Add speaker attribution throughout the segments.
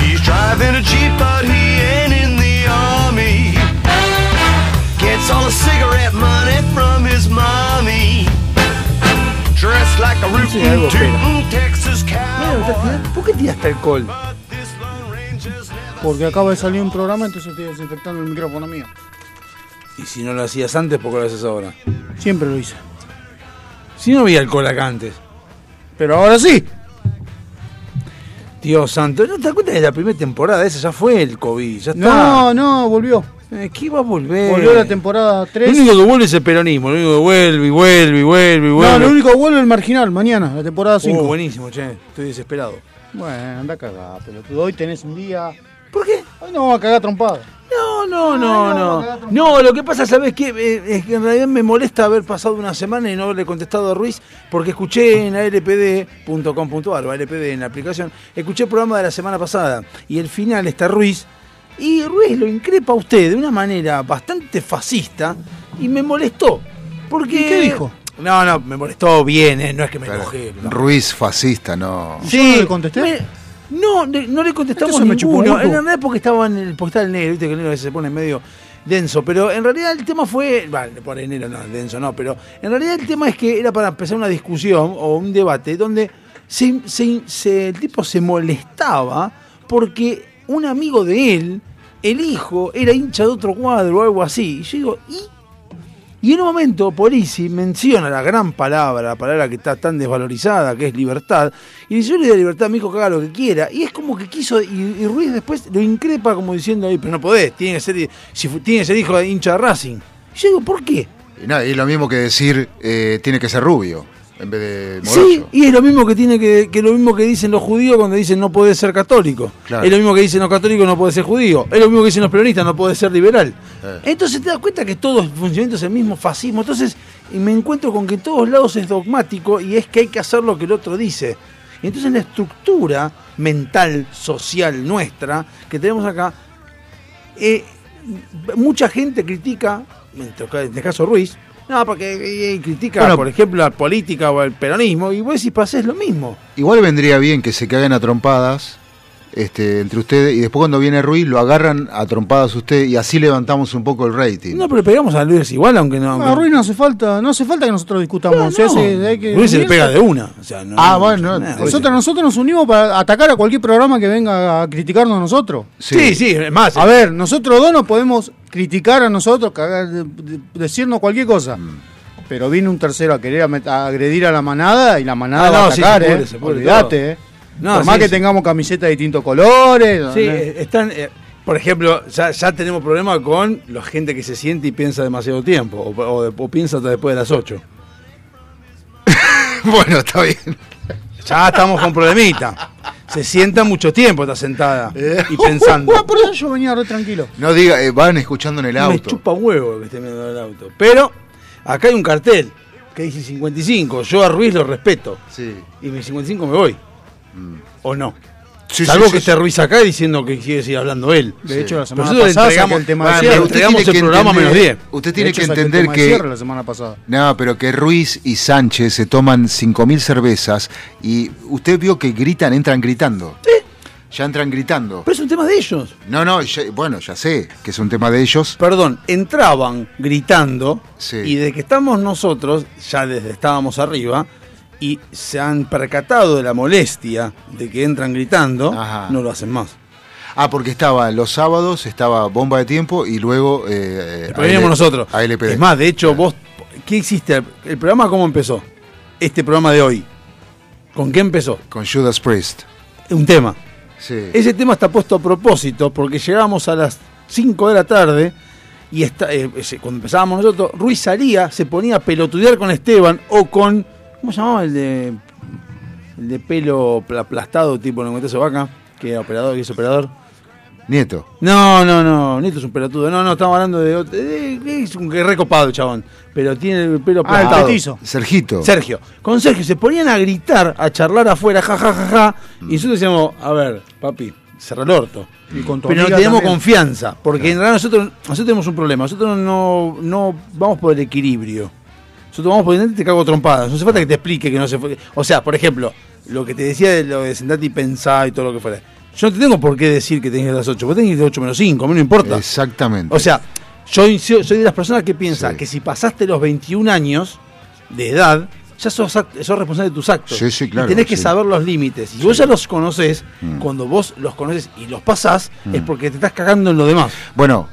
Speaker 1: He's driving a Jeep, but he ain't in the army. Gets all the cigarette money from his mommy. Dressed like a
Speaker 2: algo,
Speaker 1: rootin' tootin' Texas cowboy.
Speaker 2: ¿Por qué tiraste alcohol?
Speaker 1: But this Lone Ranger's never
Speaker 3: Porque acaba de salir un programa, entonces estoy desinfectando el micrófono mío.
Speaker 2: Y si no lo hacías antes, ¿por qué lo haces ahora?
Speaker 3: Siempre lo hice.
Speaker 2: Si no había alcohol acá antes.
Speaker 3: Pero ahora sí.
Speaker 2: Dios santo, ¿no te das cuenta de la primera temporada? Esa ya fue el COVID, ya
Speaker 3: No, no, volvió.
Speaker 2: está. Eh, ¿Qué iba a volver?
Speaker 3: Ah. Volvió la temporada
Speaker 2: Lo
Speaker 3: 3.
Speaker 2: único que vuelve es el peronismo, lo único que vuelve y vuelve y vuelve y vuelve.
Speaker 3: No, lo único que vuelve el marginal, mañana, la temporada 5.
Speaker 2: Uh, buenísimo, che, estoy desesperado.
Speaker 3: Bueno, anda a cagar, pelotudo. Hoy tenés un día.
Speaker 2: ¿Por qué?
Speaker 3: Hoy no vamos a cagar trompado.
Speaker 2: No, no, no, no. No, lo que pasa, ¿sabes qué? Eh, Es que en realidad me molesta haber pasado una semana y no haberle contestado a Ruiz, porque escuché en alpd.com.ar o alpd en la aplicación, escuché el programa de la semana pasada y el final está Ruiz, y Ruiz lo increpa a usted de una manera bastante fascista y me molestó. Porque...
Speaker 3: ¿Y qué dijo?
Speaker 2: No, no, me molestó bien, eh, no es que me enojé. no.
Speaker 4: Ruiz fascista, no.
Speaker 3: ¿Yo no le contesté?
Speaker 2: me- no, le- no le contestamos
Speaker 3: Entonces me chupó
Speaker 2: ninguno.
Speaker 3: un huevo.
Speaker 2: En realidad porque estaba en el postal negro, viste que el negro se pone medio denso. Pero en realidad el tema fue. Vale, por enero no, denso no, pero en realidad el tema es que era para empezar una discusión o un debate donde se- se- se- el tipo se molestaba porque un amigo de él, el hijo, era hincha de otro cuadro o algo así. Y yo digo, ¿y y en un momento, Polisi menciona la gran palabra, la palabra que está tan desvalorizada, que es libertad, y dice, yo le doy la libertad a mi hijo que haga lo que quiera. Y es como que quiso, y, y Ruiz después lo increpa como diciendo, "Ey, pero no podés, tiene que ser, si fu- tiene que ser hijo de hincha de Racing. Y yo digo, ¿por qué?
Speaker 4: Y nada, y lo mismo que decir, eh, tiene que ser rubio, en vez de
Speaker 2: Sí,
Speaker 4: morocho.
Speaker 2: y es lo mismo que tiene que, que lo mismo que dicen los judíos cuando dicen no podés ser católico.
Speaker 4: Claro.
Speaker 2: Es lo mismo que dicen los católicos no podés ser judío. Es lo mismo que dicen los peronistas no podés ser liberal.
Speaker 4: Eh.
Speaker 2: Entonces te das cuenta que todo el funcionamiento es el mismo fascismo. Entonces y me encuentro con que en todos lados es dogmático y es que hay que hacer lo que el otro dice. Y entonces la estructura mental, social nuestra que tenemos acá eh, mucha gente critica, en to- en este caso Ruiz, no, porque eh, critica,
Speaker 4: Bueno.
Speaker 2: por ejemplo, la política o el peronismo, y vos decís, pasés lo mismo.
Speaker 4: Igual vendría bien que se caguen a trompadas este, entre ustedes y después cuando viene Ruiz lo agarran a trompadas ustedes y así levantamos un poco el rating.
Speaker 2: No, pero le pegamos a Luis igual, aunque no.
Speaker 3: No,
Speaker 2: aunque-
Speaker 3: Ruiz Ah, no hace falta, no hace falta que nosotros discutamos.
Speaker 2: No,
Speaker 3: Se
Speaker 2: no.
Speaker 3: hace- hay que
Speaker 2: Luis se le
Speaker 3: unirse.
Speaker 2: pega de una. o sea, no-
Speaker 4: Ah, bueno,
Speaker 2: nada, Ruiz-
Speaker 3: Nosotros, nosotros nos unimos para atacar a cualquier programa que venga a criticarnos a nosotros.
Speaker 2: Sí, sí, es más. eh.
Speaker 3: A ver, nosotros dos no podemos criticar a nosotros, cagar, de- de- decirnos cualquier cosa.
Speaker 4: Mm.
Speaker 3: Pero viene un tercero a querer a met- a agredir a la manada y la manada
Speaker 2: Ah,
Speaker 3: va
Speaker 2: no,
Speaker 3: a
Speaker 2: sí,
Speaker 3: atacar,
Speaker 2: se pudre,
Speaker 3: ¿eh?
Speaker 2: se pudre
Speaker 3: Olvídate,
Speaker 2: todo.
Speaker 3: ¿eh?
Speaker 2: No,
Speaker 3: Por más
Speaker 2: sí,
Speaker 3: que
Speaker 2: sí.
Speaker 3: tengamos camisetas de distintos colores.
Speaker 2: Sí,
Speaker 3: ¿no?
Speaker 2: eh, están. eh, por ejemplo, ya, ya tenemos problemas con la gente que se siente y piensa demasiado tiempo, o, o- o piensa hasta después de las 8.
Speaker 4: bueno, está bien.
Speaker 2: Ya estamos con problemita. Se sienta mucho tiempo, está sentada
Speaker 4: Eh,
Speaker 2: y pensando.
Speaker 3: Ah, por eso yo venía re tranquilo.
Speaker 4: No diga, eh, van escuchando en el
Speaker 2: Me
Speaker 4: auto.
Speaker 2: chupa huevo que esté mirando el auto. Pero acá hay un cartel que dice 55. Yo a Ruiz lo respeto.
Speaker 4: Sí. Mm.
Speaker 2: Y mi 55 me voy. ¿O no?
Speaker 4: Sí,
Speaker 2: Salvo
Speaker 4: sí, sí,
Speaker 2: que esté Ruiz acá diciendo que quiere seguir hablando él.
Speaker 3: De hecho, la
Speaker 2: Pero
Speaker 3: semana
Speaker 2: nosotros le
Speaker 3: pasada
Speaker 2: entregamos-
Speaker 3: saqué el tema
Speaker 2: bueno,
Speaker 3: de
Speaker 2: le
Speaker 3: cierre.
Speaker 4: usted tiene
Speaker 2: entregamos Ah, el
Speaker 4: que
Speaker 2: programa
Speaker 4: entender-
Speaker 2: menos 10.
Speaker 4: Usted
Speaker 3: De
Speaker 4: tiene
Speaker 3: hecho,
Speaker 4: que
Speaker 3: saqué el
Speaker 4: entender
Speaker 3: tema de
Speaker 4: que
Speaker 3: cierre la semana pasada.
Speaker 4: No, pero que Ruiz y Sánchez se toman 5.000 cervezas y usted vio que gritan, entran gritando. Ya entran gritando.
Speaker 2: Pero es un tema de ellos.
Speaker 4: No, no, ya- bueno, ya sé que es un tema de ellos.
Speaker 2: Perdón, entraban gritando
Speaker 4: Sí.
Speaker 2: y de que estamos nosotros, ya desde estábamos arriba, y se han percatado de la molestia de que entran gritando,
Speaker 4: Ajá.
Speaker 2: no lo hacen más.
Speaker 4: Ah, porque estaba los sábados, estaba Bomba de Tiempo y luego... Eh,
Speaker 2: Pero veníamos
Speaker 4: AL-
Speaker 2: nosotros.
Speaker 4: ALPD.
Speaker 2: Es más, de hecho, vos, ¿qué hiciste? ¿El programa cómo empezó? Este programa de hoy. ¿Con qué empezó?
Speaker 4: Con Judas Priest.
Speaker 2: Un tema.
Speaker 4: Sí.
Speaker 2: Ese tema está puesto a propósito porque llegamos a las 5 de la tarde y está, eh, ese- cuando empezábamos nosotros, Ruiz salía, se ponía a pelotudear con Esteban o con. ¿Cómo se llamaba el de. el de pelo pla- aplastado, tipo, no encontré su vaca? Que era operador, que es operador.
Speaker 4: Nieto.
Speaker 2: No, no, no, Nito es un pelotudo. No, no, estamos hablando de otro. eh, Es un recopado el chabón. Pero tiene el pelo
Speaker 3: Ah, el
Speaker 2: aplastado.
Speaker 3: petizo.
Speaker 4: Sergito.
Speaker 2: Sergio. Con Sergio se ponían a gritar, a charlar afuera, ja, ja, ja, ja. Y nosotros decíamos, a ver, papi, cerra el orto.
Speaker 3: Y con
Speaker 2: Mm.
Speaker 3: tu
Speaker 2: Pero no
Speaker 3: amiga
Speaker 2: tenemos
Speaker 3: también.
Speaker 2: confianza. Porque en realidad nosotros, nosotros tenemos un problema. Nosotros no, no vamos por el equilibrio. Nosotros vamos por delante y te cago a trompadas. No hace falta que te explique que no se fue. O sea, por ejemplo, lo que te decía de lo de sentarte y pensar y todo lo que fuera. Yo no te tengo por qué decir que tenés que ir a las 8. Vos tenés que ir a las 8 menos 5, a mí no importa.
Speaker 4: Exactamente.
Speaker 2: O sea, yo incio- soy de las personas que piensa
Speaker 4: Sí.
Speaker 2: que si pasaste los 21 años de edad, ya sos, act- sos responsable de tus actos.
Speaker 4: Sí, sí,
Speaker 2: Y
Speaker 4: claro,
Speaker 2: tenés que
Speaker 4: sí. Mm.
Speaker 2: saber los límites. Y vos ya los conocés, cuando vos los conoces y los pasás, es porque te estás cagando en lo demás.
Speaker 4: Bueno,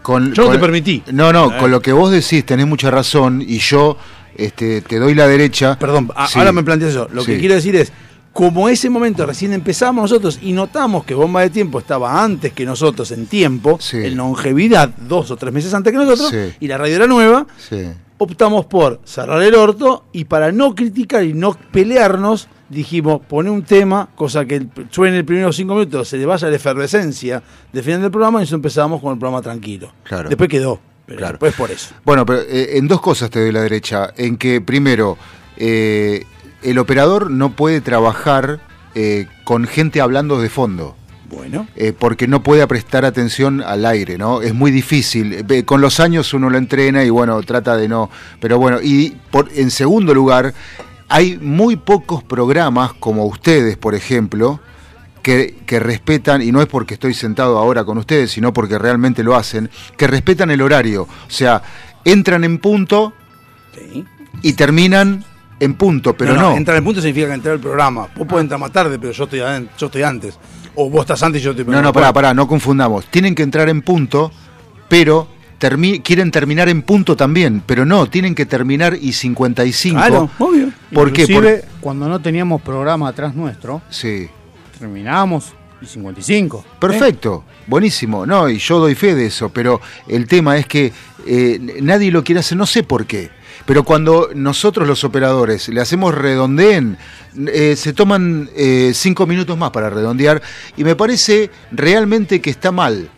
Speaker 4: con,
Speaker 2: Yo no
Speaker 4: con-
Speaker 2: te permití. Eh.
Speaker 4: No, no, con lo que vos decís tenés mucha razón y yo este, te doy la derecha.
Speaker 2: Perdón, a-
Speaker 4: Sí.
Speaker 2: ahora me planteas eso. Lo que
Speaker 4: Sí.
Speaker 2: quiero decir es, como ese momento recién empezamos nosotros y notamos que Bomba de Tiempo estaba antes que nosotros en tiempo,
Speaker 4: Sí.
Speaker 2: en longevidad, dos o tres meses antes que nosotros,
Speaker 4: Sí.
Speaker 2: y la radio era nueva,
Speaker 4: Sí.
Speaker 2: optamos por cerrar el orto y para no criticar y no pelearnos, dijimos, pone un tema, cosa que el- suene el primeros cinco minutos, se le vaya la efervescencia del final del programa y eso empezamos con el programa tranquilo.
Speaker 4: Claro.
Speaker 2: Después quedó, pero
Speaker 4: Claro.
Speaker 2: después por eso.
Speaker 4: Bueno, pero eh, en dos cosas te doy la derecha. En que, primero, eh, el operador no puede trabajar eh, con gente hablando de fondo.
Speaker 2: Bueno.
Speaker 4: eh, porque no puede prestar atención al aire, ¿no? Es muy difícil. Eh, ve- Con los años uno lo entrena y bueno, trata de no. Pero bueno, y por, en segundo lugar, hay muy pocos programas como ustedes, por ejemplo, que, que respetan, y no es porque estoy sentado ahora con ustedes, sino porque realmente lo hacen, que respetan el horario. O sea, entran en punto y terminan en punto, pero no.
Speaker 2: Entrar en punto significa que entrar al programa. Vos podés entrar más tarde, pero yo estoy, aden- yo estoy antes. O vos estás antes y yo estoy
Speaker 4: No, no, pará, pará, no confundamos. Tienen que entrar en punto, pero termi- quieren terminar en punto también. Pero no, tienen que terminar y 55.
Speaker 2: Claro, obvio.
Speaker 4: ¿Por qué?
Speaker 3: Ah, Inclusive,
Speaker 4: Por-
Speaker 3: cuando no teníamos programa atrás nuestro,
Speaker 4: Sí.
Speaker 3: terminamos y 55. ¿eh?
Speaker 4: Perfecto, buenísimo. No, y yo doy fe de eso, pero el tema es que eh, n- nadie lo quiere hacer, no sé por qué. Pero cuando nosotros los operadores le hacemos redondeen, n- eh, se toman eh, cinco minutos más para redondear y me parece realmente que está mal.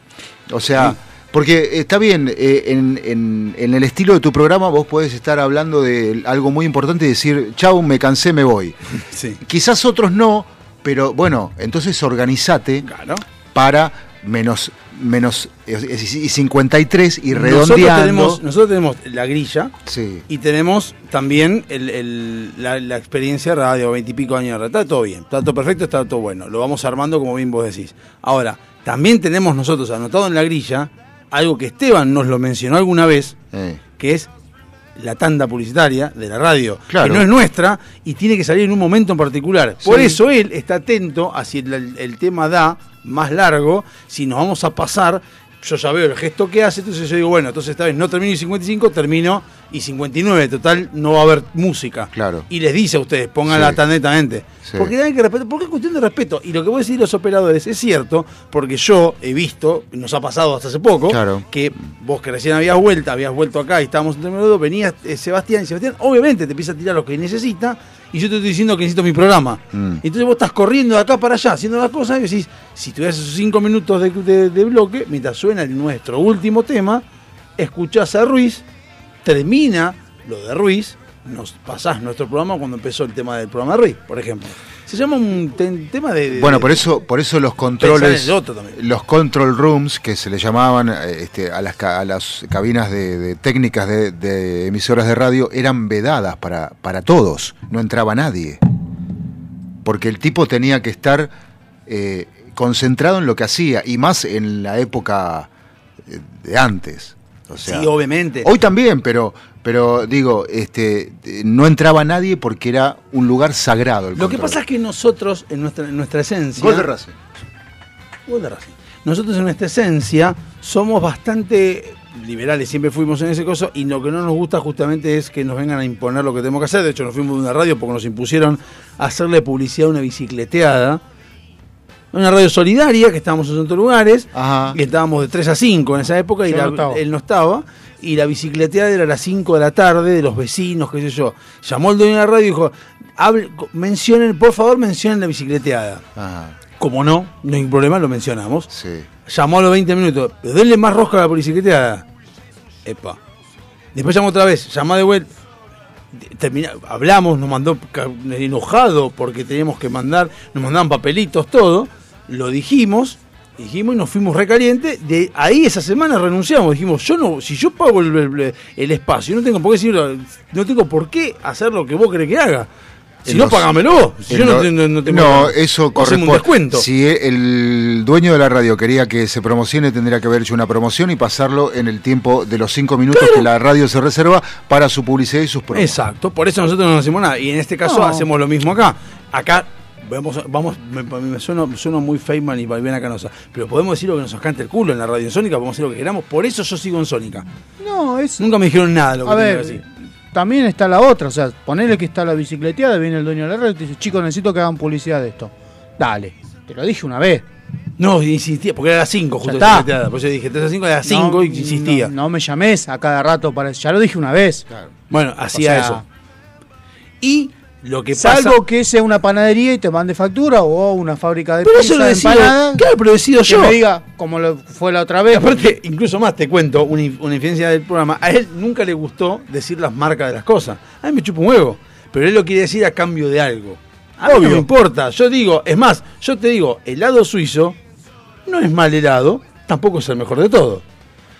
Speaker 4: O sea, porque está bien, eh, en, en- en el estilo de tu programa vos podés estar hablando de algo muy importante y decir, chau, me cansé, me voy.
Speaker 2: Sí.
Speaker 4: Quizás otros no, pero bueno, entonces organizate
Speaker 2: Claro.
Speaker 4: para menos menos eh, y 53 y
Speaker 2: Nosotros
Speaker 4: redondeando.
Speaker 2: tenemos, nosotros tenemos la grilla,
Speaker 4: Sí.
Speaker 2: Y tenemos también el- el- la, la experiencia de radio, veintipico años de radio. Está todo bien, está todo perfecto, está todo bueno. Lo vamos armando como bien vos decís. Ahora, también tenemos nosotros anotado en la grilla algo que Esteban nos lo mencionó alguna vez,
Speaker 4: Eh,
Speaker 2: que es la tanda publicitaria de la radio,
Speaker 4: Claro.
Speaker 2: que no es nuestra y tiene que salir en un momento en particular. Por
Speaker 4: Sí.
Speaker 2: eso él está atento a si el, el tema da más largo, si nos vamos a pasar yo ya veo el gesto que hace, entonces yo digo, bueno, entonces esta vez no termino y 55, termino y 59, total, no va a haber música.
Speaker 4: Claro.
Speaker 2: Y les dice a ustedes, pónganla
Speaker 4: Sí.
Speaker 2: tan netamente.
Speaker 4: Sí.
Speaker 2: Porque hay que respetar, porque es cuestión de respeto. Y lo que voy a decir los operadores es cierto, porque yo he visto, nos ha pasado hasta hace poco,
Speaker 4: Claro.
Speaker 2: que vos que recién habías vuelto, habías vuelto acá y estábamos en terminado, venía eh, Sebastián y Sebastián, obviamente te empieza a tirar lo que necesita y yo te estoy diciendo que necesito mi programa.
Speaker 3: Hmm.
Speaker 4: Mm.
Speaker 2: Entonces vos estás corriendo de acá para allá, haciendo las cosas y decís, si tuvieras esos cinco minutos de, de- de bloque, mientras suena el nuestro último tema, escuchás a Ruiz, termina lo de Ruiz, nos pasás nuestro programa cuando empezó el tema del programa de Ruiz, por ejemplo. Se llama un ten- tema de... de-
Speaker 4: Bueno, por eso, por eso los
Speaker 2: Eh, Pensar
Speaker 4: controles,
Speaker 2: en el otro también.
Speaker 4: los control rooms que se le llamaban eh, este, a, las, ca- a las cabinas de, de técnicas de, de emisoras de radio eran vedadas para, para todos, no entraba nadie, porque el tipo tenía que estar eh, concentrado en lo que hacía y más en la época eh, de antes. O sea,
Speaker 2: sí, obviamente.
Speaker 4: Hoy también, pero, pero digo, este, eh, no entraba nadie porque era un lugar sagrado. El
Speaker 2: Lo que
Speaker 4: control.
Speaker 2: pasa es que nosotros, en nuestra, en nuestra esencia...
Speaker 4: Gol de Racing.
Speaker 2: Gol de Racing. Nosotros en nuestra esencia somos bastante liberales, siempre fuimos en ese coso, y lo que no nos gusta justamente es que nos vengan a imponer lo que tenemos que hacer. De hecho, nos fuimos de una radio porque nos impusieron hacerle publicidad a una bicicleteada. Una radio solidaria que estábamos en otros lugares,
Speaker 4: Ajá.
Speaker 2: y estábamos de 3 a 5 en esa época, y
Speaker 3: Yo
Speaker 2: la-
Speaker 3: no estaba.
Speaker 2: él no estaba, y la bicicleteada era a las 5 de la tarde, de los vecinos, qué sé yo. Llamó el dueño de la radio y dijo, "Hable- mencionen, por favor mencionen la bicicleteada.
Speaker 4: Ajá,
Speaker 2: Como no, no hay problema, lo mencionamos.
Speaker 4: Ah, sí.
Speaker 2: Llamó a los 20 minutos. Pero denle más rosca a la policicleteada. Epa. Después llamó otra vez. Llamó de vuelta. De- termina- hablamos, nos mandó ca- enojado porque teníamos que mandar. Nos mandaban papelitos, todo. Lo dijimos. Dijimos y nos fuimos recalientes. De ahí esa semana renunciamos. Dijimos, yo no, si yo pago el, el- el espacio, no tengo por qué decirlo, no tengo por qué hacer lo que vos querés que haga. Si
Speaker 4: En
Speaker 2: no,
Speaker 4: los-
Speaker 2: pagámelo vos. Si yo no,
Speaker 4: lo-
Speaker 2: te- no, no te-
Speaker 4: No, eso
Speaker 2: o hacemos
Speaker 4: corresponde.
Speaker 2: un descuento.
Speaker 4: Si el dueño de la radio quería que se promocione, tendría que haber hecho una promoción y pasarlo en el tiempo de los cinco minutos que la radio se reserva para su publicidad y sus promos.
Speaker 2: Exacto, por eso nosotros no hacemos nada. Y en este caso hacemos lo mismo acá. Acá vemos, vamos, me, me sueno, sueno muy Feynman y Valviana Canosa, pero podemos decir lo que nos cante el culo en la radio en Sónica, podemos decir lo que queramos, por eso yo sigo en Sónica.
Speaker 3: No, es.
Speaker 2: Nunca me dijeron nada de lo que
Speaker 3: A
Speaker 2: tenía
Speaker 3: ver,
Speaker 2: que decir.
Speaker 3: también está la otra. O sea, ponele que está la bicicleteada, viene el dueño de la red y te dice, chicos, necesito que hagan publicidad de esto. Dale, te lo dije una vez.
Speaker 2: No, insistía, porque era a las 5 justo
Speaker 3: Ya está.
Speaker 2: esa plateada, por eso dije 3 a 5 era a las 5
Speaker 3: No,
Speaker 2: y insistía.
Speaker 3: No, no me llames a cada rato para Ya lo dije una vez.
Speaker 2: Bueno, hacía
Speaker 3: sea,
Speaker 2: eso. Y lo que pasa
Speaker 3: Salvo que sea una panadería y te mande factura o una fábrica de
Speaker 2: Pero
Speaker 3: pizza,
Speaker 2: eso lo
Speaker 3: de
Speaker 2: decido,
Speaker 3: empanadas,
Speaker 2: claro, pero decido
Speaker 3: que
Speaker 2: yo.
Speaker 3: me diga, como lo fue la otra
Speaker 2: Y
Speaker 3: vez.
Speaker 2: aparte, incluso más te cuento una, inf- una infidencia del programa. A él nunca le gustó decir las marcas de las cosas. A mí me chupa un huevo. Pero él lo quiere decir a cambio de algo. A mí no me importa. Yo digo, es más, yo te digo, helado suizo no es mal helado, tampoco es el mejor de todo.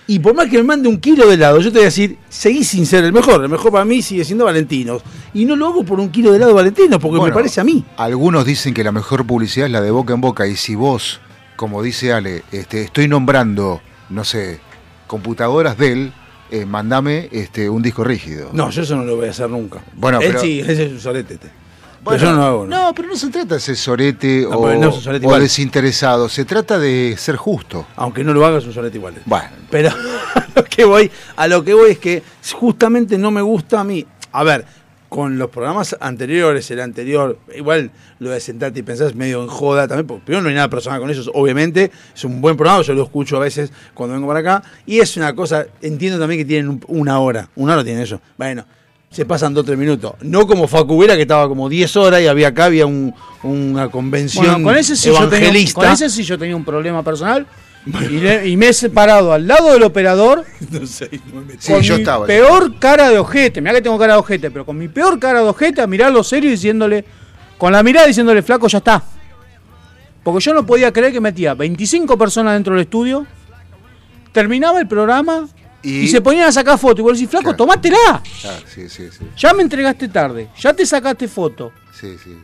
Speaker 2: Y por más que me mande un kilo de helado, yo te voy a decir, seguí sin ser el mejor. El mejor para mí sigue siendo Valentinos. Y no lo hago por un kilo de helado Valentino, porque me
Speaker 4: Bueno,
Speaker 2: parece a mí.
Speaker 4: Algunos dicen que la mejor publicidad es la de boca en boca y si vos, como dice Ale, este, estoy nombrando, no sé, computadoras del, eh, mandame este, un disco rígido.
Speaker 2: No, yo eso no lo voy a hacer nunca.
Speaker 4: Bueno,
Speaker 2: él
Speaker 4: pero-
Speaker 2: sí, ese es un soretete.
Speaker 4: Bueno,
Speaker 2: pero yo no lo hago. ¿no?
Speaker 4: No, pero no se trata de ser sorete
Speaker 2: No,
Speaker 4: o,
Speaker 2: pero no, sorete
Speaker 4: o
Speaker 2: igual.
Speaker 4: desinteresado, se trata de ser justo.
Speaker 2: Aunque no lo hagas un solete igual.
Speaker 4: Bueno,
Speaker 2: Pero a lo que voy, a lo que voy es que justamente no me gusta a mí. A ver, con los programas anteriores, el anterior, igual lo de sentarte y pensar es medio en joda también, porque primero no hay nada personal con ellos, obviamente, es un buen programa, yo lo escucho a veces cuando vengo para acá, y es una cosa, entiendo también que tienen un- una hora, una hora tienen ellos. Bueno, se pasan dos o tres minutos. No como Facu Vera, que estaba como 10 horas y había acá, había un- una convención
Speaker 3: Bueno, con ese, sí yo tenía, un-
Speaker 2: evangelista.
Speaker 3: con ese sí yo tenía un problema personal y, le- y me he separado al lado del operador
Speaker 2: No sé, no me-
Speaker 4: sí,
Speaker 3: con
Speaker 4: yo
Speaker 3: mi
Speaker 4: estaba.
Speaker 3: peor cara de ojete. Mirá que tengo cara de ojete, pero con mi peor cara de ojete a mirarlo serio y diciéndole, con la mirada diciéndole, flaco, ya está. Porque yo no podía creer que metía 25 personas dentro del estudio, terminaba el programa
Speaker 4: Y-
Speaker 3: y, se ponían a sacar fotos. Y vos decís, flaco,
Speaker 4: Claro.
Speaker 3: tomátela.
Speaker 4: Ah, sí, sí, sí,
Speaker 3: Ya me entregaste tarde, ya te sacaste foto.
Speaker 4: sí, sí, sí.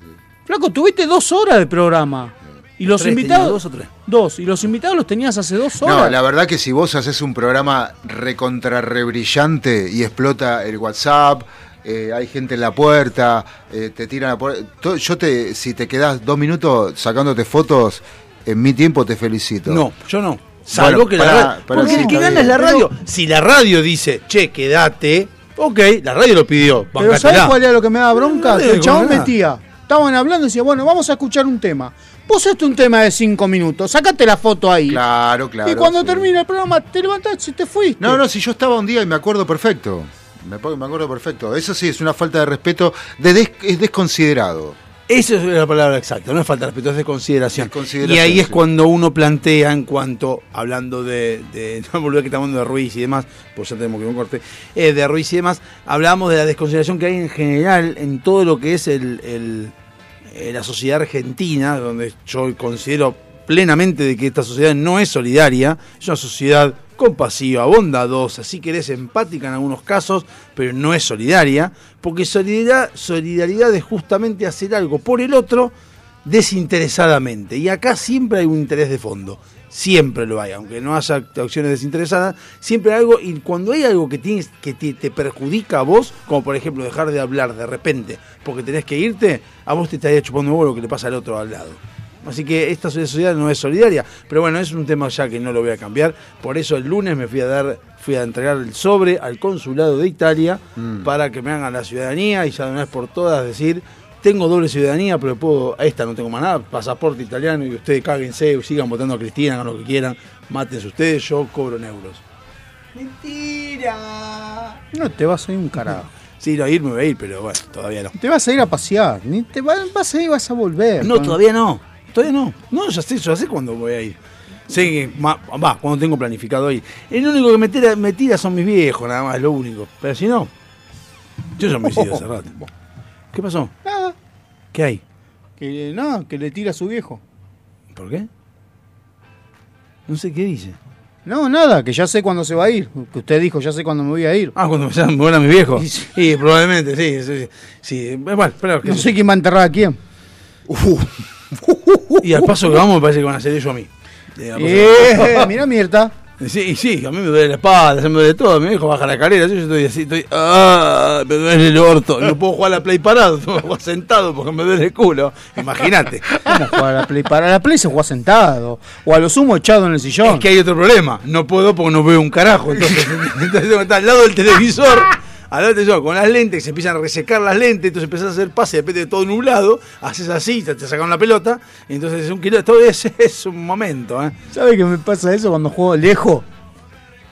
Speaker 3: Flaco, tuviste dos horas de programa. Y los
Speaker 2: Tres,
Speaker 3: invitados.
Speaker 2: tenía dos o tres.
Speaker 3: Dos. Y los invitados los tenías hace dos horas.
Speaker 4: No, la verdad que si vos haces un programa recontra rebrillante y explota el WhatsApp, eh, hay gente en la puerta, eh, te tiran la puerta. to- Yo te, si te quedás dos minutos sacándote fotos, en mi tiempo te felicito.
Speaker 2: No, yo no. Salvo
Speaker 4: Bueno,
Speaker 2: que
Speaker 4: pará,
Speaker 2: la radio.
Speaker 4: pará,
Speaker 2: porque
Speaker 4: sí,
Speaker 2: el que
Speaker 4: está
Speaker 2: gana es
Speaker 4: bien.
Speaker 2: la radio. Si la radio dice, che, quédate, ok, la radio lo pidió.
Speaker 3: Pero ¿sabes
Speaker 2: bancátela.
Speaker 3: cuál era lo que me daba bronca?
Speaker 2: No,
Speaker 3: Que el chabón
Speaker 2: nada.
Speaker 3: metía. Estaban hablando y decía, bueno, vamos a escuchar un tema. Pusiste un tema de cinco minutos, sacate la foto ahí.
Speaker 4: Claro, claro.
Speaker 3: y cuando
Speaker 4: sí.
Speaker 3: termina el programa, te levantás y te fuiste.
Speaker 4: No, no, si yo estaba un día y me acuerdo perfecto. Me, acuerdo- me acuerdo perfecto. Eso sí es una falta de respeto, de des- es desconsiderado.
Speaker 2: Esa es la palabra exacta, no es falta de respeto, es desconsideración.
Speaker 4: Desconsideración,
Speaker 2: y ahí es
Speaker 4: sí.
Speaker 2: cuando uno plantea en cuanto, hablando de, de no volver que estamos hablando de Ruiz y demás, pues ya tenemos que ir a un corte, eh, de Ruiz y demás, hablamos de la desconsideración que hay en general en todo lo que es el, el- eh, la sociedad argentina, donde yo considero plenamente de que esta sociedad no es solidaria, es una sociedad compasiva, bondadosa, si querés empática en algunos casos, pero no es solidaria, porque solidaridad, solidaridad es justamente hacer algo por el otro desinteresadamente. Y acá siempre hay un interés de fondo, siempre lo hay, aunque no haya acciones desinteresadas, siempre hay algo, y cuando hay algo que, tienes, que te, te perjudica a vos, como por ejemplo dejar de hablar de repente, porque tenés que irte, a vos te estaría chupando un huevo lo que le pasa al otro al lado. Así que esta sociedad no es solidaria. Pero bueno, es un tema ya que no lo voy a cambiar. Por eso el lunes me fui a dar, fui a entregar el sobre al consulado de Italia
Speaker 5: Mm.
Speaker 2: para que me hagan la ciudadanía y ya de una vez por todas decir, tengo doble ciudadanía, pero puedo, a esta no tengo más nada, pasaporte italiano y ustedes cáguense, sigan votando a Cristina, hagan lo que quieran, mátense ustedes, yo cobro en euros.
Speaker 3: No te vas a ir un carajo.
Speaker 2: Sí, no, ir me voy a ir, pero bueno, todavía no.
Speaker 3: Te vas a ir a pasear, ni te va- vas a ir, vas a volver.
Speaker 2: No,
Speaker 3: Cuando-
Speaker 2: todavía no. Todavía no. No, ya sé, ya sé cuándo voy a ir. Sé que ma- va, cuando tengo planificado ir. El único que me tira, me tira son mis viejos, nada más, lo único. Pero si no, yo ya me he ido hace rato. ¿Qué pasó?
Speaker 3: Nada.
Speaker 2: ¿Qué hay?
Speaker 3: Que nada, que le tira a su viejo.
Speaker 2: ¿Por qué? No sé qué dice.
Speaker 3: No, nada, que ya sé cuándo se va a ir. Que usted dijo, ya sé cuándo me voy a ir.
Speaker 2: Ah, cuando me llaman, me a mis viejos.
Speaker 3: Sí, sí.
Speaker 2: Sí, probablemente, sí. Sí, sí. Sí, Uh, bueno, pero que
Speaker 3: No sé quién va a enterrar a quién.
Speaker 2: Y al paso que vamos, me parece que van a hacer eso a mí. Eh, al paso que-
Speaker 3: Eh, mira, Mierta.
Speaker 2: Sí, sí, a mí me duele la espalda, se me duele todo, mi viejo baja la carrera, yo estoy así, estoy, ah, me duele el orto, no puedo jugar a la play parado, tengo que jugar sentado porque me duele el culo, imagínate.
Speaker 3: ¿Cómo jugar a la Play? Para la Play se juega sentado. O a lo sumo echado en el sillón.
Speaker 2: Es que hay otro problema, no puedo porque no veo un carajo, entonces, entonces tengo que estar al lado del televisor, al lado del televisor, con las lentes, que se empiezan a resecar las lentes, entonces empezás a hacer pase, depende de todo nublado, haces así, te, te sacan la pelota, y entonces es un kilo, todo es, es un momento, ¿eh?
Speaker 3: ¿Sabe que me pasa eso cuando juego lejos?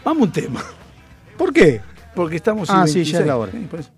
Speaker 2: Vamos a un tema,
Speaker 3: ¿Por qué?
Speaker 2: porque estamos
Speaker 3: Ah, sí, ya es la hora.
Speaker 2: Sí, por eso.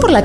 Speaker 6: por la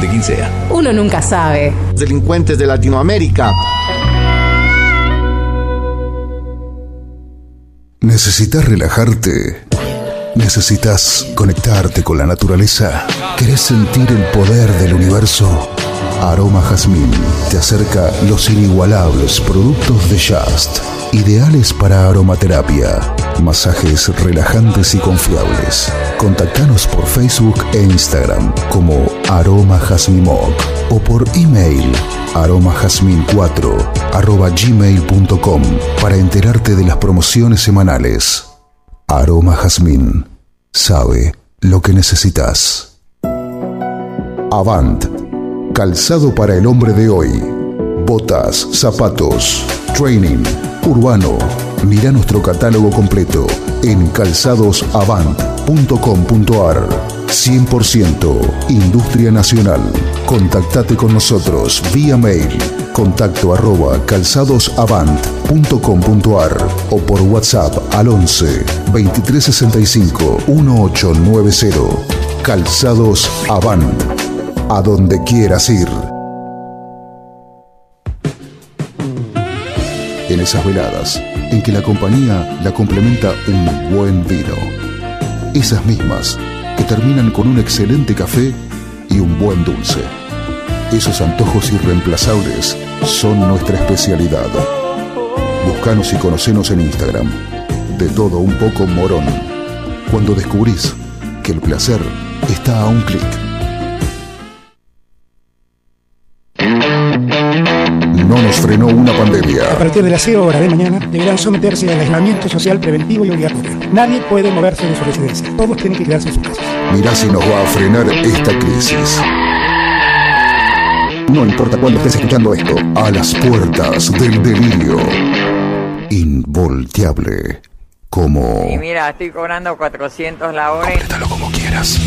Speaker 7: de quien sea.
Speaker 6: Uno nunca sabe.
Speaker 8: delincuentes de Latinoamérica.
Speaker 5: ¿Necesitas relajarte? ¿Necesitas conectarte con la naturaleza? ¿Querés sentir el poder del universo? Aroma Jazmín te acerca los inigualables productos de Just, ideales para aromaterapia, masajes relajantes y confiables. Contactanos por Facebook e Instagram como Aroma Jazmimoc o por email aromajazmin4 arroba gmail.com para enterarte de las promociones semanales. Aroma Jazmín. Sabe lo que necesitas. Avant. Calzado para el hombre de hoy. Botas, zapatos, training, urbano. Mira nuestro catálogo completo en calzadosavant.com.ar. 100% Industria Nacional. Contactate con nosotros vía mail contacto arroba calzadosavant.com.ar o por WhatsApp al 11 2365 1890. Calzados Avant. A donde quieras ir. En esas veladas en que la compañía la complementa un buen vino. Esas mismas que terminan con un excelente café y un buen dulce. Esos antojos irreemplazables son nuestra especialidad. Buscanos y conocenos en Instagram. De todo un poco morón. Cuando descubrís que el placer está a un clic. No nos frenó una
Speaker 9: A
Speaker 5: pandemia.
Speaker 9: partir de las 0 horas de mañana deberán someterse al aislamiento social preventivo y obligatorio. Nadie puede moverse de su residencia. Todos tienen que quedarse en su casa.
Speaker 5: Mirá si nos va a frenar esta crisis. No importa cuándo estés escuchando esto, a las puertas del delirio. Involteable. Como...
Speaker 10: Y mira, estoy cobrando 400 la hora. y-
Speaker 5: Apriétalo como quieras.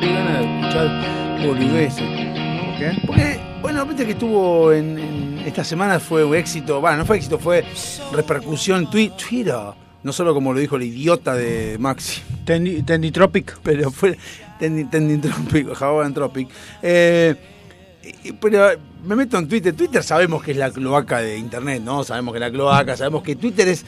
Speaker 2: Qué ganas de escuchar boludeces. Porque, bueno, viste que estuvo en, en- Esta semana fue un éxito. Bueno, no fue éxito, fue repercusión en twi- Twitter. No solo como lo dijo el idiota de Maxi,
Speaker 3: Tendi- Tenditropic.
Speaker 2: pero fue. Tending, tending Tropic, Jabón Tropic. Eh, y- pero me meto en Twitter. Twitter sabemos que es la cloaca de Internet, ¿no? Sabemos que es la cloaca, sabemos que Twitter es.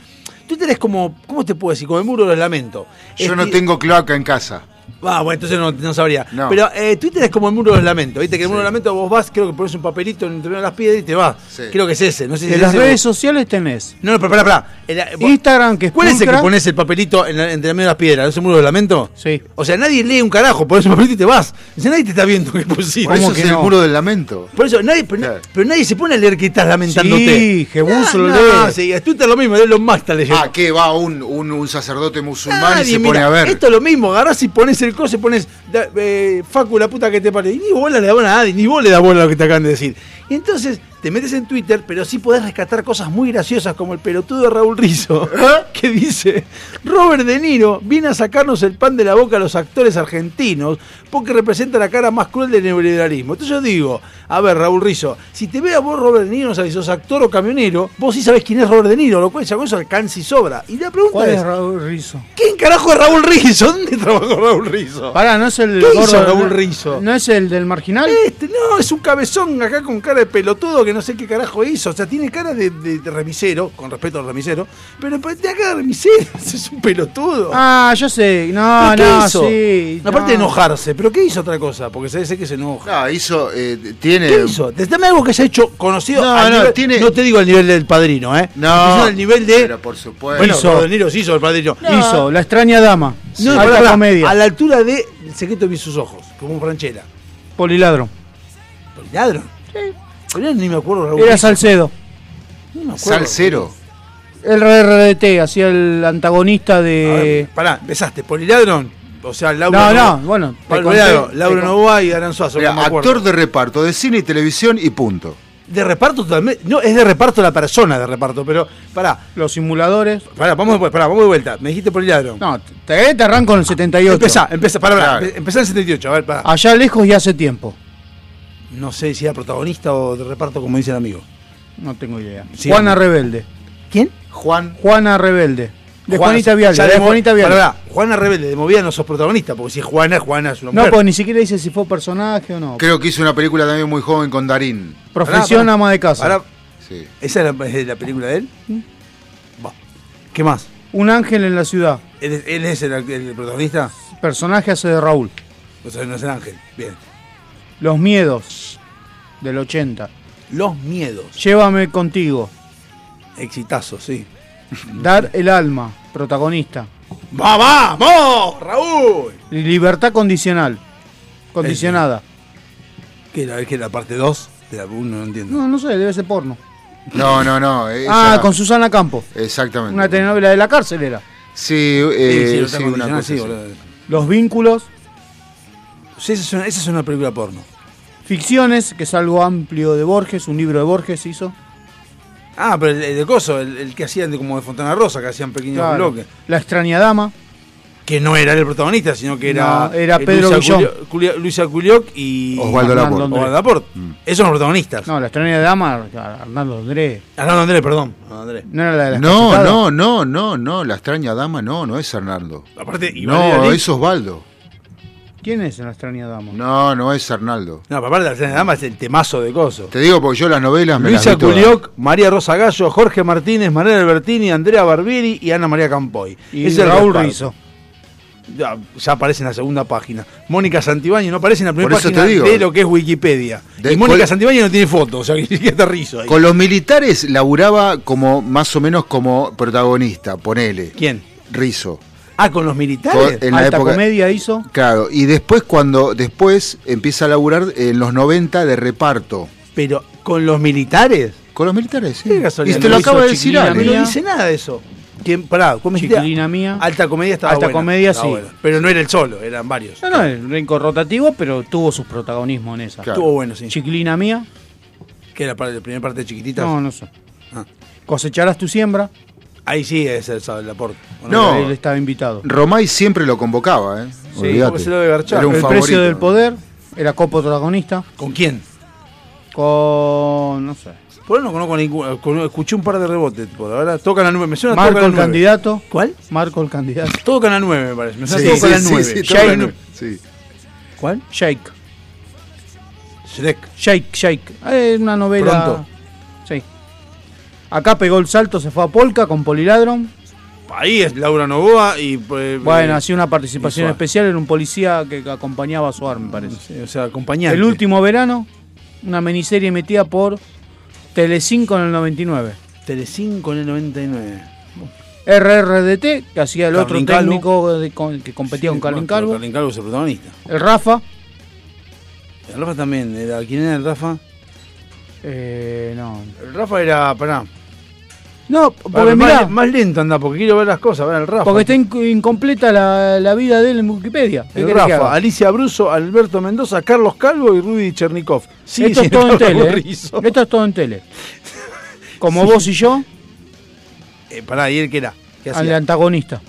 Speaker 2: Twitter es como. ¿Cómo te puedo decir? Como el muro del lamento.
Speaker 4: Yo
Speaker 2: Es
Speaker 4: no
Speaker 2: ti-
Speaker 4: tengo cloaca en casa.
Speaker 2: Ah, bueno, entonces no, no sabría.
Speaker 4: No.
Speaker 2: Pero eh, Twitter es como el muro de los lamentos. Viste que el muro de los lamentos vos vas, creo que pones un papelito entre una de las piedras y te vas.
Speaker 4: Sí.
Speaker 2: Creo que es ese. No sé si
Speaker 3: De
Speaker 2: es
Speaker 3: las
Speaker 2: ese
Speaker 3: redes
Speaker 2: o-
Speaker 3: sociales tenés
Speaker 2: No, no, pero pará, pará. El, eh, vos-
Speaker 3: Instagram, que es
Speaker 2: ¿Cuál es el que
Speaker 3: pulcra.
Speaker 2: pones el papelito en la- entre medio de las piedras? ¿No ¿Es el muro de los lamentos?
Speaker 3: Sí.
Speaker 2: O sea, nadie lee un carajo, pones un papelito y te vas. O sea, nadie te está viendo que pusiste.
Speaker 4: Por eso
Speaker 3: que
Speaker 4: es el
Speaker 3: no?
Speaker 4: muro del lamento.
Speaker 2: Por eso, nadie, pero,
Speaker 4: Claro.
Speaker 2: pero nadie se pone a leer que estás lamentándote.
Speaker 3: Sí, Jebus
Speaker 2: Ah,
Speaker 3: lo
Speaker 2: no,
Speaker 3: lee.
Speaker 2: sí, Twitter lo mismo, Elon Musk está leyendo.
Speaker 4: Ah, que va un, un, un sacerdote musulmán
Speaker 2: Nadie,
Speaker 4: y se pone
Speaker 2: mira,
Speaker 4: a ver.
Speaker 2: Esto es lo mismo, agarrás y pones el coso y pones da- eh, Facu la puta que te pare. Y ni bola le da bola a nadie, ni vos le da bola a lo que te acaban de decir. Y entonces te metes en Twitter, pero sí podés rescatar cosas muy graciosas como el pelotudo de Raúl Rizzo,
Speaker 4: ¿Ah?
Speaker 2: que dice, Robert De Niro viene a sacarnos el pan de la boca a los actores argentinos porque representa la cara más cruel del neoliberalismo. Entonces yo digo, a ver Raúl Rizzo, si te ve a vos Robert De Niro, no sabés si sos actor o camionero, vos sí sabés quién es Robert De Niro, lo cual ya con eso alcanza y sobra. Y la pregunta
Speaker 3: ¿Cuál
Speaker 2: es,
Speaker 3: es Raúl Rizzo?
Speaker 2: ¿Quién carajo es Raúl Rizzo? ¿Dónde trabajó Raúl Rizzo?
Speaker 3: Pará, no es el
Speaker 2: ¿Qué hizo
Speaker 3: gordo-
Speaker 2: Raúl
Speaker 3: no-
Speaker 2: Rizzo?
Speaker 3: ¿No es el del marginal?
Speaker 2: Este, no, es un cabezón acá con cara de pelotudo que no sé qué carajo hizo. O sea, tiene cara de, de- de remisero, con respeto al remisero, pero pa- tiene cara de remisero, es un pelotudo.
Speaker 3: Ah, yo sé. No,
Speaker 2: ¿Pero qué
Speaker 3: no,
Speaker 2: hizo?
Speaker 3: sí.
Speaker 2: Aparte de
Speaker 3: no.
Speaker 2: enojarse, ¿pero qué hizo otra cosa? Porque se dice que se enoja.
Speaker 4: No, hizo. eh, tiene.
Speaker 2: ¿Qué hizo? Dame algo que se ha hecho conocido.
Speaker 4: No,
Speaker 2: al
Speaker 4: no,
Speaker 2: nivel-
Speaker 4: tiene-
Speaker 2: no te digo al nivel del padrino, ¿eh?
Speaker 4: No.
Speaker 2: Sino al nivel de.
Speaker 4: Pero por supuesto.
Speaker 2: bueno,
Speaker 3: Hizo.
Speaker 2: Robert De Niro sí hizo el padrino.
Speaker 3: Hizo La extraña dama.
Speaker 2: No,
Speaker 3: Alta
Speaker 2: pará, pará,
Speaker 3: comedia.
Speaker 2: a la altura de El secreto de sus ojos, como un franchera.
Speaker 3: Poliladro.
Speaker 2: ¿Ladro? Sí. Pero yo ni me acuerdo, Raúl.
Speaker 3: Era
Speaker 2: Rizzo,
Speaker 3: Salcedo.
Speaker 2: ni me acuerdo.
Speaker 4: Salcero.
Speaker 3: El RRT, hacía el antagonista
Speaker 2: A ver,
Speaker 3: de.
Speaker 2: pará, empezaste, Poliladron. O sea, Laura.
Speaker 3: No, no, Ah, bueno. te
Speaker 2: Pablo
Speaker 3: conté-
Speaker 2: Lauro,
Speaker 3: te
Speaker 2: Laura
Speaker 3: con-
Speaker 2: Novoa y Adrián Suazo.
Speaker 4: Era
Speaker 2: no me acuerdo.
Speaker 4: actor de reparto, de cine y televisión y punto.
Speaker 2: De reparto también. No, es de reparto la persona de reparto, pero pará,
Speaker 3: Los simuladores.
Speaker 2: pará, vamos, de- pará, vamos de vuelta. Me dijiste Poliladron.
Speaker 3: No, te, te arranco en el 78.
Speaker 2: Empezá, empezá, pará, pará,
Speaker 4: Claro.
Speaker 2: empe- empezá en 78, a ver, pará.
Speaker 3: Allá lejos y hace tiempo.
Speaker 2: No sé si era protagonista o de reparto, como dice el amigo.
Speaker 3: No tengo idea.
Speaker 2: Sí,
Speaker 3: Juana
Speaker 2: amigo.
Speaker 3: Rebelde.
Speaker 2: ¿Quién?
Speaker 4: Juan,
Speaker 3: Juana Rebelde. De
Speaker 2: Juana-
Speaker 3: Juanita Vial.
Speaker 2: ya
Speaker 3: De
Speaker 2: Mo-
Speaker 3: Juanita Vial.
Speaker 2: Pará, pará, Juana Rebelde, de Movida no sos protagonista, porque si es Juana, Juana es una
Speaker 3: No,
Speaker 2: mujer.
Speaker 3: pues ni siquiera dice si fue personaje o no.
Speaker 4: creo que hizo una película también muy joven con Darín.
Speaker 3: Profesión
Speaker 2: Pará, pará.
Speaker 3: ama de casa.
Speaker 2: Pará,
Speaker 4: Sí.
Speaker 2: ¿Esa era es de la película de él? Va. ¿Qué más?
Speaker 3: Un ángel en la ciudad.
Speaker 2: ¿Él, es- él es el, el protagonista?
Speaker 3: Personaje hace de Raúl.
Speaker 2: O sea, no es el ángel. Bien.
Speaker 3: Los miedos. Del 80.
Speaker 2: Los miedos.
Speaker 3: Llévame contigo.
Speaker 2: Exitazo, sí.
Speaker 3: Dar el alma. Protagonista.
Speaker 2: ¡Va, vamos! ¡Raúl!
Speaker 3: Libertad condicional. Condicionada.
Speaker 2: ¿Qué era? ¿Es que la parte 2? De la 1 no entiendo.
Speaker 3: No, no sé, debe ser porno.
Speaker 4: No, no, no. esa-
Speaker 3: Ah, con Susana Campo. Mm.
Speaker 4: Exactamente.
Speaker 3: Una telenovela de la cárcel era.
Speaker 4: Sí,
Speaker 2: Sí,
Speaker 4: eh,
Speaker 2: sí,
Speaker 4: sí,
Speaker 2: lo tengo
Speaker 4: una
Speaker 2: condicionado,
Speaker 4: cosa
Speaker 2: sí,
Speaker 4: así.
Speaker 2: boludo.
Speaker 3: Los vínculos.
Speaker 2: Sí, esa es una- esa es una película porno.
Speaker 3: Ficciones, que es algo amplio de Borges. Un libro de Borges hizo.
Speaker 2: Ah, pero el, el de Coso, el, el que hacían de, como de Fontana Rosa, que hacían pequeños
Speaker 3: Claro.
Speaker 2: bloques.
Speaker 3: La extraña dama.
Speaker 2: Que no era él el protagonista, sino que era,
Speaker 3: No, era
Speaker 2: eh,
Speaker 3: Pedro
Speaker 2: Luisa,
Speaker 3: Guillón.
Speaker 2: Culio- Culia- Luisa Culioc y
Speaker 4: Osvaldo Laporte.
Speaker 3: Hernando
Speaker 4: Mm.
Speaker 3: Andrés.
Speaker 2: Osvaldo Laporte. Esos son los protagonistas.
Speaker 3: No, la extraña dama, Arnaldo Andrés.
Speaker 2: Hernando Andrés, perdón. Hernando Andrés.
Speaker 3: No era la de las
Speaker 4: No,
Speaker 3: cachetadas.
Speaker 4: no, no, no, no. La extraña dama no, no es Hernaldo.
Speaker 2: Aparte, Iván
Speaker 4: No,
Speaker 2: Lealí-
Speaker 4: es Osvaldo.
Speaker 3: ¿Quién es la extraña dama?
Speaker 4: No, no es Hernaldo.
Speaker 2: No, pero aparte, la escena de dama es el temazo de Coso.
Speaker 4: Te digo porque yo las novelas Ah, me las
Speaker 2: Luisa
Speaker 4: vi todas.
Speaker 2: Culioc, María Rosa Gallo, Jorge Martínez, Manuel Albertini, Andrea Barbieri y Ana María Campoy.
Speaker 3: Y
Speaker 2: Ese es el
Speaker 3: Raúl
Speaker 2: reparto.
Speaker 3: Rizzo.
Speaker 2: Ya, ya aparece en la segunda página. Mónica Santibáñez no aparece en la primera
Speaker 4: Por eso
Speaker 2: página
Speaker 4: te digo.
Speaker 2: de lo que es Wikipedia.
Speaker 4: De-
Speaker 2: y Mónica
Speaker 4: col-
Speaker 2: Santibáñez no tiene foto, o sea, que ni siquiera está Rizzo ahí.
Speaker 4: Con los militares laburaba como más o menos como protagonista, ponele.
Speaker 2: ¿Quién?
Speaker 4: Rizo.
Speaker 2: Ah, con los
Speaker 4: Con-
Speaker 2: militares.
Speaker 4: en la
Speaker 3: Alta
Speaker 4: época-
Speaker 3: comedia hizo.
Speaker 4: Claro, y después cuando después empieza a laburar en los 90 de reparto.
Speaker 2: Pero con los militares.
Speaker 4: Con los militares, sí.
Speaker 2: Qué casualidad,
Speaker 4: Y te
Speaker 2: no
Speaker 4: lo
Speaker 2: hizo
Speaker 4: acaba de decir
Speaker 3: Chiquilina
Speaker 2: No
Speaker 4: Ale.
Speaker 3: Mía.
Speaker 2: dice nada de eso. ¿Quién, pará, ¿cómo dijiste?
Speaker 3: Chiquilina mía.
Speaker 2: Alta comedia estaba
Speaker 3: Alta
Speaker 2: buena,
Speaker 3: comedia,
Speaker 2: estaba
Speaker 3: sí.
Speaker 2: buena. Pero no era el solo, eran varios.
Speaker 3: No, no, el renco rotativo, pero tuvo sus protagonismos en esa.
Speaker 4: Claro.
Speaker 2: Estuvo bueno, sí.
Speaker 3: Chiquilina mía.
Speaker 2: que era para la primera parte de chiquititas.
Speaker 3: No, no sé.
Speaker 2: Ah.
Speaker 3: Cosecharás tu siembra.
Speaker 2: Ahí sí es el, el aporte. ¿o
Speaker 4: No,
Speaker 3: Él estaba invitado.
Speaker 4: Romay siempre lo convocaba, ¿eh? Olvídate.
Speaker 2: porque se lo debe garchar.
Speaker 4: Era un
Speaker 3: el
Speaker 4: favorito.
Speaker 3: precio del poder. Era coprotagonista.
Speaker 2: ¿Con quién?
Speaker 3: Con. No sé.
Speaker 2: Por ahora no conozco ninguno. con- Escuché un par de rebotes. Por ahora tocan la 9. Me suena
Speaker 3: Marco
Speaker 2: tocan
Speaker 3: el
Speaker 2: la nueve.
Speaker 3: candidato.
Speaker 2: ¿Cuál?
Speaker 3: Marco el candidato.
Speaker 2: Tocan la 9, me parece. Me
Speaker 4: Sí,
Speaker 2: suena todo
Speaker 4: sí,
Speaker 2: con la
Speaker 4: sí,
Speaker 2: 9.
Speaker 4: sí,
Speaker 2: Ya hay
Speaker 4: tocan la
Speaker 2: un-
Speaker 4: nueve, sí.
Speaker 2: ¿Cuál?
Speaker 3: Shake.
Speaker 2: Shrek.
Speaker 3: Shake, Shake. Es una novela.
Speaker 2: Pronto.
Speaker 3: Sí. Acá pegó el salto, se fue a Polka con Poliladron.
Speaker 2: Ahí es Laura Novoa y. eh,
Speaker 3: Bueno,
Speaker 2: eh,
Speaker 3: hacía una participación
Speaker 2: y Suar.
Speaker 3: especial en un policía que acompañaba a Suar, me parece.
Speaker 2: sí, O sea, acompañante.
Speaker 3: El último verano, una miniserie emitida por Telecinco en el 99.
Speaker 2: Telecinco en el 99.
Speaker 3: RRDT, que hacía el
Speaker 2: Carlin
Speaker 3: otro
Speaker 2: Calvo.
Speaker 3: técnico de- con- que competía
Speaker 2: Sí,
Speaker 3: con
Speaker 2: bueno,
Speaker 3: Carlin
Speaker 2: pero
Speaker 3: Calvo.
Speaker 2: Carlin Calvo es el protagonista.
Speaker 3: El Rafa,
Speaker 2: El Rafa también. Era, ¿Quién era el Rafa?
Speaker 3: eh, no.
Speaker 2: El Rafa era. Pará.
Speaker 3: No, porque
Speaker 2: Pará,
Speaker 3: mirá,
Speaker 2: más, más lento anda porque quiero ver las cosas. Ver el Rafa.
Speaker 3: porque está inc- incompleta la, la vida de él en Wikipedia. ¿Qué
Speaker 2: El
Speaker 3: querés que
Speaker 2: Rafa,
Speaker 3: haga?
Speaker 2: Alicia Bruso, Alberto Mendoza, Carlos Calvo y Rudy Chernikov. Sí,
Speaker 3: Esto
Speaker 2: sí,
Speaker 3: es todo en
Speaker 2: estaba
Speaker 3: tele. ¿eh?
Speaker 2: Rizzo.
Speaker 3: Esto es todo en tele. Como vos y yo,
Speaker 2: Eh, pará, ¿y él qué era? ¿Qué hacía? Ah.
Speaker 3: al antagonista.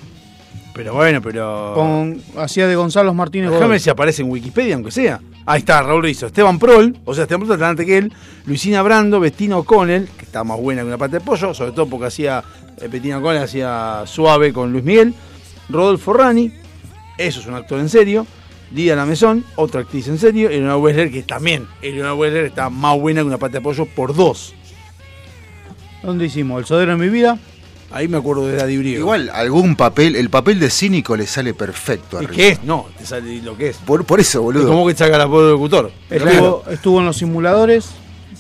Speaker 2: Pero bueno, pero.
Speaker 3: Con, hacía de Gonzalo Martínez
Speaker 2: Déjame
Speaker 3: Godoy.
Speaker 2: ver si aparece en Wikipedia, aunque sea. Ahí está, Raúl Rizzo. Esteban Prol, o sea, Esteban Prol está delante que él. Luisina Brando, Bettina O'Connell, que está más buena que una pata de pollo, sobre todo porque hacía. eh, Bettina O'Connell hacía suave con Luis Miguel. Rodolfo Rani, eso es un actor en serio. Lidia Lamezón, otra actriz en serio. Eleonora Wessler, que también. Eleonora Wessler está más buena que una pata de pollo por dos.
Speaker 3: ¿Dónde hicimos? El Sodero en mi vida.
Speaker 2: Ahí me acuerdo de la Dibriego.
Speaker 4: Igual algún papel, el papel de cínico le sale perfecto a
Speaker 2: ¿Y
Speaker 4: Rizo.
Speaker 2: qué es? No, te sale lo que es.
Speaker 4: Por, por eso,
Speaker 2: Es
Speaker 4: boludo.
Speaker 2: como que te saca la voz del locutor.
Speaker 3: Estuvo, estuvo en los simuladores.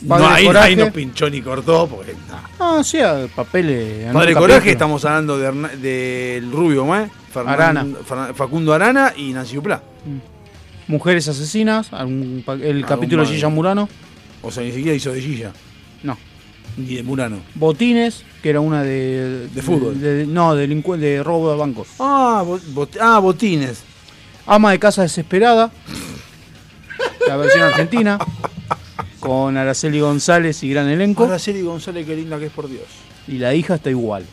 Speaker 3: Padre
Speaker 2: No, ahí,
Speaker 3: Coraje.
Speaker 2: ahí no pinchó ni cortó. Porque, nah.
Speaker 3: Ah, sí, a- papeles. en un
Speaker 2: Padre
Speaker 3: capítulo.
Speaker 2: Coraje, estamos hablando de Herna- del Rubio, ¿eh? Fernan-
Speaker 3: Arana.
Speaker 2: Fernan- Facundo Arana y Nancy Duplá.
Speaker 3: Mm. Mujeres asesinas. algún pa- el
Speaker 2: Ah,
Speaker 3: capítulo de
Speaker 2: un-
Speaker 3: Gilla Murano.
Speaker 2: O sea, ni siquiera hizo de Gilla.
Speaker 3: No.
Speaker 2: Ni de Murano.
Speaker 3: Botines, que era una de.
Speaker 2: De fútbol.
Speaker 3: de- no, delincue- de robo de bancos.
Speaker 2: Ah, bo- bot- ah, botines.
Speaker 3: Ama de casa desesperada. La versión argentina.
Speaker 2: Ah,
Speaker 3: Con Araceli González y gran elenco.
Speaker 2: Ahora Siri González, qué linda que es por Dios.
Speaker 3: Y la hija está igual.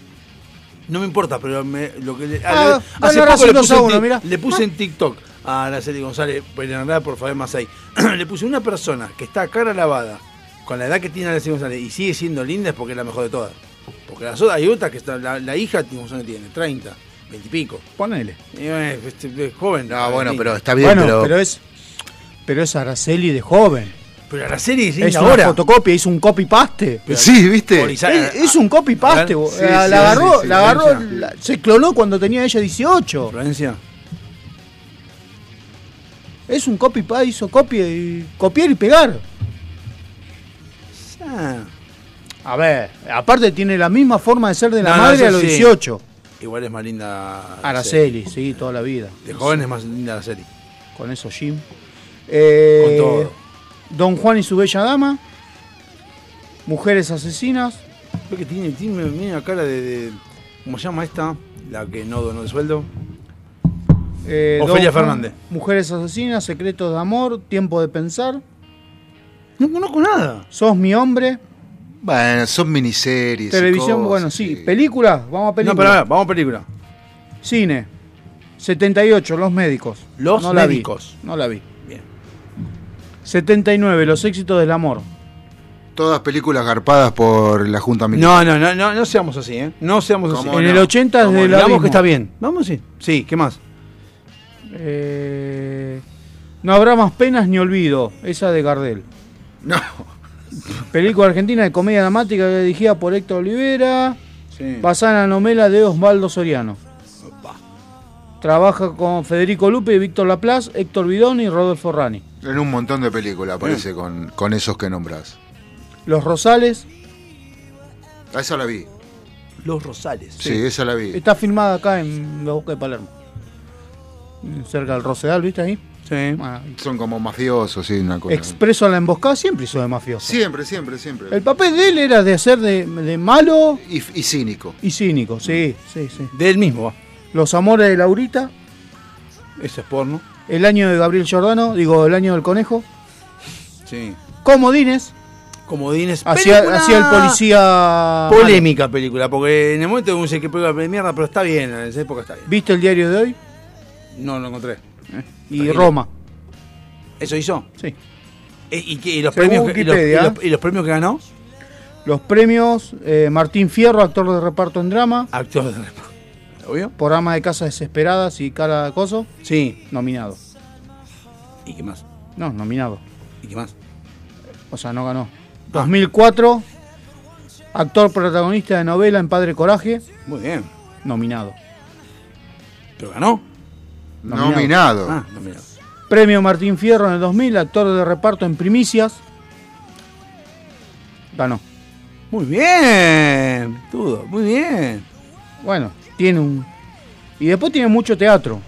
Speaker 2: No me importa, pero me- lo que le,
Speaker 3: Ah,
Speaker 2: ah, le- hace
Speaker 3: bueno,
Speaker 2: poco
Speaker 3: Racing
Speaker 2: le
Speaker 3: dos
Speaker 2: puse,
Speaker 3: a
Speaker 2: en
Speaker 3: uno,
Speaker 2: ti-
Speaker 3: mirá. Ah.
Speaker 2: le puse en TikTok a Araceli González, pero en realidad por favor más ahí. le puse una persona que está cara lavada, con la edad que tiene Araceli González, y sigue siendo linda es porque es la mejor de todas. Porque las otras hay otras que están, la, la hija tiene, no tiene 30, 20 y pico.
Speaker 3: Ponele.
Speaker 2: Y, eh, este, es joven.
Speaker 4: No, bueno,
Speaker 2: linda.
Speaker 4: pero está bien,
Speaker 3: bueno, pero...
Speaker 4: pero,
Speaker 3: es. Pero es Araceli de joven.
Speaker 2: Pero Araceli es linda
Speaker 3: es una
Speaker 2: ahora.
Speaker 3: fotocopia, hizo un copy paste.
Speaker 2: pero-
Speaker 4: Sí, ¿viste?
Speaker 2: Por Isa-
Speaker 3: Es, es un copy paste.
Speaker 2: Ah,
Speaker 3: bo-
Speaker 4: sí,
Speaker 3: la,
Speaker 4: sí,
Speaker 3: la
Speaker 4: sí,
Speaker 3: agarró,
Speaker 4: sí,
Speaker 3: la agarró,
Speaker 4: Florencia.
Speaker 3: la- se clonó cuando tenía ella 18.
Speaker 2: Florencia.
Speaker 3: Es un copy paste, hizo copia y, copiar y pegar.
Speaker 2: Ah,
Speaker 3: A ver, aparte tiene la misma forma de ser de la
Speaker 2: No, no,
Speaker 3: madre
Speaker 2: eso
Speaker 3: a los
Speaker 2: sí.
Speaker 3: 18.
Speaker 2: igual es más linda.
Speaker 3: Araceli, sí, toda la vida.
Speaker 2: De joven es más linda Araceli.
Speaker 3: Con eso, Jim.
Speaker 2: Con
Speaker 3: Eh,
Speaker 2: todo.
Speaker 3: Don Juan y su bella dama. Mujeres asesinas.
Speaker 2: Creo que tiene, tiene una cara de, de- ¿Cómo se llama esta? La que no donó el sueldo.
Speaker 3: eh,
Speaker 2: Ofelia
Speaker 3: Don Juan,
Speaker 2: Fernández.
Speaker 3: Mujeres asesinas, secretos de amor, tiempo de pensar.
Speaker 2: No conozco nada.
Speaker 3: Sos mi hombre.
Speaker 4: Bueno, son miniseries. y
Speaker 3: Televisión,
Speaker 4: cosas,
Speaker 3: bueno, sí. Películas, vamos a
Speaker 2: No,
Speaker 3: películas.
Speaker 2: pero a ver, vamos a película.
Speaker 3: Cine. 78, Los Médicos.
Speaker 2: Los
Speaker 3: la vi,
Speaker 2: Médicos.
Speaker 3: no la vi.
Speaker 2: Bien.
Speaker 3: 79, Los éxitos del amor.
Speaker 4: Todas películas garpadas por la Junta Militar.
Speaker 2: No, no, no, no, no seamos así, ¿eh? No seamos así.
Speaker 4: ¿Cómo
Speaker 3: en
Speaker 4: no?
Speaker 3: el 80 es
Speaker 4: ¿Cómo
Speaker 3: de
Speaker 4: no?
Speaker 3: la
Speaker 2: Digamos que está bien. Vamos, sí. Sí, ¿qué más?
Speaker 3: Eh, no habrá más penas ni olvido. Esa de Gardel.
Speaker 4: No.
Speaker 3: Película argentina de comedia dramática dirigida por Héctor Olivera.
Speaker 2: Sí.
Speaker 3: Basada en la novela de Osvaldo Soriano. Trabaja con Federico Lupe, Víctor Laplace, Héctor Bidoni y Rodolfo Rani. Eh.
Speaker 4: En un montón de películas
Speaker 2: Mm.
Speaker 4: aparece con, con esos que nombras.
Speaker 3: Los Rosales.
Speaker 4: A esa la vi.
Speaker 2: Los Rosales.
Speaker 4: Sí, esa la vi.
Speaker 3: Está filmada acá en la boca de Palermo. Cerca del Rosedal, ¿viste ahí?
Speaker 2: Sí.
Speaker 3: Bueno,
Speaker 4: Son como mafiosos, sí, una cosa.
Speaker 3: expreso a la emboscada siempre hizo de mafioso.
Speaker 4: Siempre, siempre, siempre.
Speaker 3: El papel de él era de hacer de, de malo
Speaker 4: Y, y cínico. Mm.
Speaker 3: y cínico. Sí, sí, sí.
Speaker 2: De él mismo, va.
Speaker 3: Los amores de Laurita.
Speaker 2: Eso es porno.
Speaker 3: El año de Gabriel Giordano. Digo, el año del conejo.
Speaker 2: Sí.
Speaker 3: Comodines.
Speaker 2: Comodines.
Speaker 3: Hacía,
Speaker 2: película
Speaker 3: hacía el policía.
Speaker 2: Polémica película, porque en el momento uno dice que película de mierda, pero está bien, en esa época está bien.
Speaker 3: ¿Viste el diario de hoy? Eh,
Speaker 2: No lo encontré.
Speaker 3: Y
Speaker 2: Tranquilo.
Speaker 3: Roma.
Speaker 2: ¿Eso hizo?
Speaker 3: Sí.
Speaker 2: ¿Y, y qué- y los,
Speaker 3: Según
Speaker 2: premios que, y los- y
Speaker 3: Wikipedia.
Speaker 2: los- y los premios que ganó?
Speaker 3: Los premios. eh, Martín Fierro, actor de reparto en drama.
Speaker 2: Actor de reparto. ¿Obvio?
Speaker 3: Por ama de casas desesperadas y cara de acoso.
Speaker 2: Sí.
Speaker 3: Nominado.
Speaker 2: ¿Y qué más?
Speaker 3: No, nominado.
Speaker 2: ¿Y qué más?
Speaker 3: O sea, no ganó. 2004. Actor protagonista de novela en Padre Coraje.
Speaker 2: Muy bien.
Speaker 3: Nominado.
Speaker 2: ¿Pero ganó?
Speaker 3: Nominado.
Speaker 4: Nominado.
Speaker 2: Ah, no, mira.
Speaker 3: Premio Martín Fierro en el 2000, actor de reparto en Primicias. Ganó.
Speaker 2: Muy bien. Todo, muy bien.
Speaker 3: Bueno, tiene un... Y después tiene mucho teatro.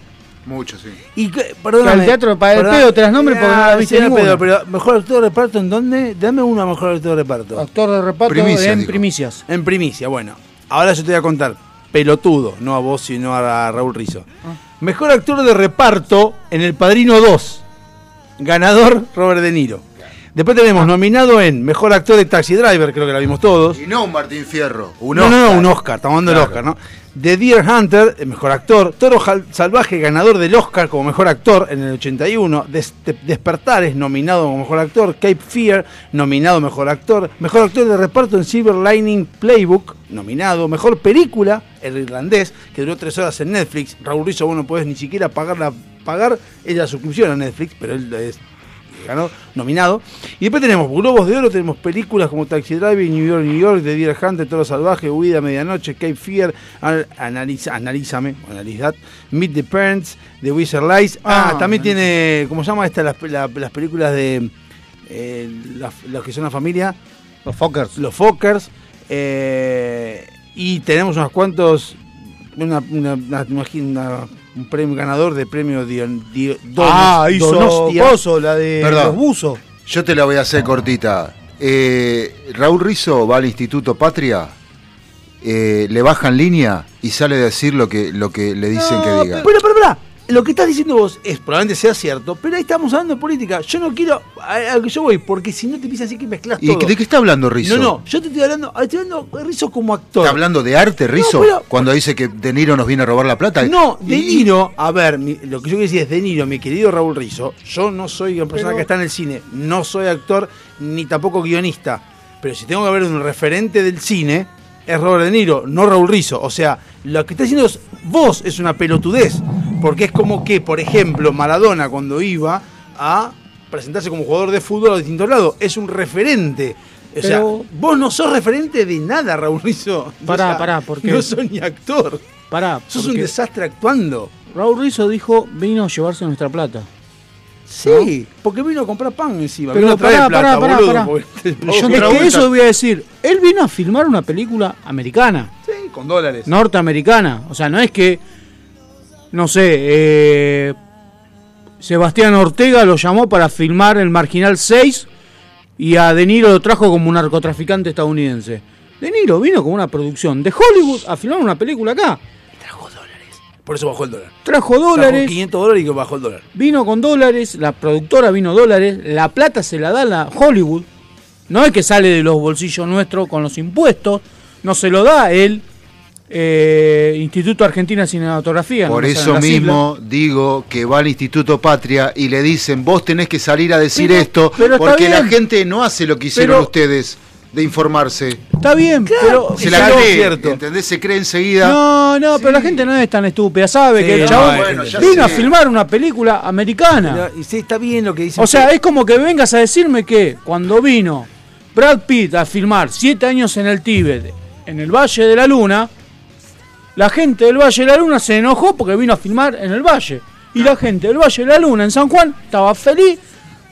Speaker 4: Mucho, sí.
Speaker 2: Y que- perdóname,
Speaker 3: Al teatro para el
Speaker 2: perdón-
Speaker 3: pedo te las nombres porque no las
Speaker 2: Ah,
Speaker 3: viste
Speaker 2: sí, al
Speaker 3: ninguna.
Speaker 2: pedo, pero mejor actor de reparto en dónde? Dame una mejor actor de reparto.
Speaker 3: Actor de reparto
Speaker 4: Primicias,
Speaker 3: en
Speaker 4: dijo.
Speaker 3: Primicias.
Speaker 2: En primicia, bueno. Ahora yo te voy a contar. Pelotudo, no a vos, sino a Raúl Rizzo.
Speaker 3: Ah.
Speaker 2: Mejor actor de reparto en El Padrino 2. Ganador, Robert De Niro. Después tenemos nominado en Mejor Actor de Taxi Driver, creo que la vimos todos.
Speaker 4: Y no un Martín Fierro. Un
Speaker 2: no,
Speaker 4: Oscar.
Speaker 2: no, no, un Oscar, estamos hablando del
Speaker 4: Claro.
Speaker 2: Oscar, ¿no? The Deer Hunter, el mejor actor. Toro Jal- Salvaje, ganador del Oscar como mejor actor en el 81. Deste- Despertares, nominado como mejor actor. Cape Fear, nominado mejor actor. Mejor actor de reparto en Silver Lining Playbook, nominado. Mejor película, El Irlandés, que duró tres horas en Netflix. Raúl Rizzo, vos no podés ni siquiera pagar, la, pagar es la suscripción a Netflix, pero él es ganó, nominado. Y después tenemos Globos de Oro, tenemos películas como Taxi Driving, New York, New York, The Deer Hunter, Toro Salvaje, Huida, Medianoche, Cape Fear, An- Analiza, Analízame, o Analizad, Meet the Parents, The Wizard Lies. Ah,
Speaker 3: Ah,
Speaker 2: también
Speaker 3: analiza.
Speaker 2: tiene, ¿cómo se llama esta? Las, la- las películas de eh, las, las que son la familia,
Speaker 3: Los Fockers.
Speaker 2: los Fockers. eh, y tenemos unos cuantos, una, una- una- una- un premio ganador de premio Dion, Dion-
Speaker 3: ah,
Speaker 2: Donos-
Speaker 3: hizo
Speaker 2: Donostia.
Speaker 3: Coso, la de
Speaker 4: Perdón.
Speaker 3: los buzos.
Speaker 4: Yo te la voy a hacer cortita. eh, Raúl Rizzo va al Instituto Patria, eh, le bajan línea y sale a decir lo que, lo que le dicen que
Speaker 2: No,
Speaker 4: diga.
Speaker 2: Pero, pero, pero, lo que estás diciendo vos es probablemente sea cierto, pero ahí estamos hablando de política. Yo no quiero a, a lo que yo voy, porque si no te empiezas así que mezclas
Speaker 4: ¿Y
Speaker 2: todo.
Speaker 4: de qué está hablando Rizzo?
Speaker 2: No, no, yo te estoy hablando, estoy hablando de Rizzo como actor.
Speaker 4: ¿Está hablando de arte, Rizzo?
Speaker 2: pero-
Speaker 4: Cuando dice que De Niro nos viene a robar la plata.
Speaker 2: No,
Speaker 4: Y-
Speaker 2: De Niro, a ver, mi- lo que yo quiero decir es De Niro, mi querido Raúl Rizzo, yo no soy una persona
Speaker 4: Pero-
Speaker 2: que está en el cine, no soy actor ni tampoco guionista, pero si tengo que ver un referente del cine, es Robert De Niro, no Raúl Rizzo. O sea, lo que está diciendo es, vos es una pelotudez, porque es como que, por ejemplo, Maradona cuando iba a presentarse como jugador de fútbol a distintos lados, es un referente. O sea,
Speaker 3: Pero-
Speaker 2: vos no sos referente de nada, Raúl Rizzo.
Speaker 3: Pará,
Speaker 2: O sea,
Speaker 3: pará, porque-
Speaker 2: No sos ni actor.
Speaker 3: Pará,
Speaker 2: Sos un
Speaker 3: porque
Speaker 2: desastre actuando.
Speaker 3: Raúl Rizzo dijo, vino a llevarse nuestra plata.
Speaker 2: Sí, porque vino a comprar pan encima.
Speaker 3: Pero
Speaker 2: vino a traer
Speaker 3: pará,
Speaker 2: plata,
Speaker 3: pará, pará,
Speaker 2: boludo,
Speaker 3: pará.
Speaker 2: porque-
Speaker 3: Yo
Speaker 2: Otra
Speaker 3: es que
Speaker 2: vuelta.
Speaker 3: eso voy a decir. Él vino a filmar una película americana.
Speaker 2: Sí, con dólares.
Speaker 3: norteamericana. O sea, no es que, no sé, eh, Sebastián Ortega lo llamó para filmar el Marginal 6 y a De Niro lo trajo como un narcotraficante estadounidense. De Niro vino con una producción de Hollywood a filmar una película acá.
Speaker 2: Por eso bajó el dólar.
Speaker 3: Trajo
Speaker 2: Sacó
Speaker 3: dólares,
Speaker 2: 500 dólares y que bajó el dólar.
Speaker 3: vino con dólares, la productora vino dólares, la plata se la da la Hollywood. No es que sale de los bolsillos nuestros con los impuestos, no se lo da el eh, Instituto Argentina de Cinematografía. no
Speaker 4: Por
Speaker 3: me salen
Speaker 4: eso
Speaker 3: las siglas.
Speaker 4: mismo digo que va al Instituto Patria y le dicen, vos tenés que salir a decir
Speaker 3: Pero-
Speaker 4: esto,
Speaker 3: pero está
Speaker 4: porque la
Speaker 3: bien.
Speaker 4: gente no hace lo que hicieron
Speaker 3: Pero-
Speaker 4: ustedes de informarse.
Speaker 3: Está bien, pero.
Speaker 4: Se la
Speaker 2: algo
Speaker 4: cree,
Speaker 2: cierto.
Speaker 4: ¿entendés? Se cree enseguida.
Speaker 3: No, no, pero la gente no es tan estúpida. Sabe
Speaker 2: Sí,
Speaker 3: que el
Speaker 2: no,
Speaker 3: chabón
Speaker 2: bueno, ya
Speaker 3: vino a
Speaker 4: sé.
Speaker 3: filmar una película americana.
Speaker 2: Pero, y sí, está bien lo que dice.
Speaker 3: O sea, es como que vengas a decirme que cuando vino Brad Pitt a filmar siete años en el Tíbet, en el Valle de la Luna, la gente del Valle de la Luna se enojó porque vino a filmar en el Valle. Y
Speaker 2: Ah.
Speaker 3: la gente del Valle de la Luna en San Juan estaba feliz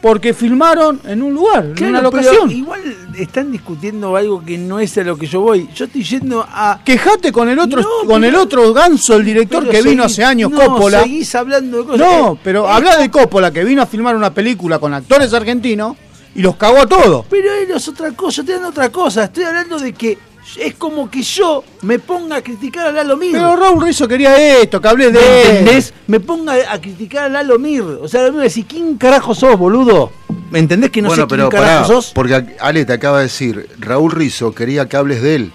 Speaker 3: porque filmaron en un lugar, en una
Speaker 2: pero
Speaker 3: locación.
Speaker 2: Igual están discutiendo algo que no es a lo que yo voy. Yo estoy yendo a.
Speaker 3: Quejate con el otro,
Speaker 2: No,
Speaker 3: con el
Speaker 2: pero-
Speaker 3: otro ganso, el director
Speaker 2: Pero
Speaker 3: que vino
Speaker 2: seguís-
Speaker 3: hace años,
Speaker 2: no,
Speaker 3: Coppola.
Speaker 2: Seguís hablando de cosas.
Speaker 3: No, pero
Speaker 2: Eh,
Speaker 3: habla de Coppola que vino a filmar una película con actores argentinos y los cagó a todos.
Speaker 2: Pero él es otra cosa, yo estoy hablando de otra cosa. Estoy hablando de que es como que yo me ponga a criticar a Lalo Mir.
Speaker 3: Pero Raúl Rizzo quería esto, que hablé
Speaker 2: ¿Me
Speaker 3: de
Speaker 2: entendés? Me ponga a criticar a Lalo Mir. O sea, Lalo Mir va a decir, ¿quién carajo sos, boludo? ¿Me entendés que no
Speaker 4: bueno,
Speaker 2: sé
Speaker 4: pero
Speaker 2: quién carajo
Speaker 4: pará,
Speaker 2: sos?
Speaker 4: porque Ale te acaba de decir, Raúl Rizzo quería que hables de él.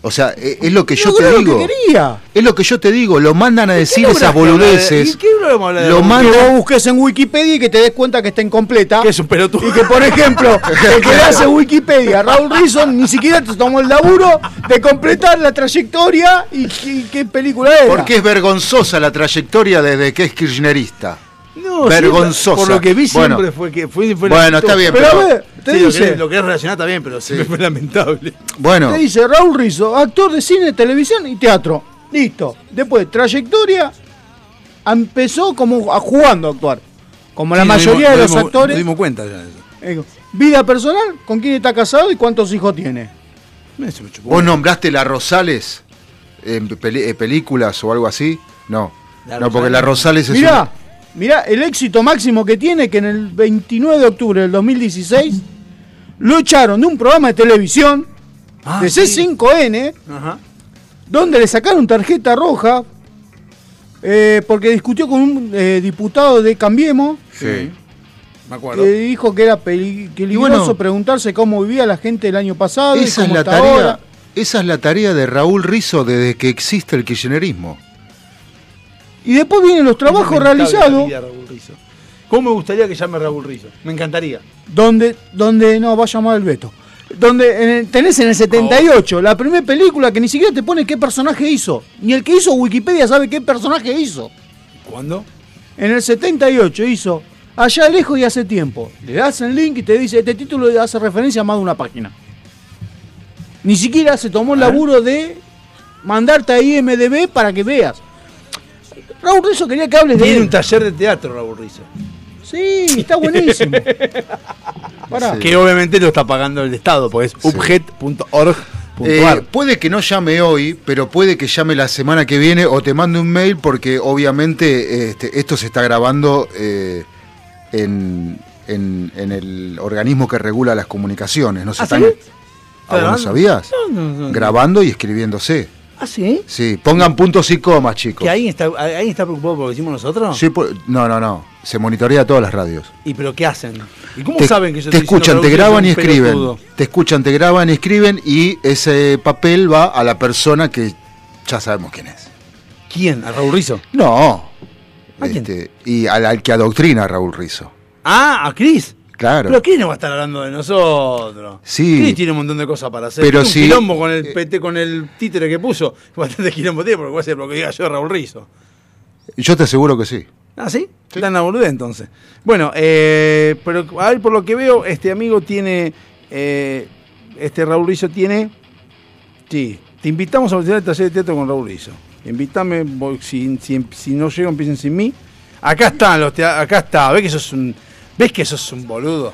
Speaker 4: O sea, e- es lo que yo
Speaker 3: Logró
Speaker 4: te
Speaker 3: lo
Speaker 4: digo.
Speaker 3: que quería.
Speaker 4: es lo que yo te digo, lo mandan a decir esas boludeces.
Speaker 2: ¿Y qué hablamos a hablar de
Speaker 4: Lo
Speaker 2: Lalo Mir?
Speaker 3: Que
Speaker 4: mandan
Speaker 3: vos busques en Wikipedia y que te des cuenta que está incompleta.
Speaker 2: Que es un pelotudo.
Speaker 3: Y que, por ejemplo, el que le hace Wikipedia, Raúl Rizzo, ni siquiera te tomó el laburo de completar la trayectoria y, y qué película era.
Speaker 4: Porque es vergonzosa la trayectoria desde que es kirchnerista.
Speaker 2: No,
Speaker 4: Vergonzosa.
Speaker 2: siempre- por lo que vi siempre
Speaker 4: Bueno.
Speaker 2: fue que fue, fue
Speaker 4: Bueno,
Speaker 2: lamentable.
Speaker 4: está bien,
Speaker 3: Pero a
Speaker 4: pero-
Speaker 3: ver, te
Speaker 2: Sí, lo que-
Speaker 3: dice...
Speaker 2: Lo que es relacionado está bien, pero siempre fue lamentable.
Speaker 4: Bueno,
Speaker 3: Te dice Raúl Rizzo, actor de cine, televisión y teatro. Listo. Después, trayectoria. Empezó como a- jugando a actuar. Como la
Speaker 2: Sí, nos dimos-
Speaker 3: mayoría de
Speaker 2: nos
Speaker 3: los
Speaker 2: dimos-
Speaker 3: actores.
Speaker 2: Nos dimos cuenta ya de eso.
Speaker 3: Eh, Vida personal, con quién está casado y cuántos hijos tiene.
Speaker 2: Me- se me chupó.
Speaker 4: vos nombraste la Rosales en peli- eh, películas o algo así. No,
Speaker 2: La
Speaker 4: no, porque la Rosales es
Speaker 3: Mirá, mirá el éxito máximo que tiene que en el 29 de octubre del 2016 lo echaron de un programa de televisión
Speaker 2: Ah,
Speaker 3: de
Speaker 2: sí.
Speaker 3: C5N
Speaker 2: Ajá.
Speaker 3: donde le sacaron tarjeta roja eh, porque discutió con un eh, diputado de Cambiemos
Speaker 4: Sí.
Speaker 2: Me acuerdo.
Speaker 3: que dijo que era peli- peligroso
Speaker 4: bueno,
Speaker 3: preguntarse cómo vivía la gente el año pasado. y
Speaker 4: Esa es
Speaker 3: cómo
Speaker 4: la
Speaker 3: está
Speaker 4: tarea.
Speaker 3: ahora.
Speaker 4: Esa es la tarea de Raúl Rizzo desde que existe el kirchnerismo.
Speaker 3: Y después vienen los trabajos
Speaker 2: Lamentable la
Speaker 3: realizados
Speaker 2: vida de Raúl Rizzo. ¿Cómo me gustaría que llame Raúl Rizzo? Me encantaría.
Speaker 3: donde, donde no va a llamar el Beto. Donde en el- tenés en el 78 la primera película que ni siquiera te pone qué personaje hizo. Ni el que hizo Wikipedia sabe qué personaje hizo.
Speaker 2: ¿Cuándo?
Speaker 3: En el 78 hizo Allá lejos y hace tiempo. Le das el link y te dice, este título hace referencia a más de una página. Ni siquiera se tomó el laburo de mandarte a IMDB para que veas. Raúl Rizzo quería que hables de
Speaker 2: Tiene un
Speaker 3: él.
Speaker 2: taller de teatro Raúl Rizzo.
Speaker 3: Sí, está buenísimo. Pará.
Speaker 4: Sí.
Speaker 2: Que obviamente lo está pagando el Estado, porque es
Speaker 4: Eh,
Speaker 2: upget.org.ar.
Speaker 4: puede que no llame hoy, pero puede que llame la semana que viene o te mande un mail porque obviamente este, esto se está grabando eh, en, en, en el organismo que regula las comunicaciones. No se
Speaker 2: ¿Ah,
Speaker 4: están,
Speaker 2: sí?
Speaker 4: ¿Ah, vos no
Speaker 2: ¿Grabando?
Speaker 4: sabías?
Speaker 2: No, no, no.
Speaker 4: Grabando y escribiéndose.
Speaker 2: ¿Ah, sí?
Speaker 4: Sí, pongan puntos y comas, chicos.
Speaker 2: ¿Que alguien está, alguien está preocupado por lo que hicimos nosotros?
Speaker 4: Sí, po- no, no, no. Se monitorea todas las radios.
Speaker 2: ¿Y pero qué hacen? ¿Y cómo
Speaker 4: te,
Speaker 2: saben que yo
Speaker 4: te
Speaker 2: estoy diciendo
Speaker 4: escuchan,
Speaker 2: que
Speaker 4: te
Speaker 2: Agustín es
Speaker 4: graban
Speaker 2: un
Speaker 4: y escriben.
Speaker 2: pelotudo?
Speaker 4: Te escuchan, te graban y escriben y ese papel va a la persona que ya sabemos quién es.
Speaker 2: ¿Quién? ¿A Raúl Rizzo?
Speaker 4: No.
Speaker 2: ¿A quién?
Speaker 4: Este, y al, al que adoctrina a Raúl Rizzo.
Speaker 2: Ah, a Cris.
Speaker 4: Claro.
Speaker 2: Pero Cris no va a estar hablando de nosotros.
Speaker 4: Sí.
Speaker 2: Cris tiene un montón de cosas para hacer.
Speaker 4: Pero Eh.
Speaker 2: Tiene un
Speaker 4: sí.
Speaker 2: quilombo con el, PT, con el títere que puso. Bastante quilombo tiene porque va a ser lo que diga yo de Raúl Rizzo.
Speaker 4: Yo te aseguro que sí.
Speaker 2: ¿Ah, sí? Dan la boludez, entonces. Bueno, eh, pero a ver, por lo que veo, este amigo tiene. eh, este Raúl Rizzo tiene. Sí, te invitamos a participar el taller de teatro con Raúl Rizzo. Invítame, voy- si, si- si no llego, empiecen sin mí. Acá están los tea- acá está. ¿Ves que sos un. ¿Ves que sos un boludo?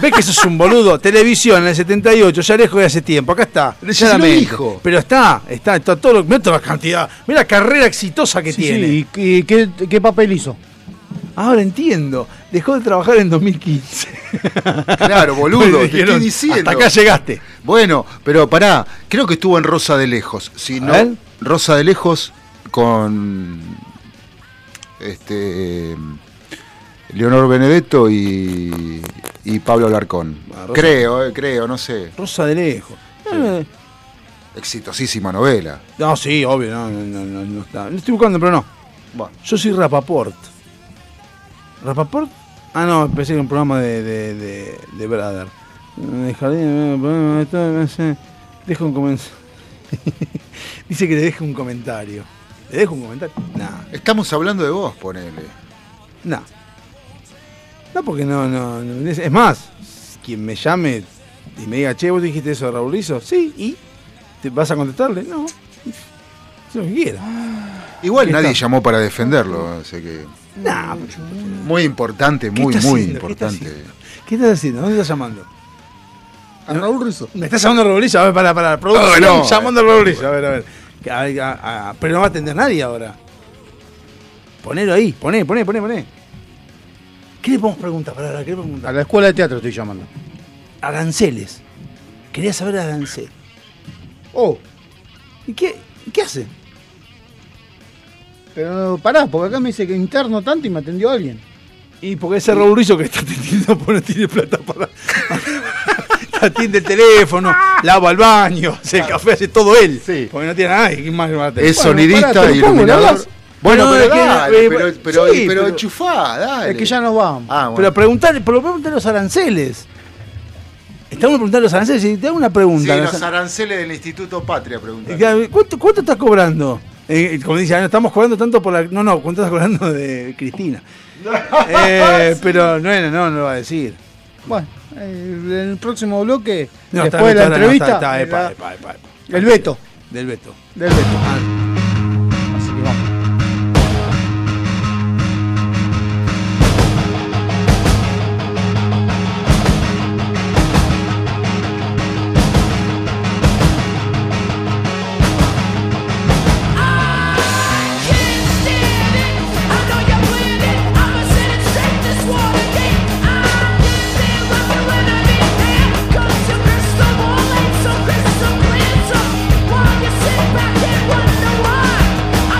Speaker 2: ¿Ves que sos un boludo? Televisión en el 78, ya lejos de hace tiempo. Acá está.
Speaker 4: Pero ya se lo
Speaker 2: claramente.
Speaker 4: dijo.
Speaker 2: Pero está, está, está todo lo. Mira toda la cantidad. Mira la carrera exitosa que
Speaker 3: Sí,
Speaker 2: tiene.
Speaker 3: sí, ¿Y, y qué, qué papel hizo?
Speaker 2: Ahora entiendo. Dejó de trabajar en 2015.
Speaker 4: Claro, boludo, te
Speaker 2: Dijeron,
Speaker 4: estoy diciendo.
Speaker 2: Hasta acá llegaste.
Speaker 4: Bueno, pero pará, creo que estuvo en Rosa de Lejos. Si no,
Speaker 2: ver.
Speaker 4: Rosa de Lejos con este eh, Leonor Benedetto y, y Pablo Alarcón.
Speaker 2: Ah, Rosa.
Speaker 4: creo, eh, creo, no sé.
Speaker 2: Rosa de lejos. Eh,
Speaker 4: Exitosísima novela.
Speaker 2: No, sí, obvio, no, no, no, no, no está. No estoy buscando, pero no.
Speaker 4: Bueno,
Speaker 2: Yo soy Rapaport. ¿Rapaport? Ah, no, empecé con un programa de, de, de, de Brother. De jardín, eh, no sé. Dejo un comentario. Dice que le deje un comentario. ¿Le dejo un comentario? Nah.
Speaker 4: estamos hablando de vos, ponele.
Speaker 2: No. No, porque no, no, no. Es es más, quien me llame y me diga, che, vos dijiste eso de Raúl Rizzo, sí, ¿y? ¿Te vas a contestarle? No. Es lo que quiera.
Speaker 4: Igual
Speaker 2: Aquí
Speaker 4: nadie
Speaker 2: está.
Speaker 4: llamó para defenderlo, así que
Speaker 2: Nah, pero-
Speaker 4: muy importante,
Speaker 2: ¿qué
Speaker 4: muy
Speaker 2: estás
Speaker 4: muy
Speaker 2: haciendo? ¿Qué estás
Speaker 4: importante.
Speaker 2: haciendo? ¿Qué estás haciendo? ¿Dónde estás llamando?
Speaker 4: A Raúl Rizzo.
Speaker 2: ¿Me estás llamando a Raúl Rizzo? A ver, para, para. Producción,
Speaker 3: Oh,
Speaker 4: no.
Speaker 2: llamando a Raúl Rizzo. A ver, a ver. A ver, a- a- pero no va a atender nadie ahora. Ponelo ahí, poné, poné, poné, poné. ¿Qué le podemos preguntar? Pará, pará, ¿qué le podemos preguntar?
Speaker 3: A la escuela de teatro estoy llamando.
Speaker 2: Aranceles. Quería saber aranceles.
Speaker 3: Oh,
Speaker 2: ¿Y qué, y qué hace?
Speaker 3: pero pará, porque acá me dice que interno tanto y me atendió alguien.
Speaker 2: Y porque ese Raúl Rizzo que está atendiendo pues no tiene plata para. Atiende el teléfono, lava el baño, hace el café, hace todo él.
Speaker 4: Sí.
Speaker 2: Porque no tiene nada. ¿Quién más va a atender?
Speaker 4: Es sonidista
Speaker 3: pará,
Speaker 4: y
Speaker 3: pero ¿cómo, no
Speaker 4: iluminador.
Speaker 3: hablas?
Speaker 4: Bueno,
Speaker 2: No,
Speaker 4: pero,
Speaker 2: es que-
Speaker 4: dale,
Speaker 2: eh,
Speaker 4: pero,
Speaker 2: sí,
Speaker 4: pero, pero
Speaker 2: pero-
Speaker 4: enchufá, dale.
Speaker 3: Es que ya nos vamos.
Speaker 4: Ah,
Speaker 2: Pero
Speaker 4: bueno.
Speaker 2: preguntarle, pero preguntarle los aranceles. Estamos preguntando los aranceles y te hago una pregunta.
Speaker 4: Sí,
Speaker 2: los
Speaker 4: los aranceles del Instituto Patria, preguntan.
Speaker 2: aranceles. ¿Cuánto, ¿Cuánto estás cobrando? Eh, eh, como dice, ah, no estamos cobrando tanto por la. No, no, ¿cuánto estás cobrando de Cristina? Eh, Pero no, no, no lo va a decir.
Speaker 3: Bueno, eh, en el próximo bloque,
Speaker 2: No, está,
Speaker 3: después de la
Speaker 2: está, no,
Speaker 3: entrevista,
Speaker 2: está, está, epa,
Speaker 3: la-
Speaker 2: epa, epa, epa.
Speaker 3: el veto.
Speaker 2: Del Beto. Ah.
Speaker 3: Del veto. Así que vamos.
Speaker 11: Crystal ball and so crystal clear, so while you sit back and wonder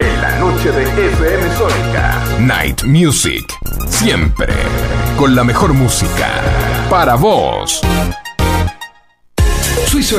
Speaker 12: En la noche de FM Sónica.
Speaker 11: Night Music. Siempre. Con la mejor música. Para vos.
Speaker 12: Suizo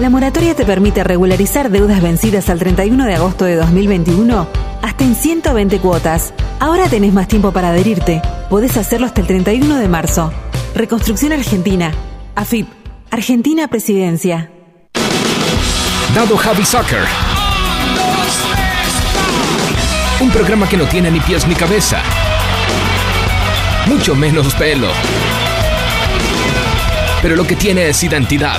Speaker 13: La moratoria te permite regularizar deudas vencidas al 31 de agosto de 2021 hasta en 120 cuotas. Ahora tenés más tiempo para adherirte. Podés hacerlo hasta el 31 de marzo. Reconstrucción Argentina. AFIP. Argentina Presidencia.
Speaker 12: Dado Javi Soccer. Un programa que no tiene ni pies ni cabeza. Mucho menos pelo. Pero lo que tiene es identidad.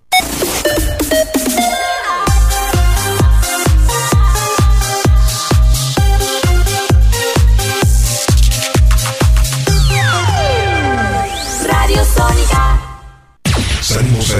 Speaker 1: Radio Sónica.
Speaker 11: Salimos a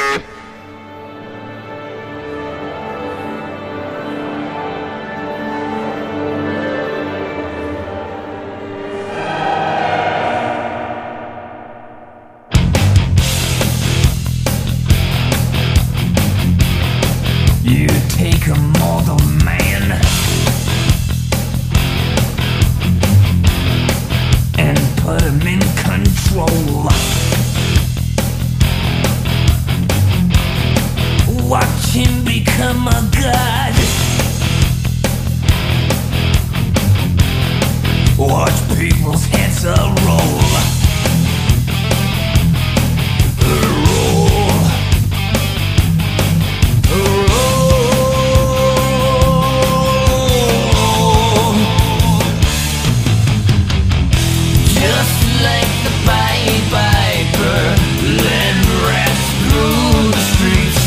Speaker 1: You take a mortal man and put him in control. Watch him become a god. Watch people's heads a roll. Roll. Just like the Pied Piper, led rats through the streets.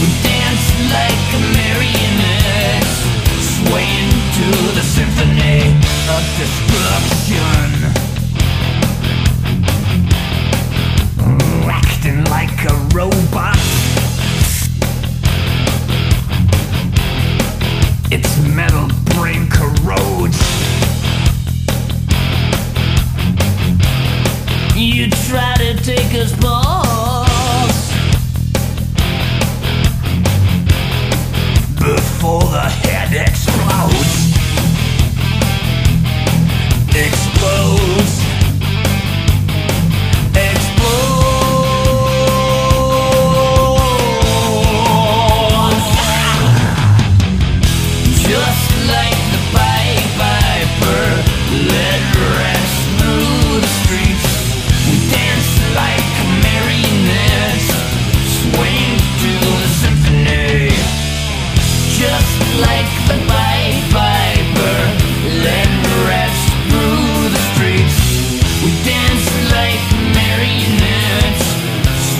Speaker 1: We danced like marionettes, swaying to the symphony of destruction. Acting like a robot. Its metal brain corrodes. You try to take us balls before the head explodes. Explodes. Explodes. Just like the Pied Piper led rats through the streets. We dance like marionettes, swaying to the symphony. Just like the Pied Piper led rats through the streets. We dance like marionettes,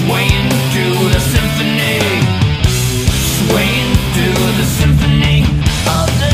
Speaker 1: swaying to the symphony swaying to the symphony of the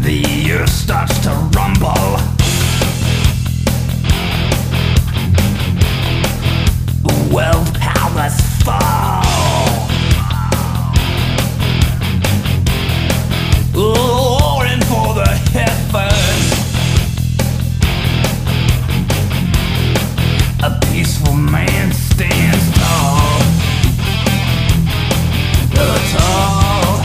Speaker 1: The earth starts to rumble. World powers fall. Roaring for the heavens. A peaceful man stands tall. Tall.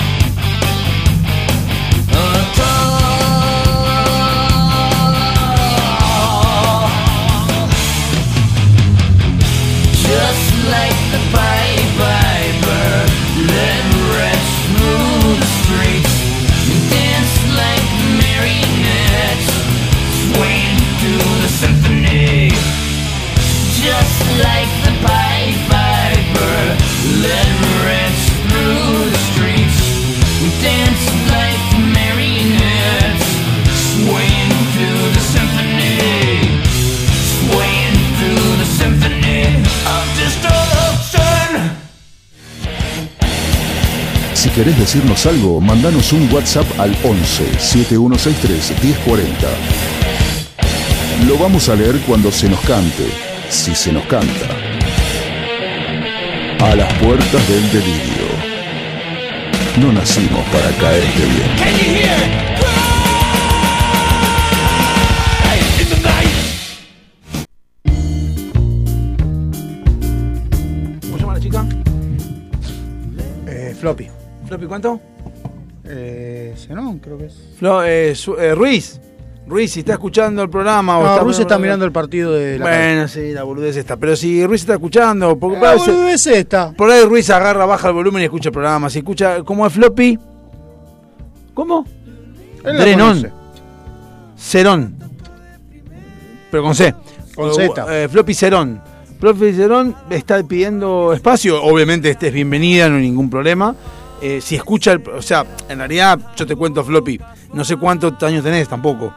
Speaker 1: Just like the Pied Piper led rats through the streets. You dance like marionettes, swaying to the symphony. Just like the Pied Piper led rats through the streets. We dance like marionettes, swaying to the symphony. Swaying through the symphony of destruction.
Speaker 5: Si querés decirnos algo, mandanos un WhatsApp al 11 7163 1040. Lo vamos a leer cuando se nos cante, si se nos canta. A las puertas del delirio. No nacimos para caerte bien.
Speaker 1: Can you hear it? Cry in the night.
Speaker 2: ¿Cómo se llama la chica?
Speaker 3: Eh, floppy.
Speaker 2: ¿Floppy cuánto?
Speaker 3: Eh, Zenón, creo que es.
Speaker 2: Flo- eh, Su- eh, Ruiz. Ruiz, si está escuchando el programa. o
Speaker 3: No, Ruiz está mirando el partido de la
Speaker 2: Bueno, sí, la boludez está. Pero si Ruiz está escuchando. Porque
Speaker 3: Ah,
Speaker 2: por, ahí se-
Speaker 3: boludez esta.
Speaker 2: por ahí Ruiz agarra, baja el volumen y escucha el programa. Si escucha, ¿cómo es Floppy? ¿Cómo?
Speaker 3: Él la
Speaker 2: Drenón.
Speaker 3: conoce.
Speaker 2: Cerón. Pero con C.
Speaker 3: Con Z.
Speaker 2: Eh, Floppy Cerón. Floppy Cerón está pidiendo espacio. Obviamente, este es bienvenida, no hay ningún problema. Eh, si escucha, el- o sea, en realidad, yo te cuento, Floppy, no sé cuántos años tenés tampoco.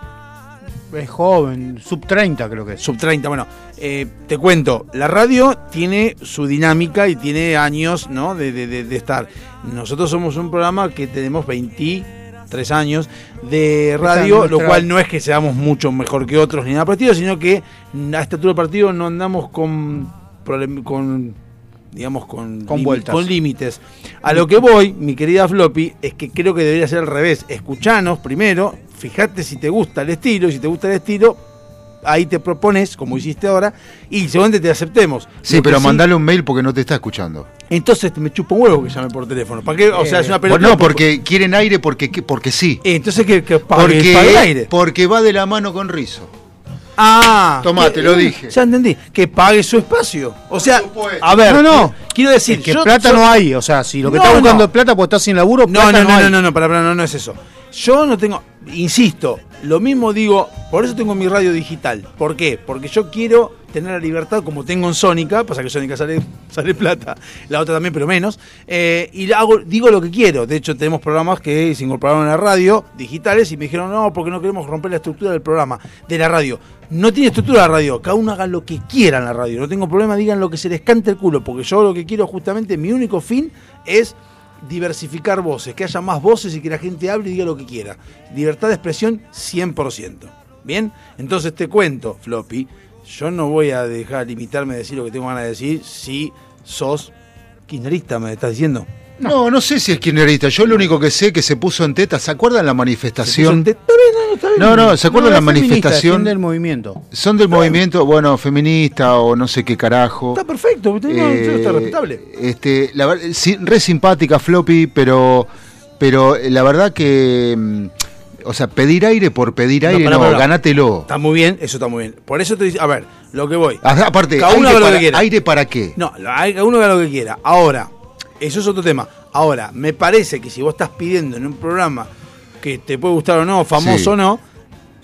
Speaker 3: Es joven, sub 30 creo que es.
Speaker 2: Sub 30, bueno, eh, te cuento, la radio tiene su dinámica y tiene años ¿no? de, de- de- de estar. Nosotros somos un programa que tenemos 23 años de radio,
Speaker 3: nuestra-
Speaker 2: lo cual no es que seamos mucho mejor que otros ni nada partido, sino que a esta altura del partido no andamos con, problem- con digamos, con,
Speaker 3: Con
Speaker 2: limi-
Speaker 3: vueltas.
Speaker 2: con límites. A lo que voy, mi querida Floppy, es que creo que debería ser al revés. Escuchanos primero, fíjate si te gusta el estilo, y si te gusta el estilo, ahí te propones, como hiciste ahora, y seguramente te aceptemos.
Speaker 4: Sí,
Speaker 2: Lo que
Speaker 4: pero mandale un mail porque no te está escuchando.
Speaker 2: Entonces me chupa un huevo que llame por teléfono. ¿Para qué? O sea, es una pelota.
Speaker 4: No, porque quieren aire porque, porque sí.
Speaker 2: Entonces que, que pague-
Speaker 4: Porque,
Speaker 2: pague el aire.
Speaker 4: porque va de la mano con Rizo.
Speaker 2: Ah.
Speaker 4: Tomá,
Speaker 2: que-
Speaker 4: te lo dije.
Speaker 2: Ya entendí. Que pague su espacio. O sea, a ver.
Speaker 3: No, no.
Speaker 2: Quiero decir.
Speaker 3: Es que
Speaker 2: yo-
Speaker 3: plata
Speaker 2: yo-
Speaker 3: no hay, o sea, si lo que
Speaker 2: No,
Speaker 3: está buscando
Speaker 2: no.
Speaker 3: es plata porque está sin laburo,
Speaker 2: No,
Speaker 3: plata
Speaker 2: no, no,
Speaker 3: hay.
Speaker 2: no, no, no, para, para, no, no es eso. Yo no tengo, insisto, lo mismo digo, por eso tengo mi radio digital. ¿Por qué? Porque yo quiero tener la libertad como tengo en Sónica, pasa que Sónica sale, sale plata, la otra también, pero menos, eh, y hago, digo lo que quiero. De hecho, tenemos programas que se incorporaron a la radio, digitales, y me dijeron, no, porque no queremos romper la estructura del programa, de la radio. No tiene estructura la radio, cada uno haga lo que quiera en la radio, no tengo problema, digan lo que se les cante el culo, porque yo lo que quiero justamente, mi único fin es diversificar voces, que haya más voces y que la gente hable y diga lo que quiera. Libertad de expresión 100%. ¿Bien? Entonces te cuento, Floppy, yo no voy a dejar limitarme a decir lo que tengo ganas de decir si sos kirchnerista, me estás diciendo.
Speaker 4: No. no, sé si es kirchnerista. Yo lo único que sé que se puso en teta. ¿Se acuerdan la manifestación? No, no, ¿se acuerdan
Speaker 3: No,
Speaker 4: la
Speaker 3: es feminista,
Speaker 4: manifestación?
Speaker 3: defiende el movimiento.
Speaker 4: Son del movimiento, bueno, feminista o no sé qué carajo.
Speaker 2: Está perfecto, usted no,
Speaker 4: Eh,
Speaker 2: usted está respetable.
Speaker 4: Este, la ver- sí, re simpática Floppy, pero pero eh, la verdad que mm, o sea, pedir aire por pedir
Speaker 2: No,
Speaker 4: aire
Speaker 2: pará,
Speaker 4: no,
Speaker 2: pará.
Speaker 4: ganátelo.
Speaker 2: Está muy bien, eso está muy bien. Por eso te dice, a ver, lo que voy.
Speaker 4: A- Aparte,
Speaker 2: Cada uno
Speaker 4: aire
Speaker 2: haga lo
Speaker 4: para,
Speaker 2: que quiera.
Speaker 4: aire para qué?
Speaker 2: No, lo- haga uno haga lo que quiera. Ahora, eso es otro tema. Ahora, me parece que si vos estás pidiendo en un programa que te puede gustar o no, famoso
Speaker 4: Sí.
Speaker 2: o no,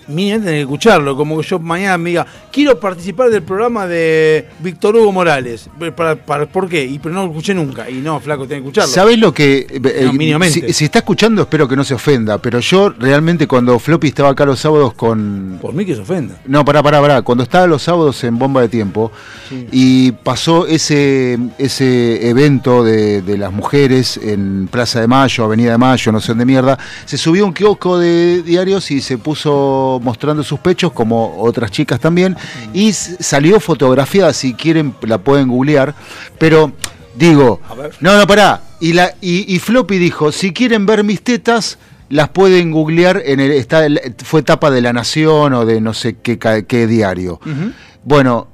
Speaker 2: mira, tenés que escucharlo. Como que yo mañana me diga, quiero participar del programa de Víctor Hugo Morales. Pues, ¿Para, para, por qué? Y pero no lo escuché nunca. Y no, flaco, tenés que escucharlo.
Speaker 4: ¿Sabés lo que.? eh, eh,
Speaker 2: mínimamente.
Speaker 4: si, si está escuchando, espero que no se ofenda, pero yo realmente cuando Floppy estaba acá los sábados con.
Speaker 2: Por mí que se ofenda.
Speaker 4: No, pará, pará, pará. Cuando estaba los sábados en Bomba de Tiempo
Speaker 2: Sí.
Speaker 4: y pasó ese, ese evento de, de las mujeres en Plaza de Mayo, Avenida de Mayo, no sé dónde mierda, se subió a un kiosco de diarios y se puso mostrando sus pechos, como otras chicas también, y s- salió fotografiada, si quieren la pueden googlear, pero digo, no, no, pará. Y, la, y, y Floppy dijo, si quieren ver mis tetas, las pueden googlear en el... Está, el- fue tapa de La Nación o de no sé qué, ca- qué diario. Bueno,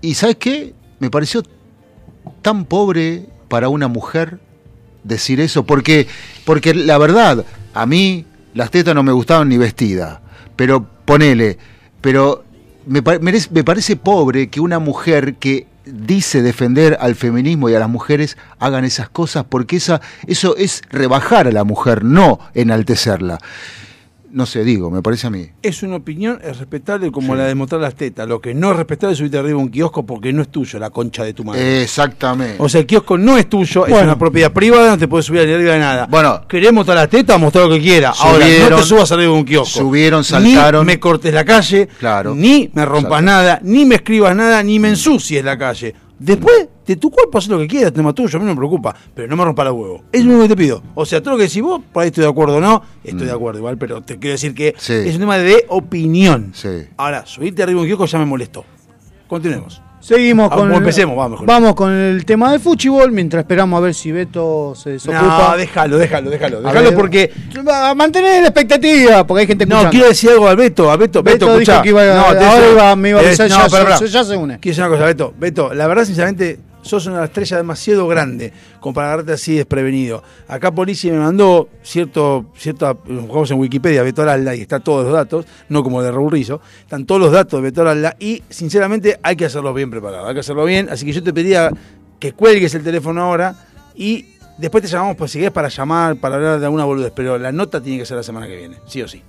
Speaker 4: ¿y sabes qué? Me pareció tan pobre para una mujer decir eso, porque, porque la verdad, a mí las tetas no me gustaban ni vestida, pero ponele, pero me, pa- merece- me parece pobre que una mujer que dice defender al feminismo y a las mujeres hagan esas cosas, porque esa, eso es rebajar a la mujer, no enaltecerla. No sé, digo, me parece a mí.
Speaker 2: Es una opinión, es respetable como la de mostrar las tetas. Lo que no es respetable es subirte arriba a un kiosco porque no es tuyo, la concha de tu madre.
Speaker 4: Exactamente.
Speaker 2: O sea, el kiosco no es tuyo, es
Speaker 4: Bueno.
Speaker 2: una propiedad privada, no te puedes subir arriba de nada. Bueno, querés mostrar las tetas, mostrar lo que quieras. Ahora, no
Speaker 4: Subieron,
Speaker 2: te subas arriba de un kiosco.
Speaker 4: subieron, saltaron.
Speaker 2: Ni me cortes la calle,
Speaker 4: Claro.
Speaker 2: ni me rompas
Speaker 4: Exacto.
Speaker 2: nada, ni me escribas nada, ni me ensucies la calle. Después, de tu cuerpo, haz lo que quieras, tema tuyo, a mí no me preocupa, pero no me rompa la huevo. Es lo único que te pido. O sea, todo lo que decís vos, por ahí estoy de acuerdo o no, estoy
Speaker 3: Mm.
Speaker 2: de acuerdo igual, pero te quiero decir que
Speaker 4: Sí.
Speaker 2: es un tema de opinión.
Speaker 4: Sí.
Speaker 2: Ahora, subirte arriba de un kiosco ya me molestó. Continuemos.
Speaker 3: Seguimos
Speaker 2: Ah,
Speaker 3: con
Speaker 2: bueno, empecemos, vamos, mejor.
Speaker 3: Vamos con el tema de fútbol mientras esperamos a ver si Beto se desocupa.
Speaker 2: No, déjalo, déjalo, déjalo.
Speaker 3: A
Speaker 2: Déjalo
Speaker 3: ver.
Speaker 2: porque
Speaker 3: Va a mantener la expectativa, porque hay gente
Speaker 2: No, quiero decir algo al Beto, a Beto, Beto,
Speaker 3: Beto dijo
Speaker 2: escuchá.
Speaker 3: que iba a-
Speaker 2: No, te
Speaker 3: ahora
Speaker 2: decía-
Speaker 3: iba- me iba a avisar,
Speaker 2: Eh,
Speaker 3: ya
Speaker 2: pará,
Speaker 3: se-
Speaker 2: pará.
Speaker 3: se- ya se une.
Speaker 2: Quiero decir una cosa, Beto, Beto, la verdad sinceramente sos una estrella demasiado grande como para agarrarte así desprevenido. Acá Polisi me mandó cierto, cierta, lo buscamos en Wikipedia, Beto Aralda, y está todos los datos, no como de Raúl Rizzo, están todos los datos de Beto Aralda y sinceramente hay que hacerlos bien preparados, hay que hacerlo bien, así que yo te pedía que cuelgues el teléfono ahora y después te llamamos pues, si querés para llamar, para hablar de alguna boludez, pero la nota tiene que ser la semana que viene, sí o sí.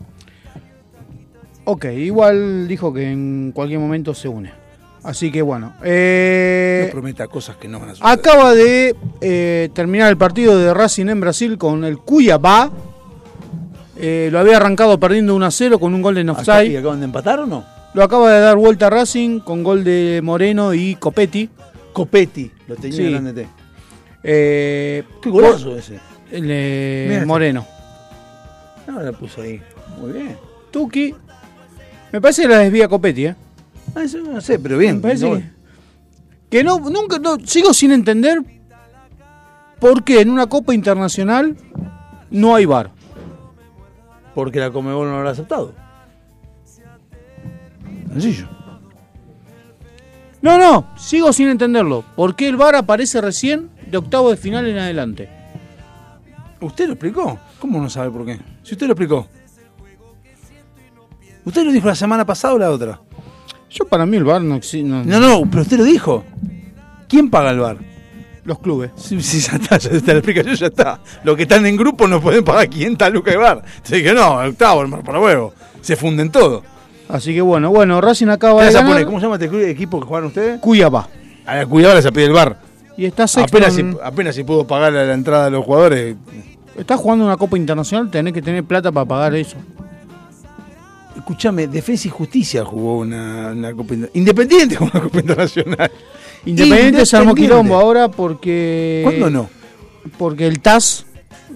Speaker 3: Ok, igual dijo que en cualquier momento se une. Así que bueno. eh,
Speaker 2: No prometa cosas que no van a suceder.
Speaker 3: Acaba de eh, terminar el partido de Racing en Brasil con el Cuiabá. Eh, lo había arrancado perdiendo 1 a 0 con un gol de
Speaker 2: Acá- ¿Y
Speaker 3: offside.
Speaker 2: acaban de empatar o no?
Speaker 3: Lo acaba de dar vuelta Racing con gol de Moreno y Copetti.
Speaker 2: Copetti, lo tenía
Speaker 3: Sí.
Speaker 2: grande T.
Speaker 3: Eh,
Speaker 2: Qué golazo ese.
Speaker 3: el, eh,
Speaker 2: Mirá este.
Speaker 3: Moreno.
Speaker 2: No, la puso ahí. Muy bien.
Speaker 3: Tuki. Me parece que la desvía Copetti, ¿eh?
Speaker 2: Ah, eso no sé, pero bien.
Speaker 3: Me parece
Speaker 2: No,
Speaker 3: que, que no, nunca, no, sigo sin entender por qué en una Copa Internacional no hay bar.
Speaker 2: Porque la Comebol no lo ha aceptado. Sencillo.
Speaker 3: No, no, sigo sin entenderlo. ¿Por qué el VAR aparece recién de octavo de final en adelante?
Speaker 2: ¿Usted lo explicó? ¿Cómo no sabe por qué? Si usted lo explicó. ¿Usted lo dijo la semana pasada o la otra?
Speaker 3: Yo para mí el VAR no existe.
Speaker 2: No, no, pero usted lo dijo. ¿Quién paga el bar?
Speaker 3: Los clubes.
Speaker 2: Sí, sí, ya está, ya está, la explicación ya está. Los que están en grupo no pueden pagar 500 lucas de bar. Así que no, octavo, hermano, para huevo. Se funden todo.
Speaker 3: Así que bueno, bueno, Racing acaba de
Speaker 2: Gracias,
Speaker 3: ganar.
Speaker 2: Pone. ¿Cómo se llama este club- equipo que jugaron ustedes?
Speaker 3: Cuyabá.
Speaker 2: A la cuidadora se pide el bar.
Speaker 3: Y está sexto.
Speaker 2: Apenas,
Speaker 3: en-
Speaker 2: si, apenas si pudo pagar la, la entrada a los jugadores.
Speaker 3: Estás jugando una Copa Internacional, tenés que tener plata para pagar eso.
Speaker 2: Escúchame, Defensa y Justicia jugó una, una Copa Inter- Independiente jugó una Copa Internacional.
Speaker 3: Independiente se armó quilombo ahora porque.
Speaker 2: ¿Cuándo no?
Speaker 3: Porque el TAS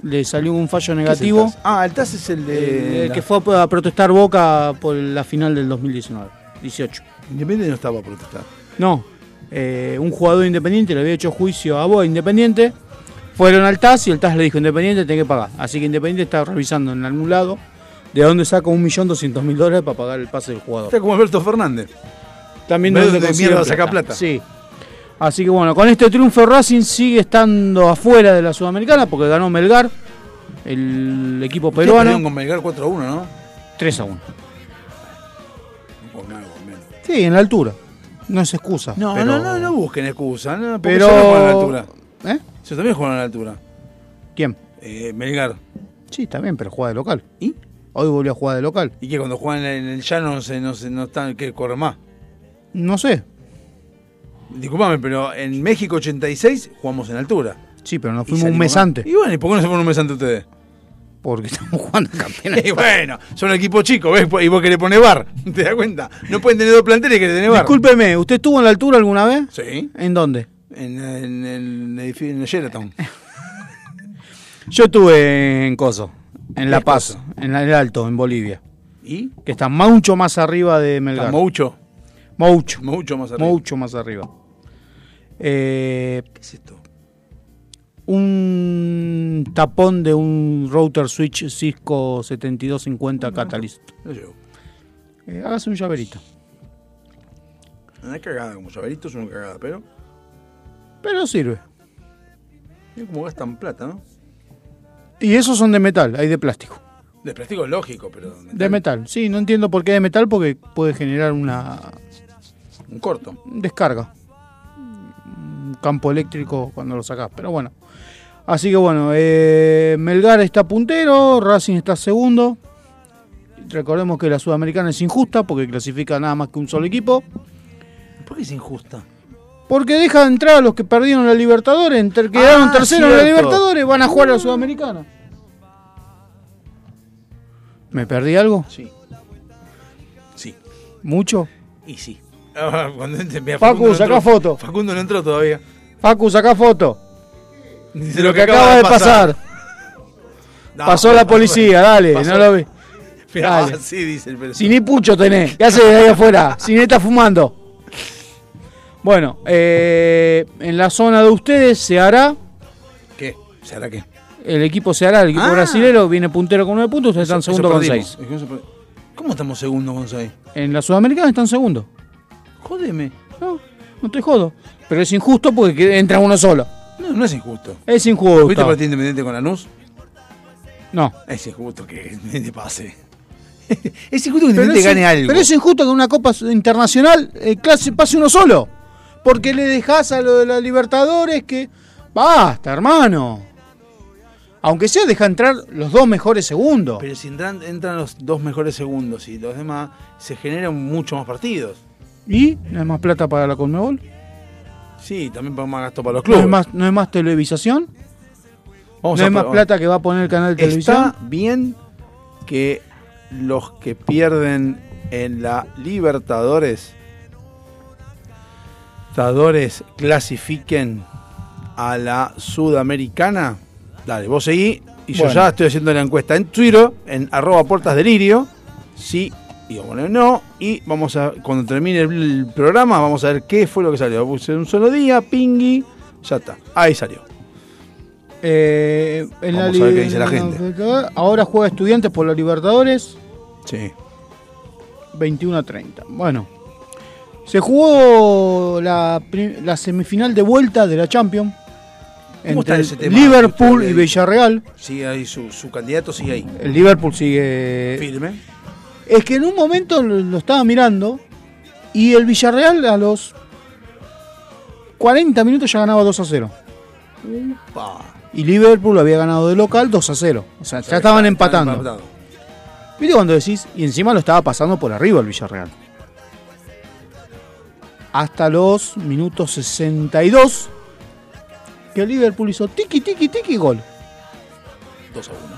Speaker 3: le salió un fallo
Speaker 2: ¿Qué es el
Speaker 3: negativo.
Speaker 2: TAS? Ah, el TAS es el de.
Speaker 3: eh, que fue a protestar Boca por la final del 2019, 18.
Speaker 2: Independiente no estaba a protestar.
Speaker 3: No, eh, un jugador de independiente le había hecho juicio a Boa Independiente. Fueron al TAS y el TAS le dijo Independiente tenés que pagar. Así que Independiente está revisando en algún lado de dónde saca 1.200.000 dólares para pagar el pase del jugador.
Speaker 2: Está como Alberto Fernández.
Speaker 3: También
Speaker 2: Ve
Speaker 3: dónde
Speaker 2: dónde
Speaker 3: consigue
Speaker 2: mierda saca plata.
Speaker 3: Sí. Así que bueno, con este triunfo Racing sigue estando afuera de la Sudamericana porque ganó Melgar, el equipo
Speaker 2: Ustedes perdieron
Speaker 3: peruano,
Speaker 2: con Melgar 4 a 1, ¿no?
Speaker 3: 3 a 1.
Speaker 2: Con algo menos.
Speaker 3: Sí, en la altura. No es excusa.
Speaker 2: No,
Speaker 3: pero-
Speaker 2: no, no, no busquen excusa. No, porque
Speaker 3: Pero-
Speaker 2: ellos no juegan a la altura.
Speaker 3: ¿Eh?
Speaker 2: Ellos también juegan a la altura.
Speaker 3: ¿Quién?
Speaker 2: Eh, Melgar.
Speaker 3: Sí, está bien, pero juega de local.
Speaker 2: ¿Y?
Speaker 3: Hoy volvió a jugar de local.
Speaker 2: Y que cuando juegan en el llano no, se, no, se, no están, que corren más.
Speaker 3: No sé.
Speaker 2: Disculpame, pero en México 86 jugamos en altura.
Speaker 3: Sí, pero nos
Speaker 2: Y
Speaker 3: fuimos un
Speaker 2: salimos
Speaker 3: mes
Speaker 2: mal.
Speaker 3: antes.
Speaker 2: Y bueno, ¿y por qué no se ponen un mes antes ustedes?
Speaker 3: Porque estamos jugando campeonato.
Speaker 2: Y bueno, son un equipo chico, ¿ves? Y vos que le pones bar, ¿te das cuenta? No pueden tener dos planteles que le tenés bar.
Speaker 3: Discúlpeme, ¿usted estuvo en la altura alguna vez?
Speaker 2: Sí,
Speaker 3: ¿En dónde?
Speaker 2: en, en el edificio en el Sheraton.
Speaker 3: Yo estuve en Coso, en La
Speaker 2: ¿Qué
Speaker 3: Paz, en la- en el Alto, en Bolivia.
Speaker 2: ¿Y?
Speaker 3: Que está mucho más arriba de Melgar.
Speaker 2: Moucho,
Speaker 3: Mucho,
Speaker 2: Moucho más arriba.
Speaker 3: mucho más arriba. Eh,
Speaker 2: ¿Qué es esto?
Speaker 3: un tapón de un router switch Cisco 7250 Catalyst.
Speaker 2: Lo llevo.
Speaker 3: Eh, hágase un llaverito.
Speaker 2: No es cagada como llaverito, es una cagada, pero.
Speaker 3: Pero sirve.
Speaker 2: Mira cómo gastan plata, ¿no?
Speaker 3: Y esos son de metal, hay de plástico.
Speaker 2: De plástico es lógico, pero.
Speaker 3: De metal, sí, no entiendo por qué de metal, porque puede generar una
Speaker 2: Un corto.
Speaker 3: descarga. Un campo eléctrico cuando lo sacás, pero bueno. Así que bueno, eh, Melgar está puntero, Racing está segundo. Recordemos que la Sudamericana es injusta porque clasifica nada más que un solo equipo.
Speaker 2: ¿Por qué es injusta?
Speaker 3: Porque deja de entrar a los que perdieron la Libertadores, entre- quedaron
Speaker 2: Ah,
Speaker 3: terceros en la
Speaker 2: cierto.
Speaker 3: Libertadores, van a jugar a la Sudamericana. ¿Me perdí algo?
Speaker 2: Sí. Sí.
Speaker 3: ¿Mucho?
Speaker 2: Y sí. Ah, cuando entre- mirá,
Speaker 3: Facu,
Speaker 2: Facundo no
Speaker 3: sacá
Speaker 2: entró.
Speaker 3: foto.
Speaker 2: Facundo no entró todavía.
Speaker 3: Facu, saca foto.
Speaker 2: Dice
Speaker 3: De lo que acaba de pasar.
Speaker 2: No,
Speaker 3: pasó la policía, dale,
Speaker 2: pasó.
Speaker 3: no lo vi.
Speaker 2: Pero
Speaker 3: Dale.
Speaker 2: así dice el
Speaker 3: Si ni pucho tenés, ¿qué haces ahí afuera? Si ni estás fumando. Bueno, eh, en la zona de ustedes se hará,
Speaker 2: ¿Qué? ¿Será qué?
Speaker 3: el equipo se hará, el equipo
Speaker 2: Ah.
Speaker 3: brasilero viene puntero con 9 puntos, ustedes están
Speaker 2: Eso-
Speaker 3: segundo
Speaker 2: eso
Speaker 3: con
Speaker 2: perdimos.
Speaker 3: 6.
Speaker 2: Es que eso per- ¿Cómo estamos segundo con 6?
Speaker 3: En la Sudamericana están segundo.
Speaker 2: Jódeme.
Speaker 3: No, No te jodo. Pero es injusto porque que- entra uno solo.
Speaker 2: No, no es injusto.
Speaker 3: Es injusto.
Speaker 2: ¿Fuiste partido independiente con Lanús?
Speaker 3: No.
Speaker 2: Es injusto que Independiente pase. es injusto que Independiente
Speaker 3: es in-
Speaker 2: gane algo.
Speaker 3: pero es injusto que una Copa Internacional eh, clase, pase uno solo. Porque le dejás a lo de la Libertadores que. Basta, hermano. Aunque sea, deja entrar los dos mejores segundos.
Speaker 2: Pero si entran, entran los dos mejores segundos y los demás, se generan mucho más partidos.
Speaker 3: ¿Y? ¿No hay más plata para la Conmebol?
Speaker 2: Sí, también para más gasto para los
Speaker 3: ¿No
Speaker 2: clubes.
Speaker 3: hay más, no hay más televisación?
Speaker 2: Vamos
Speaker 3: ¿No
Speaker 2: a
Speaker 3: hay más
Speaker 2: pro-
Speaker 3: plata que va a poner el canal de televisión?
Speaker 2: Está bien que los que pierden en la Libertadores, Libertadores clasifiquen a la Sudamericana. Dale, vos seguí y yo
Speaker 3: Bueno.
Speaker 2: ya estoy haciendo la encuesta en Twitter, en arroba puertas delirio. Sí, y bueno, no. Y vamos a, cuando termine el, el programa, vamos a ver qué fue lo que salió. Puse un solo día, pingui, ya está. Ahí salió.
Speaker 3: Eh, en
Speaker 2: Vamos
Speaker 3: la
Speaker 2: a ver
Speaker 3: li-
Speaker 2: qué dice la
Speaker 3: en
Speaker 2: gente.
Speaker 3: Libertadores. Ahora juega Estudiantes por la Libertadores.
Speaker 2: Sí.
Speaker 3: 21 a 30. Bueno. Se jugó la, pri- la semifinal de vuelta de la Champions.
Speaker 2: está
Speaker 3: Entre
Speaker 2: ese tema?
Speaker 3: Liverpool
Speaker 2: Usted
Speaker 3: y
Speaker 2: le-
Speaker 3: Villarreal.
Speaker 2: Sigue ahí, su, su candidato sigue ahí.
Speaker 3: El Liverpool sigue.
Speaker 2: Firme.
Speaker 3: Es que en un momento lo, lo estaba mirando y el Villarreal a los 40 minutos ya ganaba 2 a 0. Y Liverpool había ganado de local 2 a 0. O sea, ya estaban empatando. ¿Viste cuando decís? Y encima lo estaba pasando por arriba el Villarreal. Hasta los minutos 62 que el Liverpool hizo tiki, tiki, tiki gol.
Speaker 2: 2 a 1.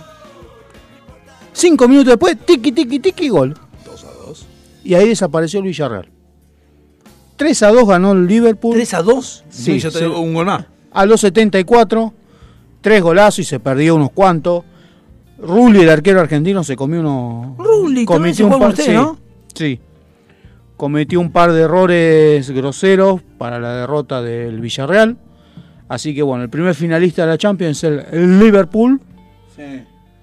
Speaker 3: Cinco minutos después, tiki, tiki, tiki gol.
Speaker 2: 2 a 2.
Speaker 3: Y ahí desapareció el Villarreal. 3 a 2 ganó el Liverpool.
Speaker 2: 3 a 2.
Speaker 3: Sí,
Speaker 2: Sí, yo
Speaker 3: sí.
Speaker 2: tengo un gol más.
Speaker 3: A los 74, tres golazos y se perdió unos cuantos. Rulli, el arquero argentino, se comió unos.
Speaker 2: Rulli, también se juega con usted,
Speaker 3: sí,
Speaker 2: ¿no?
Speaker 3: sí. Cometió un par de errores groseros para la derrota del Villarreal. Así que bueno, el primer finalista de la Champions es el Liverpool.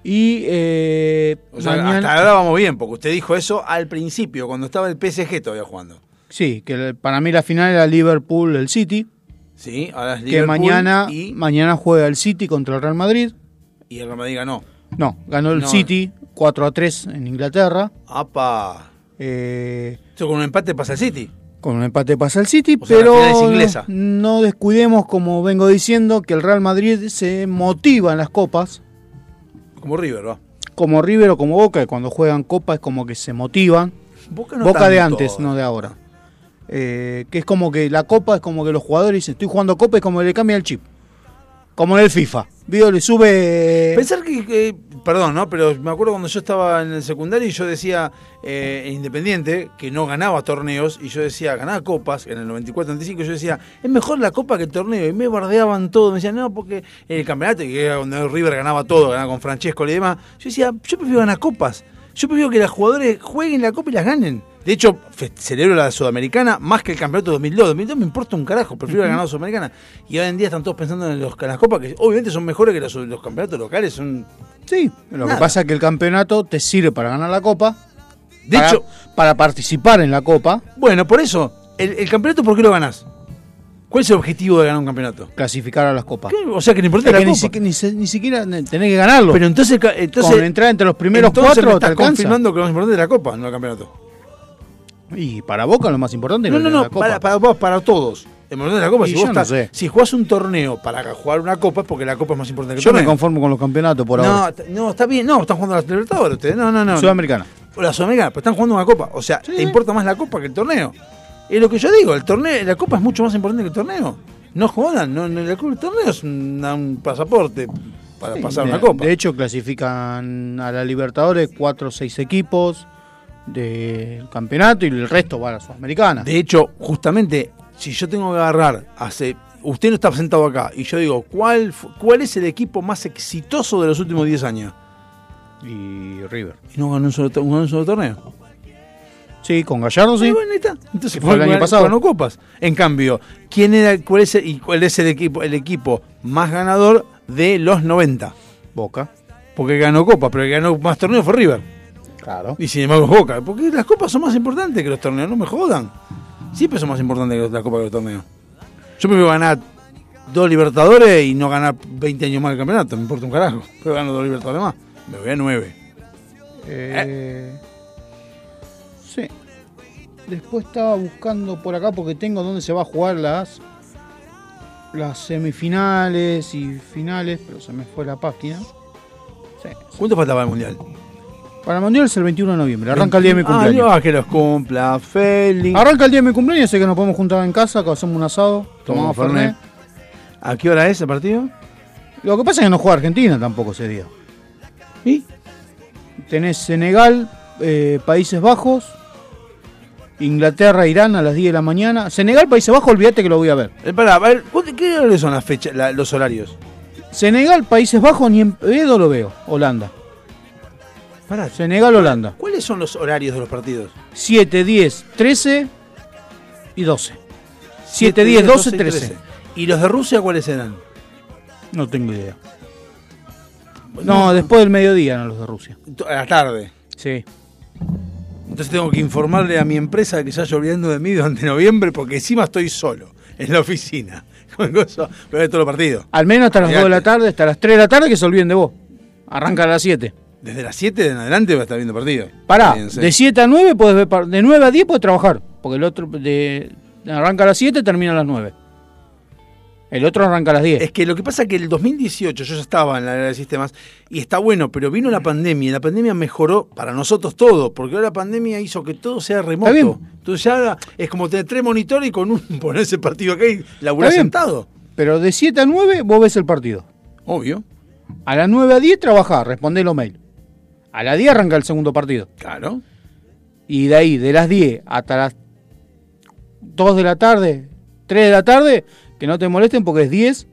Speaker 3: Y eh,
Speaker 2: O sea,
Speaker 3: mañana-
Speaker 2: hasta ahora vamos bien, porque usted dijo eso al principio, cuando estaba el PSG todavía jugando.
Speaker 3: sí, que el- para mí la final era Liverpool el City.
Speaker 2: Sí, ahora es
Speaker 3: Que
Speaker 2: Liverpool
Speaker 3: mañana,
Speaker 2: y,
Speaker 3: mañana juega el City contra el Real Madrid.
Speaker 2: y el Real Madrid ganó.
Speaker 3: No, ganó el
Speaker 2: No. eh.
Speaker 3: City 4 a 3 en Inglaterra.
Speaker 2: ¡Apa!
Speaker 3: Eh,
Speaker 2: Esto con un empate pasa el City.
Speaker 3: con un empate pasa el City,
Speaker 2: sea, la
Speaker 3: pero
Speaker 2: final es inglesa.
Speaker 3: no descuidemos, como vengo diciendo, que el Real Madrid se motiva en las copas,
Speaker 2: Como River, va.
Speaker 3: como River o como Boca, que cuando juegan copas es como que se motivan.
Speaker 2: Boca, no
Speaker 3: Boca de
Speaker 2: tanto.
Speaker 3: antes, no de ahora. Eh, que es como que la copa es como que los jugadores dicen, estoy jugando copa, es como que le cambia el chip. Como en el FIFA. Vio, le sube...
Speaker 2: Pensar que, que- perdón, ¿no? Pero me acuerdo cuando yo estaba en el secundario y yo decía eh, Independiente, que no ganaba torneos, y yo decía, ganaba copas, en el 94-95, yo decía, es mejor la copa que el torneo, y me bardeaban todo, me decían, no, porque el campeonato, y que era cuando River ganaba todo, ganaba con Francesco y demás, yo decía, yo prefiero ganar copas, yo prefiero que los jugadores jueguen la copa y las ganen. De hecho, fe- celebro la Sudamericana más que el campeonato 2002. 2002 me importa un carajo, prefiero ganar la Sudamericana. Y hoy en día están todos pensando en, los, en las copas, que obviamente son mejores que los, los campeonatos locales, son
Speaker 3: Sí, lo
Speaker 2: Nada.
Speaker 3: que pasa es que el campeonato te sirve para ganar la copa.
Speaker 2: De
Speaker 3: para-
Speaker 2: hecho-
Speaker 3: para participar en la copa,
Speaker 2: Bueno, por eso, el, el campeonato, ¿por qué lo ganás? ¿Cuál es el objetivo de ganar un campeonato?
Speaker 3: clasificar a las copas.
Speaker 2: ¿Qué? O sea, que no importa
Speaker 3: Es
Speaker 2: la
Speaker 3: que ni,
Speaker 2: copa.
Speaker 3: siqui- ni se- ni siquiera ne- tenés que ganarlo.
Speaker 2: Pero entonces, ca- entonces
Speaker 3: Con entrar entre los primeros
Speaker 2: entonces
Speaker 3: cuatro
Speaker 2: me
Speaker 3: te
Speaker 2: estás
Speaker 3: alcanza.
Speaker 2: confirmando que lo más importante es la copa, no el campeonato.
Speaker 3: Y para Boca lo más importante
Speaker 2: No,
Speaker 3: es
Speaker 2: no,
Speaker 3: la
Speaker 2: no,
Speaker 3: copa.
Speaker 2: para, para vos, para todos. El importante es la copa,
Speaker 3: Y
Speaker 2: si
Speaker 3: yo
Speaker 2: vos
Speaker 3: no
Speaker 2: estás-
Speaker 3: sé.
Speaker 2: si jugás un torneo para jugar una copa es porque la copa es más importante que el
Speaker 3: Yo me
Speaker 2: torneo.
Speaker 3: conformo con los campeonatos por
Speaker 2: no,
Speaker 3: ahora.
Speaker 2: t- no, está bien, no, están jugando a la Libertadores ustedes. No, no, no.
Speaker 3: Sudamericana.
Speaker 2: O la Sudamericana, pero están jugando una copa. O sea, te importa más la copa que el torneo. Es lo que yo digo, el torneo, la copa es mucho más importante que el torneo. No jodan, no, no, la copa- el torneo es una- un pasaporte para
Speaker 3: Sí,
Speaker 2: pasar
Speaker 3: de-
Speaker 2: una copa.
Speaker 3: De hecho, clasifican a la Libertadores cuatro o seis equipos del campeonato y el resto va a la Sudamericana.
Speaker 2: De hecho, justamente, si yo tengo que agarrar, hace, usted no está sentado acá, y yo digo, ¿cuál, fu- cuál es el equipo más exitoso de los últimos 10 años?
Speaker 3: Y River.
Speaker 2: Y no ganó un solo, to- ganó un solo torneo.
Speaker 3: Sí, con Gallardo sí.
Speaker 2: Y bueno, ahí está. Entonces
Speaker 3: Que fue el año
Speaker 2: ganó-
Speaker 3: pasado.
Speaker 2: ganó copas. En cambio, ¿quién era, cuál es el, y cuál es el equipo, el equipo más ganador de los 90?
Speaker 3: Boca.
Speaker 2: Porque ganó copas, pero el que ganó más torneos fue River.
Speaker 3: Claro.
Speaker 2: Y sin embargo es Boca. Porque las copas son más importantes que los torneos, no me jodan. Siempre son más importantes que la Copa que los torneos. Yo prefiero ganar dos Libertadores y no ganar 20 años más del campeonato. Me importa un carajo. Pero gano dos Libertadores más. Me voy a nueve.
Speaker 3: Eh, Sí. Después estaba buscando por acá porque tengo dónde se va a jugar las las semifinales y finales, pero se me fue la página.
Speaker 2: ¿Cuánto faltaba el Mundial?
Speaker 3: Para el Mundial es el 21 de noviembre, arranca el día de mi
Speaker 2: Ah,
Speaker 3: cumpleaños.
Speaker 2: Dios, que los cumpla, feliz.
Speaker 3: Arranca el día de mi cumpleaños, sé que nos podemos juntar en casa, que hacemos un asado,
Speaker 2: Tomamos
Speaker 3: tomamos
Speaker 2: Fernet.
Speaker 3: Fernet.
Speaker 2: ¿A qué hora es el partido?
Speaker 3: Lo que pasa es que no juega Argentina tampoco ese día.
Speaker 2: ¿Y?
Speaker 3: Tenés Senegal, eh, Países Bajos, Inglaterra, Irán a las 10 de la mañana. Senegal, Países Bajos, olvídate que lo voy a ver.
Speaker 2: Eh, pará, a ver, ¿cu- ¿qué horarios son las fechas, la- los horarios?
Speaker 3: Senegal, Países Bajos, ni en pedo lo veo. Holanda.
Speaker 2: Pará.
Speaker 3: Senegal, Holanda.
Speaker 2: ¿Cuáles son los horarios de los partidos?
Speaker 3: 7, 10, 13 y 12. 7, 10, 12, 13.
Speaker 2: ¿Y los de Rusia cuáles eran?
Speaker 3: No tengo idea. No, después del mediodía no los de Rusia.
Speaker 2: A la tarde.
Speaker 3: Sí.
Speaker 2: Entonces tengo que informarle a mi empresa que se vaya olvidando de mí durante noviembre porque encima estoy solo en la oficina. Con cosa, pero de todos los partidos.
Speaker 3: Al menos hasta las 2 de la tarde, hasta las 3 de la tarde que se olviden de vos. Arranca a las 7.
Speaker 2: Desde las 7 en adelante va a estar viendo partidos.
Speaker 3: Pará,
Speaker 2: Fíjense.
Speaker 3: de 7 a 9 podés ver, par- de 9 a 10 podés trabajar, porque el otro de, arranca a las 7 termina a las 9. El otro arranca a las 10.
Speaker 2: Es que lo que pasa es que el 2018 yo ya estaba en la era de sistemas y está bueno, pero vino la pandemia y la pandemia mejoró para nosotros todo, porque ahora la pandemia hizo que todo sea remoto. Entonces ya es como tener tres monitores y con un ponerse partido acá y laburar
Speaker 3: Está bien.
Speaker 2: sentado.
Speaker 3: Pero de 7 a 9 vos ves el partido.
Speaker 2: Obvio.
Speaker 3: A las 9 a 10 trabajás, respondés los mails. A las 10 arranca el segundo partido.
Speaker 2: Claro.
Speaker 3: Y de ahí, de las 10 hasta las 2 de la tarde, 3 de la tarde, que no te molesten porque es 10,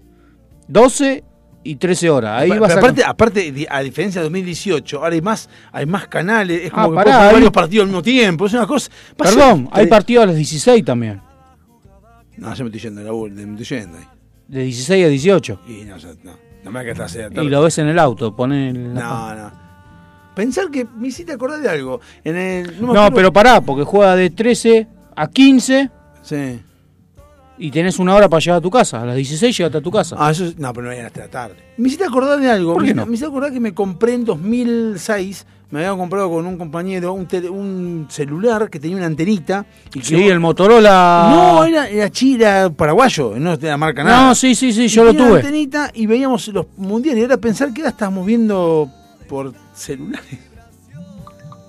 Speaker 3: 12 y 13 horas. Ahí
Speaker 2: Pa-
Speaker 3: vas
Speaker 2: pero
Speaker 3: a...
Speaker 2: aparte, aparte, di- a diferencia de 2018, ahora hay más, hay más canales, es como
Speaker 3: Ah,
Speaker 2: que
Speaker 3: pará,
Speaker 2: podés jugar
Speaker 3: hay-
Speaker 2: varios partidos al mismo tiempo, es una cosa. pasa-
Speaker 3: Perdón, hay
Speaker 2: te-
Speaker 3: partidos a las 16 también.
Speaker 2: No, yo me estoy yendo de la bol- me estoy yendo ahí.
Speaker 3: De 16 a 18.
Speaker 2: Y no, yo- no. No me hagas que hasta sea
Speaker 3: Y
Speaker 2: tarde.
Speaker 3: lo ves en el auto, pone el-
Speaker 2: No, no. Pensar que me hiciste acordar de algo. En el, me
Speaker 3: No,
Speaker 2: acuerdo-
Speaker 3: pero pará, porque juega de 13 a 15
Speaker 2: Sí.
Speaker 3: y tenés una hora para llegar a tu casa. A las 16 llegaste a tu casa.
Speaker 2: Ah, eso es- no, pero no era hasta la tarde. Me hiciste acordar de algo.
Speaker 3: ¿Por qué
Speaker 2: me,
Speaker 3: no?
Speaker 2: me hiciste acordar que me compré en 2006, me había comprado con un compañero un, tele- un celular que tenía una antenita. Y que
Speaker 3: Sí, el Motorola.
Speaker 2: No, era, era chi- era paraguayo, no era marca nada.
Speaker 3: No, sí, sí, sí,
Speaker 2: Y
Speaker 3: yo lo
Speaker 2: tenía la
Speaker 3: tuve.
Speaker 2: antenita y veíamos los mundiales. Y era pensar que ahora estábamos viendo por celulares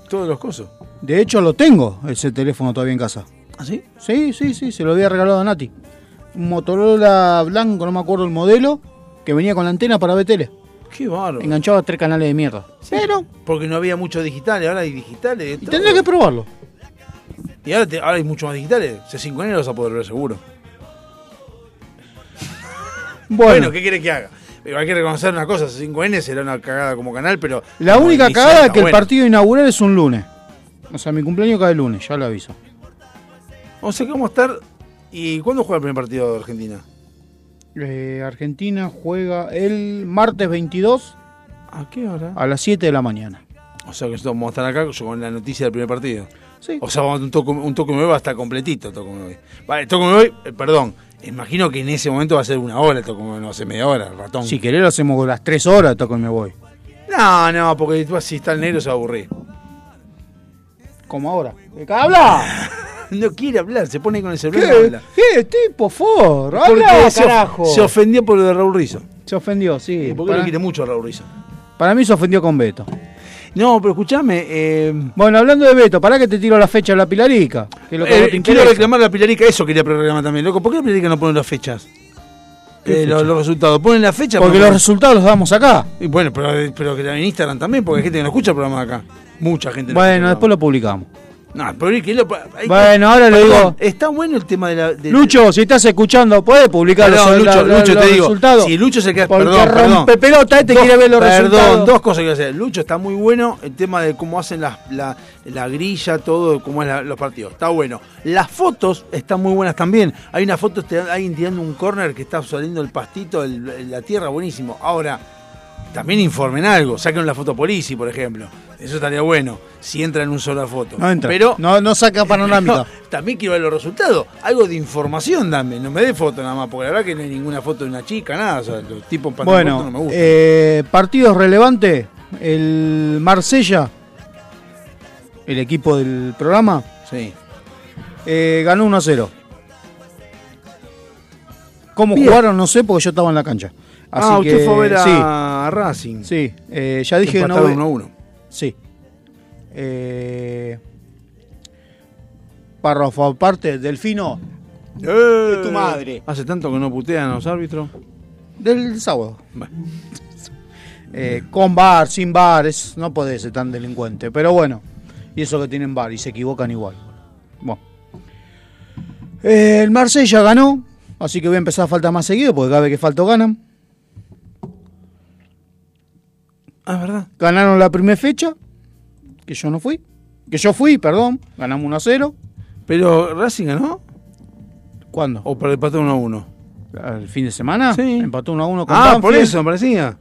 Speaker 2: todos los cosos.
Speaker 3: De hecho, lo tengo, ese teléfono todavía en casa.
Speaker 2: ¿Ah, sí?
Speaker 3: Sí, sí, sí, se lo había regalado a Nati. Un Motorola blanco, no me acuerdo el modelo, que venía con la antena para ver tele.
Speaker 2: Qué bárbaro.
Speaker 3: Enganchaba tres canales de mierda. Pero.
Speaker 2: Porque no había muchos digitales, ahora hay digitales. de todo.
Speaker 3: Tendría que probarlo.
Speaker 2: Y ahora, te- ahora hay mucho más digitales. C5N los vas a poder ver seguro. Bueno,
Speaker 3: Bueno,
Speaker 2: ¿qué quieres que haga? Pero hay que reconocer una cosa, C5N será una cagada como canal, pero...
Speaker 3: la única
Speaker 2: Modernizada,
Speaker 3: cagada es que el
Speaker 2: bueno.
Speaker 3: partido inaugural es un lunes. O sea, mi cumpleaños cae el lunes, ya lo aviso.
Speaker 2: O sea, que vamos a estar... ¿Y cuándo juega el primer partido de Argentina?
Speaker 3: Eh, Argentina juega el martes 22
Speaker 2: ¿A qué hora?
Speaker 3: a las 7 de la mañana.
Speaker 2: O sea, que nosotros vamos a estar acá yo con la noticia del primer partido.
Speaker 3: Sí.
Speaker 2: O sea, vamos a un toque, un toque me voy hasta completito, toque me voy. Vale, toque me voy, eh, perdón. Imagino que en ese momento va a ser una hora, el toque me voy, no va a ser media hora, el ratón.
Speaker 3: Si querés lo hacemos con las 3 horas, toco y me voy.
Speaker 2: No, no, porque tú, si está el negro se va a aburrir.
Speaker 3: Como ahora. ¡Habla!
Speaker 2: No quiere hablar, se pone con el celular y no
Speaker 3: ¿Qué,
Speaker 2: habla.
Speaker 3: ¿Qué tipo, for?
Speaker 2: Porque
Speaker 3: ¡Habla,
Speaker 2: se,
Speaker 3: carajo!
Speaker 2: se ofendió por lo de Raúl Rizzo.
Speaker 3: Se ofendió, sí.
Speaker 2: Porque lo
Speaker 3: Para,
Speaker 2: quiere mucho a Raúl Rizzo.
Speaker 3: para mí se ofendió con Beto.
Speaker 2: No, pero escúchame. Eh,
Speaker 3: Bueno, hablando de Beto, pará que te tiro la fecha de la pilarica. Que es lo que a vos
Speaker 2: eh,
Speaker 3: te
Speaker 2: quiero
Speaker 3: interesa.
Speaker 2: reclamar a la Pilarica, eso quería reclamar también, loco. ¿Por qué la Pilarica no pone las fechas?
Speaker 3: ¿Qué
Speaker 2: Eh, lo- Los,
Speaker 3: fecha?
Speaker 2: resultados. Ponen la fecha.
Speaker 3: Porque
Speaker 2: pero-
Speaker 3: los resultados los damos acá.
Speaker 2: Y bueno, pero, pero que la en Instagram también, porque hay gente que no escucha el programa acá. Mucha gente. no
Speaker 3: Bueno,
Speaker 2: escucha el
Speaker 3: después lo publicamos.
Speaker 2: programa. No, pero es que lo- hay-
Speaker 3: Bueno, ahora lo digo.
Speaker 2: Está bueno el tema de la. de-
Speaker 3: Lucho, si estás escuchando, ¿puedes publicar
Speaker 2: Perdón,
Speaker 3: los,
Speaker 2: Lucho,
Speaker 3: la- la-
Speaker 2: Lucho,
Speaker 3: los
Speaker 2: te digo,
Speaker 3: resultados?
Speaker 2: si Lucho se queda-
Speaker 3: Porque
Speaker 2: perdón, perdón.
Speaker 3: rompe pelota, este
Speaker 2: Dos-
Speaker 3: quiere ver los
Speaker 2: perdón,
Speaker 3: resultados.
Speaker 2: dos cosas que hacer. Lucho está muy bueno el tema de cómo hacen la, la, la grilla, todo, cómo es la- los partidos. Está bueno. Las fotos están muy buenas también. Hay una foto, te- alguien tirando un corner que está saliendo el pastito, el- el- la tierra, buenísimo. Ahora, también informen algo. Saquen la foto Polisi, por ejemplo. Eso estaría bueno, si entra en un sola foto.
Speaker 3: No entra.
Speaker 2: Pero
Speaker 3: no, no saca panorámica.
Speaker 2: No, también quiero ver los resultados. Algo de información dame. No me dé foto nada más, porque la verdad que no hay ninguna foto de una chica, nada. O sea, los tipos en pantalón corto
Speaker 3: bueno,
Speaker 2: no me gustan.
Speaker 3: eh, partidos relevantes. El Marsella, eh, el equipo del programa,
Speaker 2: Sí.
Speaker 3: eh, ganó 1 a 0. ¿Cómo
Speaker 2: Bien.
Speaker 3: jugaron? No sé, porque yo estaba en la cancha. Así
Speaker 2: ah, usted
Speaker 3: que,
Speaker 2: fue a ver a,
Speaker 3: sí.
Speaker 2: a Racing.
Speaker 3: Sí, eh, ya dije que no
Speaker 2: Empataron
Speaker 3: voy-
Speaker 2: uno a uno.
Speaker 3: Sí. Eh, párrafo aparte, Delfino.
Speaker 2: De
Speaker 3: tu madre.
Speaker 2: Eh, Hace tanto que no putean a los árbitros.
Speaker 3: Del sábado. Eh, con bar, sin bar, es- no podés ser tan delincuente. Pero bueno, y eso que tienen bar y se equivocan igual. Bueno. Eh, el Marsella ganó, así que voy a empezar a faltar más seguido porque cada vez que falto ganan.
Speaker 2: Ah, es verdad.
Speaker 3: Ganaron la primera fecha, que yo no fui. Que yo fui, perdón. Ganamos 1 a 0.
Speaker 2: Pero Racing ganó.
Speaker 3: ¿Cuándo?
Speaker 2: O para empató 1 a 1.
Speaker 3: ¿El fin de semana?
Speaker 2: Sí.
Speaker 3: Empató 1 a 1 con
Speaker 2: Ah, por
Speaker 3: Banfield.
Speaker 2: eso me parecía.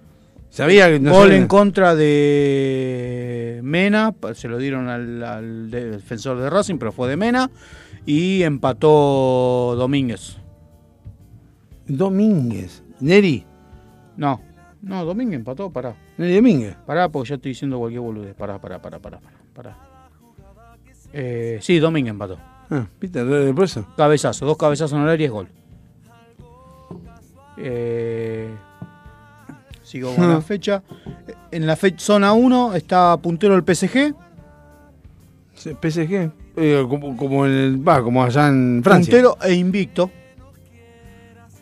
Speaker 2: Sabía que no
Speaker 3: Gol
Speaker 2: sabía.
Speaker 3: en contra de Mena, pa- se lo dieron al, al de- defensor de Racing, pero fue de Mena. Y empató Domínguez.
Speaker 2: Domínguez. Neri.
Speaker 3: No, no, Domínguez empató, pará.
Speaker 2: Neri Domínguez.
Speaker 3: Pará, porque ya estoy diciendo cualquier boludez. Pará, pará, pará, pará, pará. pará. Eh, sí, Domínguez empató.
Speaker 2: Ah, ¿viste? Por eso.
Speaker 3: Cabezazo, dos cabezazos en el área y es gol. Eh, sigo con
Speaker 2: Ah.
Speaker 3: la fecha. eh, En la fe- zona 1 está puntero el PSG.
Speaker 2: PSG. Eh, como, como en el, va, como allá en Francia.
Speaker 3: Puntero e invicto.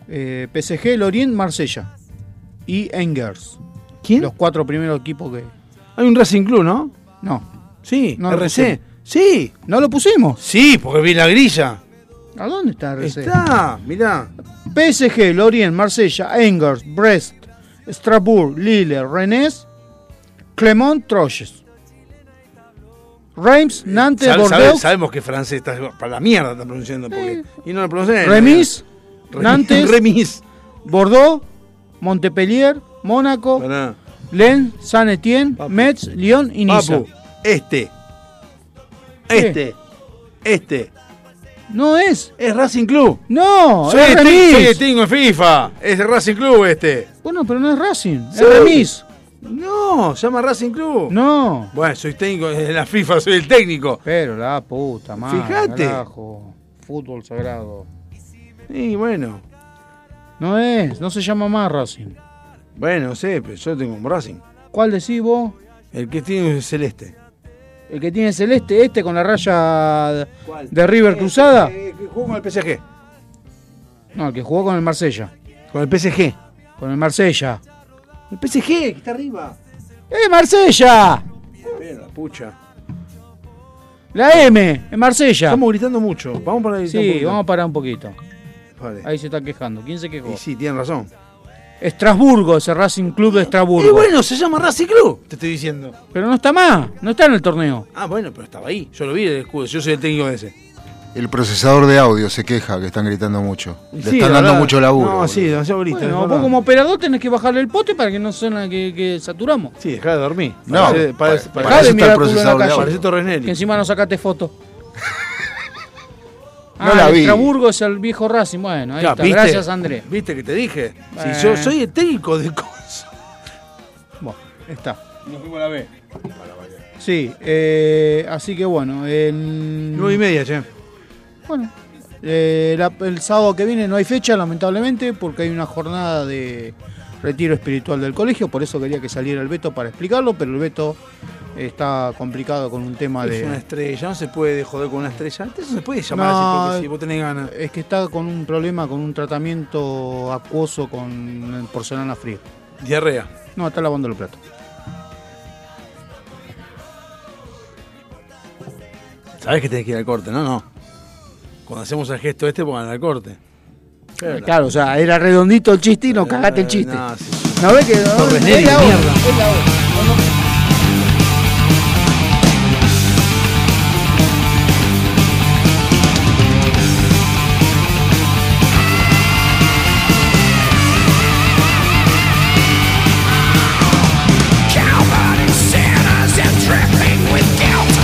Speaker 3: Eh, PSG, Lorient, Marsella. Y Engers.
Speaker 2: ¿Quién?
Speaker 3: Los cuatro primeros equipos que.
Speaker 2: Hay un Racing Club, ¿no?
Speaker 3: No.
Speaker 2: Sí,
Speaker 3: No lo
Speaker 2: RC.
Speaker 3: pusimos.
Speaker 2: Sí.
Speaker 3: ¿No lo pusimos?
Speaker 2: Sí, porque Pues vi la grilla.
Speaker 3: ¿A dónde está RC?
Speaker 2: Está, mirá.
Speaker 3: PSG, Lorient, Marsella, Engers, Brest, Strasbourg, Lille, Rennes, Clermont, Troyes. Reims, Nantes,
Speaker 2: Sabe- sabe-
Speaker 3: Bordeaux,
Speaker 2: sabemos que francés está para la mierda, está pronunciando. Porque, y no lo pronuncian.
Speaker 3: Remis,
Speaker 2: Remis,
Speaker 3: Nantes,
Speaker 2: Remis.
Speaker 3: Bordeaux, Montpellier, Mónaco,
Speaker 2: Pará.
Speaker 3: Lens, San Etienne, Metz, Lyon y Niza.
Speaker 2: Papu, este. Este. Este.
Speaker 3: No es.
Speaker 2: Es Racing Club.
Speaker 3: No,
Speaker 2: Soy
Speaker 3: es
Speaker 2: de
Speaker 3: remis.
Speaker 2: Ting- soy de Tingo en FIFA. Es de Racing Club este.
Speaker 3: Bueno, pero no es Racing,
Speaker 2: Sí.
Speaker 3: es remis.
Speaker 2: No, se llama Racing Club.
Speaker 3: No.
Speaker 2: Bueno, soy técnico de la FIFA, soy el técnico.
Speaker 3: Pero la puta madre.
Speaker 2: Fíjate.
Speaker 3: carajo. Fútbol sagrado.
Speaker 2: Y bueno,
Speaker 3: No es, no se llama más Racing.
Speaker 2: bueno, sé, pero yo tengo un Racing.
Speaker 3: ¿Cuál decís vos?
Speaker 2: El que tiene es celeste.
Speaker 3: El que tiene celeste, este con la raya de River cruzada.
Speaker 2: Eh, que jugó con el PSG.
Speaker 3: No, el que jugó con el Marsella.
Speaker 2: Con el PSG.
Speaker 3: Con el Marsella.
Speaker 2: El PSG, que está arriba.
Speaker 3: ¡Eh, Marsella!
Speaker 2: Mira, pucha.
Speaker 3: La M, en Marsella.
Speaker 2: Estamos gritando mucho. Vamos para el
Speaker 3: Sí, vamos a parar un poquito.
Speaker 2: Vale.
Speaker 3: Ahí se está quejando. ¿Quién se quejó?
Speaker 2: Y sí, tienen razón.
Speaker 3: Estrasburgo, ese Racing Club de Estrasburgo.
Speaker 2: Y bueno, se llama Racing Club, te estoy diciendo.
Speaker 3: Pero no está más, no está en el torneo.
Speaker 2: Ah, bueno, pero estaba ahí. Yo lo vi el escudo, yo soy el técnico de ese.
Speaker 4: El procesador de audio se queja que están gritando mucho. Le
Speaker 2: Sí, la
Speaker 4: están dando
Speaker 2: verdad.
Speaker 4: mucho laburo.
Speaker 2: No,
Speaker 4: boludo.
Speaker 2: sí, demasiado grito.
Speaker 3: Bueno,
Speaker 2: es
Speaker 3: vos
Speaker 2: verdad.
Speaker 3: como operador tenés que bajarle el pote para que no suena que, que saturamos.
Speaker 2: Sí, dejá de dormir.
Speaker 4: No,
Speaker 2: Parece-
Speaker 4: para-
Speaker 2: parece-
Speaker 4: para
Speaker 2: parece-
Speaker 3: Dejá de
Speaker 4: eso está
Speaker 3: mirar
Speaker 4: el
Speaker 3: culo en la
Speaker 4: procesador de
Speaker 3: calle.
Speaker 4: audio.
Speaker 2: Parece Torresnelli.
Speaker 3: Que encima no sacaste foto.
Speaker 4: No
Speaker 3: ah,
Speaker 4: la vi.
Speaker 3: Estrasburgo es el viejo Racing. Bueno, ahí
Speaker 2: Ya,
Speaker 3: está.
Speaker 2: ¿viste?
Speaker 3: Gracias, Andrés.
Speaker 2: ¿Viste que te dije?
Speaker 3: Bueno.
Speaker 2: Si yo soy el técnico de cosas.
Speaker 3: Bueno, está.
Speaker 2: Nos fuimos a la B.
Speaker 3: Sí, eh, así que bueno. en-
Speaker 2: Nueve y media, che.
Speaker 3: Bueno, eh, la- el sábado que viene no hay fecha, lamentablemente, porque hay una jornada de retiro espiritual del colegio. Por eso quería que saliera el Beto para explicarlo, pero el Beto está complicado con un tema
Speaker 2: Es una
Speaker 3: de.
Speaker 2: estrella, no se puede joder con una estrella. Antes no se puede llamar así
Speaker 3: No,
Speaker 2: porque si vos tenés ganas.
Speaker 3: Es que está con un problema con un tratamiento acuoso con porcelana fría.
Speaker 2: Diarrea.
Speaker 3: No, está lavando los platos.
Speaker 2: Sabés que tenés que ir al corte, ¿no? No. Cuando hacemos el gesto este, pongan al corte. Pero la-
Speaker 3: Claro, o sea, era redondito el chiste y no cagate el chiste.
Speaker 2: No, sí, sí.
Speaker 3: ¿No ves que.?
Speaker 2: Torres
Speaker 3: es la
Speaker 2: Neri,
Speaker 3: hora,
Speaker 2: mierda.
Speaker 3: es la hora.
Speaker 1: Cowboys, sinners, and trappers.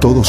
Speaker 5: Todos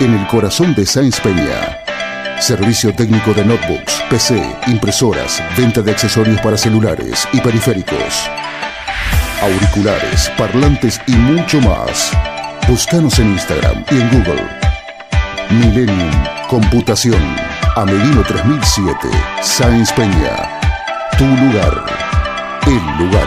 Speaker 5: En el corazón de Science Peña. Servicio técnico de notebooks, PC, impresoras, venta de accesorios para celulares y periféricos. Auriculares, parlantes y mucho más. Búscanos en Instagram y en Google. Millennium Computación. Amelino 3007. Science Peña. Tu lugar. El lugar.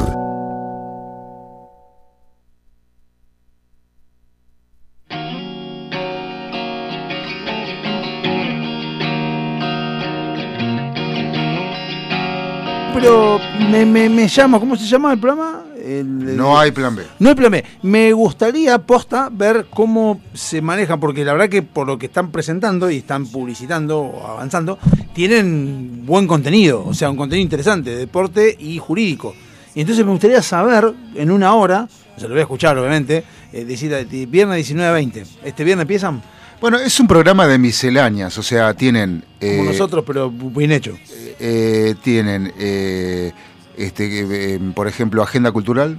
Speaker 2: Pero me, me, me llama, ¿cómo se llama el programa? El- el-
Speaker 4: No hay plan B.
Speaker 2: No hay plan B. Me gustaría, posta, ver cómo se maneja, porque la verdad que por lo que están presentando y están publicitando o avanzando, tienen buen contenido, o sea, un contenido interesante, deporte y jurídico. Y entonces me gustaría saber, en una hora, se lo voy a escuchar obviamente, eh, decir, eh, viernes 19 a 20. ¿Este viernes empiezan?
Speaker 4: Bueno, es un programa de misceláneas, o sea, tienen.
Speaker 2: Como
Speaker 4: eh,
Speaker 2: nosotros, pero bien hecho.
Speaker 4: eh, tienen, eh, este, eh, por ejemplo, agenda cultural,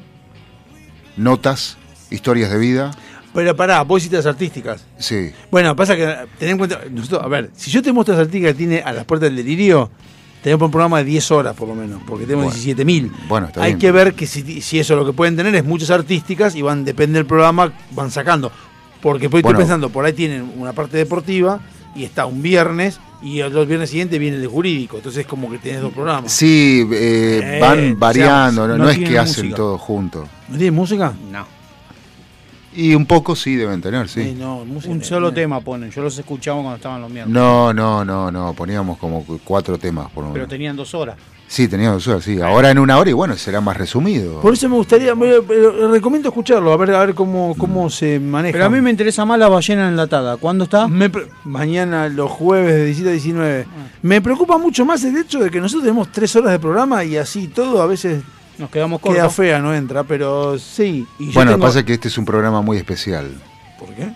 Speaker 4: notas, historias de vida.
Speaker 2: Pero pará, vos hiciste las artísticas.
Speaker 4: Sí.
Speaker 2: Bueno, pasa que ten en cuenta, nosotros, a ver, si yo te muestro esa artística que tiene a las puertas del delirio, tenemos un programa de 10 horas por lo menos, porque tenemos
Speaker 4: Bueno.
Speaker 2: 17.000.
Speaker 4: Bueno, está
Speaker 2: Hay
Speaker 4: bien.
Speaker 2: que ver que si, si eso lo que pueden tener es muchas artísticas y van, depende del programa, van sacando. Porque pues,
Speaker 4: Bueno.
Speaker 2: estoy pensando, por ahí tienen una parte deportiva y está un viernes y el otro viernes siguiente viene el de jurídico. Entonces es como que tenés dos programas.
Speaker 4: Sí, eh,
Speaker 2: Eh,
Speaker 4: van variando,
Speaker 2: seamos,
Speaker 4: no,
Speaker 2: no
Speaker 4: no es
Speaker 2: tienen
Speaker 4: que hacen
Speaker 2: música.
Speaker 4: todo junto.
Speaker 2: ¿No tiene música?
Speaker 3: No.
Speaker 4: Y un poco sí deben tener, sí.
Speaker 2: Eh,
Speaker 3: un solo tema ponen. Yo los escuchaba cuando estaban los miércoles.
Speaker 4: No, no, no, no, poníamos como cu- cuatro temas por lo
Speaker 3: Pero
Speaker 4: menos.
Speaker 3: tenían dos horas.
Speaker 4: Sí, teníamos eso, sí. Ahora en una hora y bueno, será más resumido.
Speaker 2: Por eso me gustaría, bueno, pero recomiendo escucharlo, a ver, a ver cómo, cómo se maneja.
Speaker 3: Pero a mí me interesa más la ballena enlatada. ¿Cuándo está?
Speaker 2: mañana los jueves de 17 a 19.
Speaker 3: Ah.
Speaker 2: Me preocupa mucho más el hecho de que nosotros tenemos tres horas de programa y así todo a veces
Speaker 3: nos quedamos
Speaker 2: Queda
Speaker 3: cortos.
Speaker 2: fea, no entra, pero sí. Y yo
Speaker 4: bueno,
Speaker 2: tengo-
Speaker 4: pasa que este es un programa muy especial.
Speaker 2: ¿Por qué?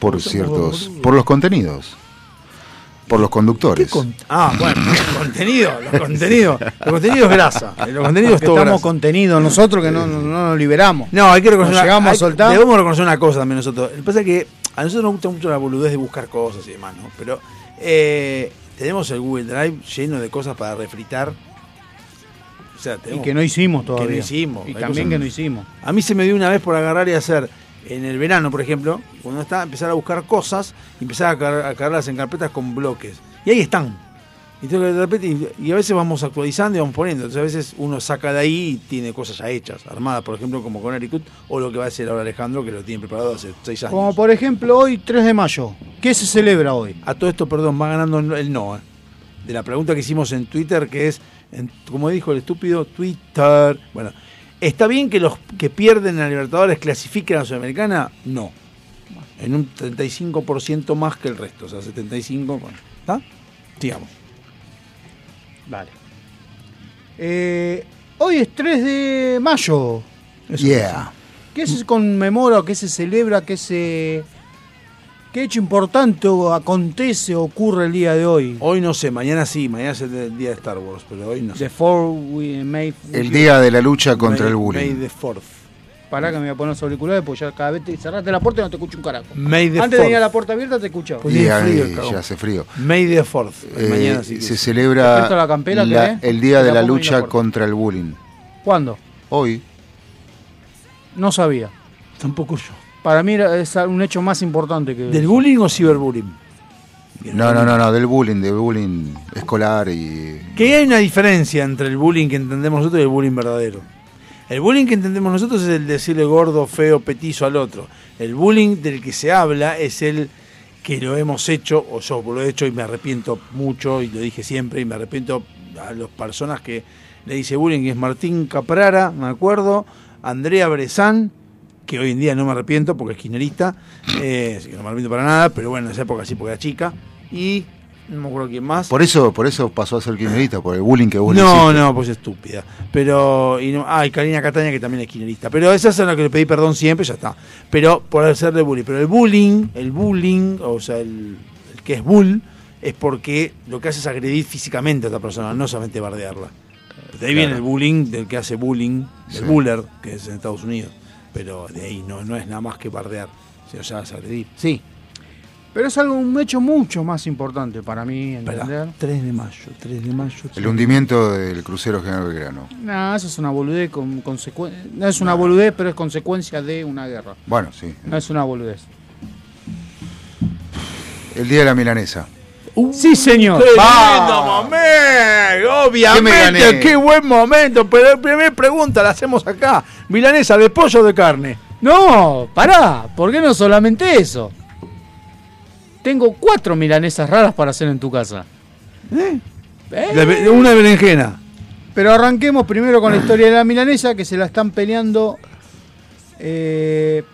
Speaker 4: Por
Speaker 2: No somos
Speaker 4: ciertos.
Speaker 2: boludos.
Speaker 4: Por los contenidos. Por los conductores.
Speaker 2: Ah, bueno, los contenidos, los contenidos. Los contenidos es grasa. Los contenidos es
Speaker 3: Porque
Speaker 2: todo
Speaker 3: estamos
Speaker 2: grasa.
Speaker 3: contenidos nosotros que no, no- no nos liberamos.
Speaker 2: No, hay que reconocer.
Speaker 3: Nos llegamos
Speaker 2: hay-
Speaker 3: a soltar.
Speaker 2: Debemos reconocer una cosa también nosotros. Lo que pasa es que a nosotros nos gusta mucho la boludez de buscar cosas y demás, ¿no? Pero eh, tenemos el Google Drive lleno de cosas para refritar. O sea,
Speaker 3: Y
Speaker 2: tenemos-
Speaker 3: que no hicimos
Speaker 2: que no
Speaker 3: todavía.
Speaker 2: hicimos.
Speaker 3: Y
Speaker 2: Hay
Speaker 3: también
Speaker 2: cosas-
Speaker 3: que no hicimos.
Speaker 2: A mí se me dio una vez por agarrar y hacer en el verano, por ejemplo, cuando estaba empezar a buscar cosas y empezar a, car- a cargarlas en carpetas con bloques. Y ahí están. Entonces, de repente, y- y a veces vamos actualizando y vamos poniendo. Entonces, a veces uno saca de ahí y tiene cosas ya hechas, armadas, por ejemplo, como con Ericut o lo que va a hacer ahora Alejandro, que lo tiene preparado hace seis años.
Speaker 3: Como por ejemplo hoy, 3 de mayo. ¿Qué se celebra hoy?
Speaker 2: A todo esto, perdón, va ganando el no. ¿eh? De la pregunta que hicimos en Twitter, que es, en- como dijo el estúpido, Twitter. Bueno, ¿está bien que los que pierden a Libertadores clasifiquen a la Sudamericana? No. En un 35% más que el resto, o sea, 75%. bueno, ¿Está? Sigamos.
Speaker 3: Vale. Eh, hoy es 3 de mayo.
Speaker 4: Yeah.
Speaker 3: ¿Qué se conmemora, qué se celebra, qué se... ¿Qué hecho importante o acontece o ocurre el día de hoy?
Speaker 2: Hoy no sé, mañana sí, mañana es el día de Star Wars, pero hoy no sé.
Speaker 3: The Fourth we made-
Speaker 4: El día de la lucha contra el bullying.
Speaker 2: May the Fourth.
Speaker 3: Pará que me voy a poner los auriculares porque ya cada vez te cerraste la puerta y no te escucho un carajo.
Speaker 2: May the
Speaker 3: Antes tenía
Speaker 2: fourth.
Speaker 3: la puerta abierta, te escuchaba.
Speaker 4: Y ahí ya hace frío.
Speaker 2: May the Fourth.
Speaker 4: Eh,
Speaker 2: mañana sí.
Speaker 4: se
Speaker 3: Te
Speaker 4: celebra
Speaker 3: presto la campera,
Speaker 4: la-
Speaker 3: ¿querés?
Speaker 4: el día
Speaker 3: Te
Speaker 4: de
Speaker 3: la
Speaker 4: la
Speaker 3: pongo y la
Speaker 4: lucha
Speaker 3: corto.
Speaker 4: contra el bullying.
Speaker 3: ¿Cuándo?
Speaker 4: Hoy.
Speaker 3: No sabía.
Speaker 2: Tampoco yo.
Speaker 3: Para mí era- es un hecho más importante que...
Speaker 2: ¿Del bullying o ciberbullying?
Speaker 4: No, no, no, no, del bullying, del bullying escolar y
Speaker 2: Que hay una diferencia entre el bullying que entendemos nosotros y el bullying verdadero. El bullying que entendemos nosotros es el decirle gordo, feo, petizo al otro. El bullying del que se habla es el que lo hemos hecho, o yo lo he hecho y me arrepiento mucho, y lo dije siempre, y me arrepiento a las personas que le dice bullying, que es Martín Caprara, me acuerdo, Andrea Brezán, que hoy en día no me arrepiento porque es kirchnerista, eh, así que no me arrepiento para nada, pero bueno, en esa época sí porque era chica, y no me acuerdo quién más.
Speaker 4: por eso, por eso pasó a ser kirchnerista por el bullying que vos le
Speaker 2: No,
Speaker 4: hiciste.
Speaker 2: no, pues estúpida. Pero, y no, ah, y Karina Cataña que también es kirchnerista. Pero esas son las que le pedí perdón siempre, ya está. Pero por hacerle bullying. Pero el bullying, el bullying, o sea, el, el que es bull, es porque lo que hace es agredir físicamente a otra persona, no solamente bardearla. De ahí viene el bullying del que hace bullying, el
Speaker 4: Sí.
Speaker 2: buller, que es en Estados Unidos. Pero de ahí no, no es nada más que bardear, sino ya es agredir. Sí,
Speaker 3: Pero es algo, un hecho mucho más importante para mí, ¿entender?
Speaker 2: 3 de mayo, 3 de mayo.
Speaker 4: El hundimiento del crucero General Belgrano.
Speaker 3: No, eso es una boludez con consecuencia. No es una boludez, pero es consecuencia de una guerra.
Speaker 4: Bueno, sí.
Speaker 3: No es una boludez.
Speaker 4: El día de la milanesa.
Speaker 3: Uh, sí, señor.
Speaker 2: ¡Qué
Speaker 3: Va.
Speaker 2: lindo momento!
Speaker 4: ¿Qué me gané?
Speaker 2: Obviamente, qué buen momento. Pero la primera pregunta la hacemos acá. Milanesa de pollo o de carne.
Speaker 3: No, pará. ¿Por qué no solamente eso? Tengo cuatro milanesas raras para hacer en tu casa. ¿Eh?
Speaker 2: La be- una ¿Eh? de berenjena.
Speaker 3: Pero arranquemos primero con la historia de la milanesa, que se la están peleando eh,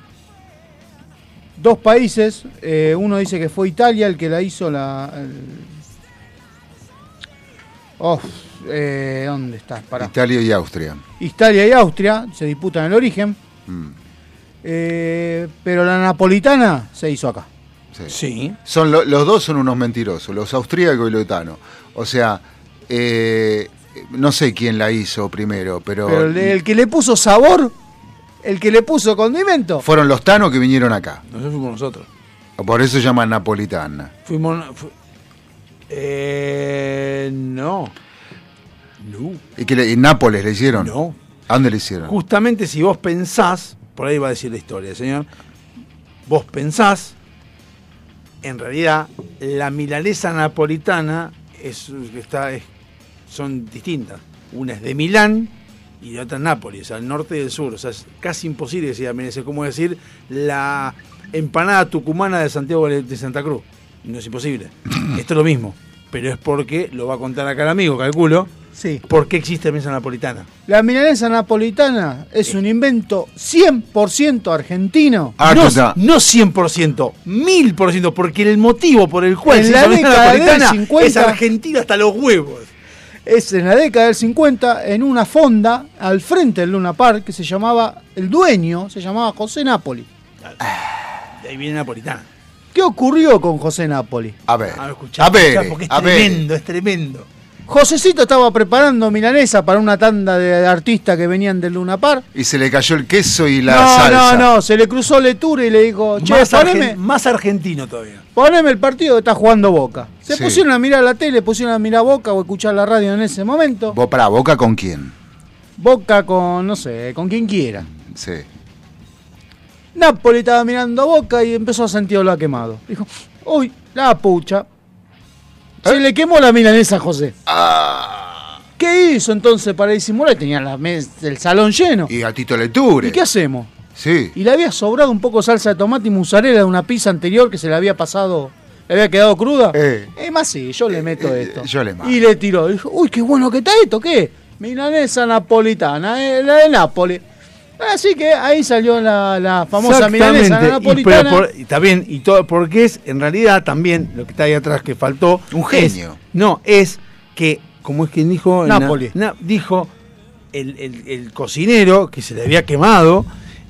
Speaker 3: dos países. Eh, uno dice que fue Italia el que la hizo la. el- Oh, eh, ¿dónde estás? Pará.
Speaker 4: Italia y Austria.
Speaker 3: Italia y Austria se disputan el origen.
Speaker 4: Mm,
Speaker 3: eh, pero la napolitana se hizo acá.
Speaker 4: sí.
Speaker 2: Sí.
Speaker 4: Son lo- los dos son unos mentirosos, los austríacos y los itanos. O sea, eh, no sé quién la hizo primero, pero,
Speaker 3: Pero el, el que le puso sabor, el que le puso condimento.
Speaker 4: fueron los tanos que vinieron acá.
Speaker 2: Nosotros fuimos nosotros.
Speaker 4: Por eso llaman napolitana.
Speaker 2: Fuimos. fu- eh, no. No.
Speaker 4: ¿Y que le, y Nápoles le hicieron?
Speaker 2: No.
Speaker 4: ¿A dónde le hicieron?
Speaker 2: Justamente si vos pensás, por ahí va a decir la historia, señor. Vos pensás, en realidad, la milanesa napolitana es, está, es- son distintas. Una es de Milán y la otra es Nápoles, o sea, al norte y el sur. O sea, es casi imposible decir la milanesa. Es como decir la empanada tucumana de Santiago de de Santa Cruz. No es imposible. Esto es lo mismo. Pero es porque, lo va a contar acá el amigo, calculo,
Speaker 3: Sí.
Speaker 2: por qué existe la milanesa napolitana.
Speaker 3: La milanesa napolitana es un invento 100% argentino.
Speaker 4: Ah,
Speaker 2: No,
Speaker 4: cosa.
Speaker 2: no 100%, 1000%, porque el motivo por el cual
Speaker 3: En
Speaker 2: se
Speaker 3: la
Speaker 2: hizo la
Speaker 3: década del
Speaker 2: napolitana
Speaker 3: 50.
Speaker 2: es argentino hasta los huevos.
Speaker 3: Es en la década del 50, en una fonda al frente del Luna Park, que se llamaba, el dueño se llamaba José Napoli.
Speaker 2: De ahí viene napolitana.
Speaker 3: ¿Qué ocurrió con José Napoli?
Speaker 4: A ver.
Speaker 2: A ver, escuchá,
Speaker 4: A ver.
Speaker 2: escuchá, porque es
Speaker 4: A ver.
Speaker 2: tremendo, es tremendo.
Speaker 3: Josecito estaba preparando milanesa para una tanda de artistas que venían del Luna Park.
Speaker 4: Y se le cayó el queso y la
Speaker 3: no,
Speaker 4: salsa.
Speaker 3: no, no, se le cruzó Letura y le dijo, che,
Speaker 2: Más, argen-
Speaker 3: poneme,
Speaker 2: más argentino todavía.
Speaker 3: Poneme el partido que está jugando Boca. Se
Speaker 4: Sí.
Speaker 3: pusieron a mirar la tele, pusieron a mirar Boca o escuchar la radio en ese momento.
Speaker 4: ¿Vos para Boca con quién?
Speaker 3: Boca con, no sé, con quien quiera.
Speaker 4: Sí.
Speaker 3: Napoli estaba mirando Boca y empezó a sentirlo a quemado. Dijo, uy, la pucha.
Speaker 4: ¿Eh?
Speaker 3: Se le quemó la milanesa a José.
Speaker 4: Ah.
Speaker 3: ¿Qué hizo entonces para disimular? Tenía la mes- el salón lleno.
Speaker 4: Y Gatito Leture.
Speaker 3: ¿Y qué hacemos?
Speaker 4: Sí.
Speaker 3: Y le había sobrado un poco de salsa de tomate y mozzarella de una pizza anterior que se le había pasado, le había quedado cruda.
Speaker 4: Eh.
Speaker 3: Es más, sí, yo le meto esto.
Speaker 4: yo
Speaker 2: Ah.
Speaker 4: le mato.
Speaker 3: Y le tiró. Dijo, uy, qué bueno que está esto, ¿qué? Milanesa napolitana, eh, la de Nápoles. Así que ahí salió la, la famosa milanesa
Speaker 2: Exactamente, y, pero
Speaker 3: napolitana.
Speaker 2: por- y está bien, y todo, porque es, en realidad, también, lo que está ahí atrás que faltó.
Speaker 4: Un
Speaker 2: es-
Speaker 4: genio.
Speaker 2: no, es que, como es quien dijo.
Speaker 3: Napoli.
Speaker 2: Na- na- dijo el, el- el cocinero que se le había quemado.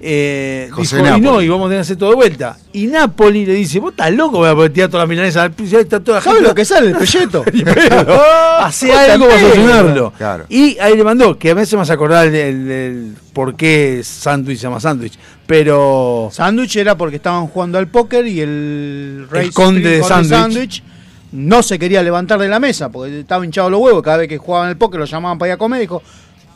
Speaker 2: eh,
Speaker 4: José
Speaker 2: dijo, y no,
Speaker 4: Napoli.
Speaker 2: y vamos a tener que hacer todo de vuelta. Y Napoli le dice, vos estás loco, voy a poner teatro la milanesa. Ya está toda la
Speaker 3: ¿Sabes
Speaker 2: gente-
Speaker 3: lo que sale el pelleto?
Speaker 2: Ni pedo.
Speaker 4: Oh,
Speaker 2: Hace
Speaker 3: Puta
Speaker 2: algo para
Speaker 3: pedo.
Speaker 2: solucionarlo.
Speaker 3: Claro.
Speaker 2: Y ahí le mandó, que a veces me hace acordar el, el- el por qué sándwich se llama sándwich. Pero.
Speaker 3: Sándwich era porque estaban jugando al póker y el rey
Speaker 2: conde
Speaker 3: Supreme
Speaker 2: de sándwich.
Speaker 3: no se quería levantar de la mesa porque estaba hinchado los huevos. Cada vez que jugaban al póker lo llamaban para ir a comer. Dijo: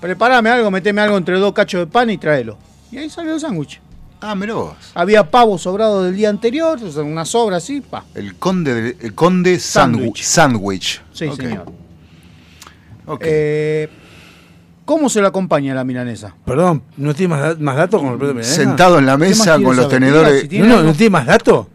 Speaker 3: Prepárame algo, meteme algo entre dos cachos de pan y tráelo. Y ahí salió el sándwich.
Speaker 4: Ah, mirá vos.
Speaker 3: Había pavo sobrado del día anterior, o sea, una sobra así, pa.
Speaker 4: El conde, del- el conde sándwich. Sándwich.
Speaker 3: Sí,
Speaker 4: Ok.
Speaker 3: señor. Eh, ¿Cómo se lo acompaña la milanesa?
Speaker 2: Perdón, ¿no tiene más, da- más datos con el plato de milanesa?
Speaker 4: Sentado en la
Speaker 2: ¿Qué más
Speaker 4: mesa
Speaker 2: quiere
Speaker 4: con los
Speaker 2: saber?
Speaker 4: tenedores-
Speaker 2: Diga, si tiene No, no, ¿no tiene más datos?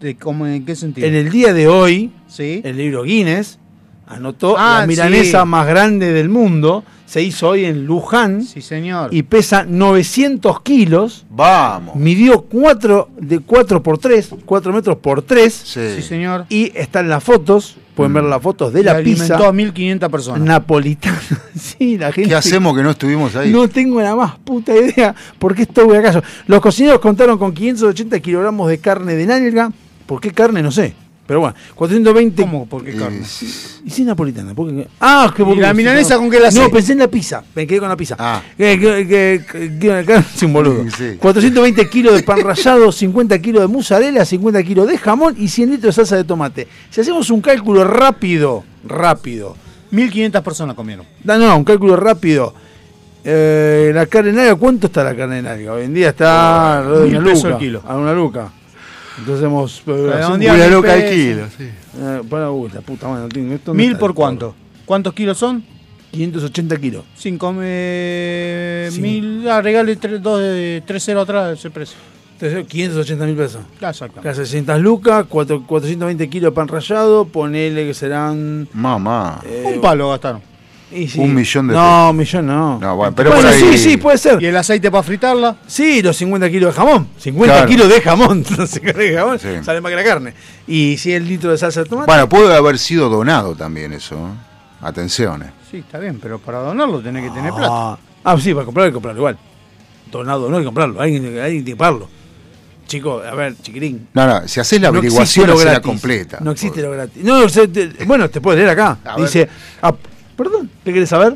Speaker 3: ¿De cómo- ¿En qué sentido?
Speaker 2: En el día de hoy, el libro Guinness anotó
Speaker 3: Ah,
Speaker 2: la milanesa
Speaker 3: sí.
Speaker 2: más grande del mundo. Se hizo hoy en Luján.
Speaker 3: Sí, señor.
Speaker 2: Y pesa 900 kilos.
Speaker 4: Vamos.
Speaker 2: Midió 4 de 4 por 3, 4 metros por 3.
Speaker 3: Sí, Mm. señor.
Speaker 2: Y están las fotos, pueden ver las fotos de
Speaker 3: Y
Speaker 2: la
Speaker 3: alimentó
Speaker 2: pizza
Speaker 3: a 1500 personas.
Speaker 2: napolitana. sí, la gente.
Speaker 4: ¿Qué hacemos que no estuvimos Pues ahí?
Speaker 2: No tengo la más puta idea por qué esto voy acaso. Los cocineros contaron con 580 kilogramos de carne de nalga. ¿Por qué carne? No sé. Pero bueno, 420. ¿Cómo?
Speaker 3: ¿Por qué carne?
Speaker 2: Y si es napolitana. ¿por qué? Ah, que
Speaker 3: ¿Y la milanesa con qué la
Speaker 2: No,
Speaker 3: hace? Ah.
Speaker 2: pensé en la pizza. Me quedé con la pizza. Que, que, que, que- que- que- es un boludo. 420 kilos de pan rallado, 50 kilos de mozzarella, 50 kilos de jamón y 100 litros de salsa de tomate. Si hacemos un cálculo rápido, rápido.
Speaker 3: 1500 personas comieron.
Speaker 2: No, no, un cálculo rápido. Eh, la carne en alga, ¿cuánto está la carne en alga? Hoy en día está alrededor de
Speaker 3: Mil
Speaker 2: una
Speaker 3: pesos
Speaker 2: luca.
Speaker 3: el kilo.
Speaker 2: A una luca. Entonces hemos. eh,
Speaker 3: Redondea Una mil luca al pesos. kilo,
Speaker 2: sí. para, Eh, uy, la puta madre, no tengo- esto no
Speaker 3: ¿Mil
Speaker 2: está
Speaker 3: por
Speaker 2: el
Speaker 3: cuánto? ¿Cuántos kilos son?
Speaker 2: 580 kilos.
Speaker 3: 5 mil. Ah, regale 3 0 atrás de ese precio.
Speaker 2: 580 mil pesos.
Speaker 3: Ah, exactamente.
Speaker 2: Las 600 lucas, cuatro- 420 kilos de pan rallado, ponele que serán. eh,
Speaker 4: Mamá.
Speaker 3: Un palo gastaron.
Speaker 2: y sí.
Speaker 4: Un millón de
Speaker 2: No, un millón no.
Speaker 4: No, bueno, pero
Speaker 2: Bueno,
Speaker 4: por ahí.
Speaker 2: sí, sí, puede ser.
Speaker 3: ¿Y el aceite para fritarla?
Speaker 2: Sí, los 50 kilos de jamón. 50
Speaker 4: Claro.
Speaker 2: kilos de jamón. 50 kilos de jamón
Speaker 4: Sí.
Speaker 2: sale más que la carne. Y 100 litros de salsa de tomate.
Speaker 4: Bueno, puede haber sido donado también eso. ¿eh? Atención. eh.
Speaker 3: Sí, está bien, pero para donarlo tenés que tener plata.
Speaker 2: Ah, ah, sí, para comprar hay que comprarlo igual. Donado no hay que comprarlo. Alguien, alguien tiene que pagarlo. Chico, a ver, chiquirín.
Speaker 4: No, no, si haces la
Speaker 2: No existe
Speaker 4: averiguación,
Speaker 2: lo
Speaker 4: hacela
Speaker 2: gratis.
Speaker 4: completa.
Speaker 2: No existe lo gratis. No, o sea, te- bueno, te puedes leer acá.
Speaker 4: A ver.
Speaker 2: Dice, ah, perdón, ¿qué querés saber?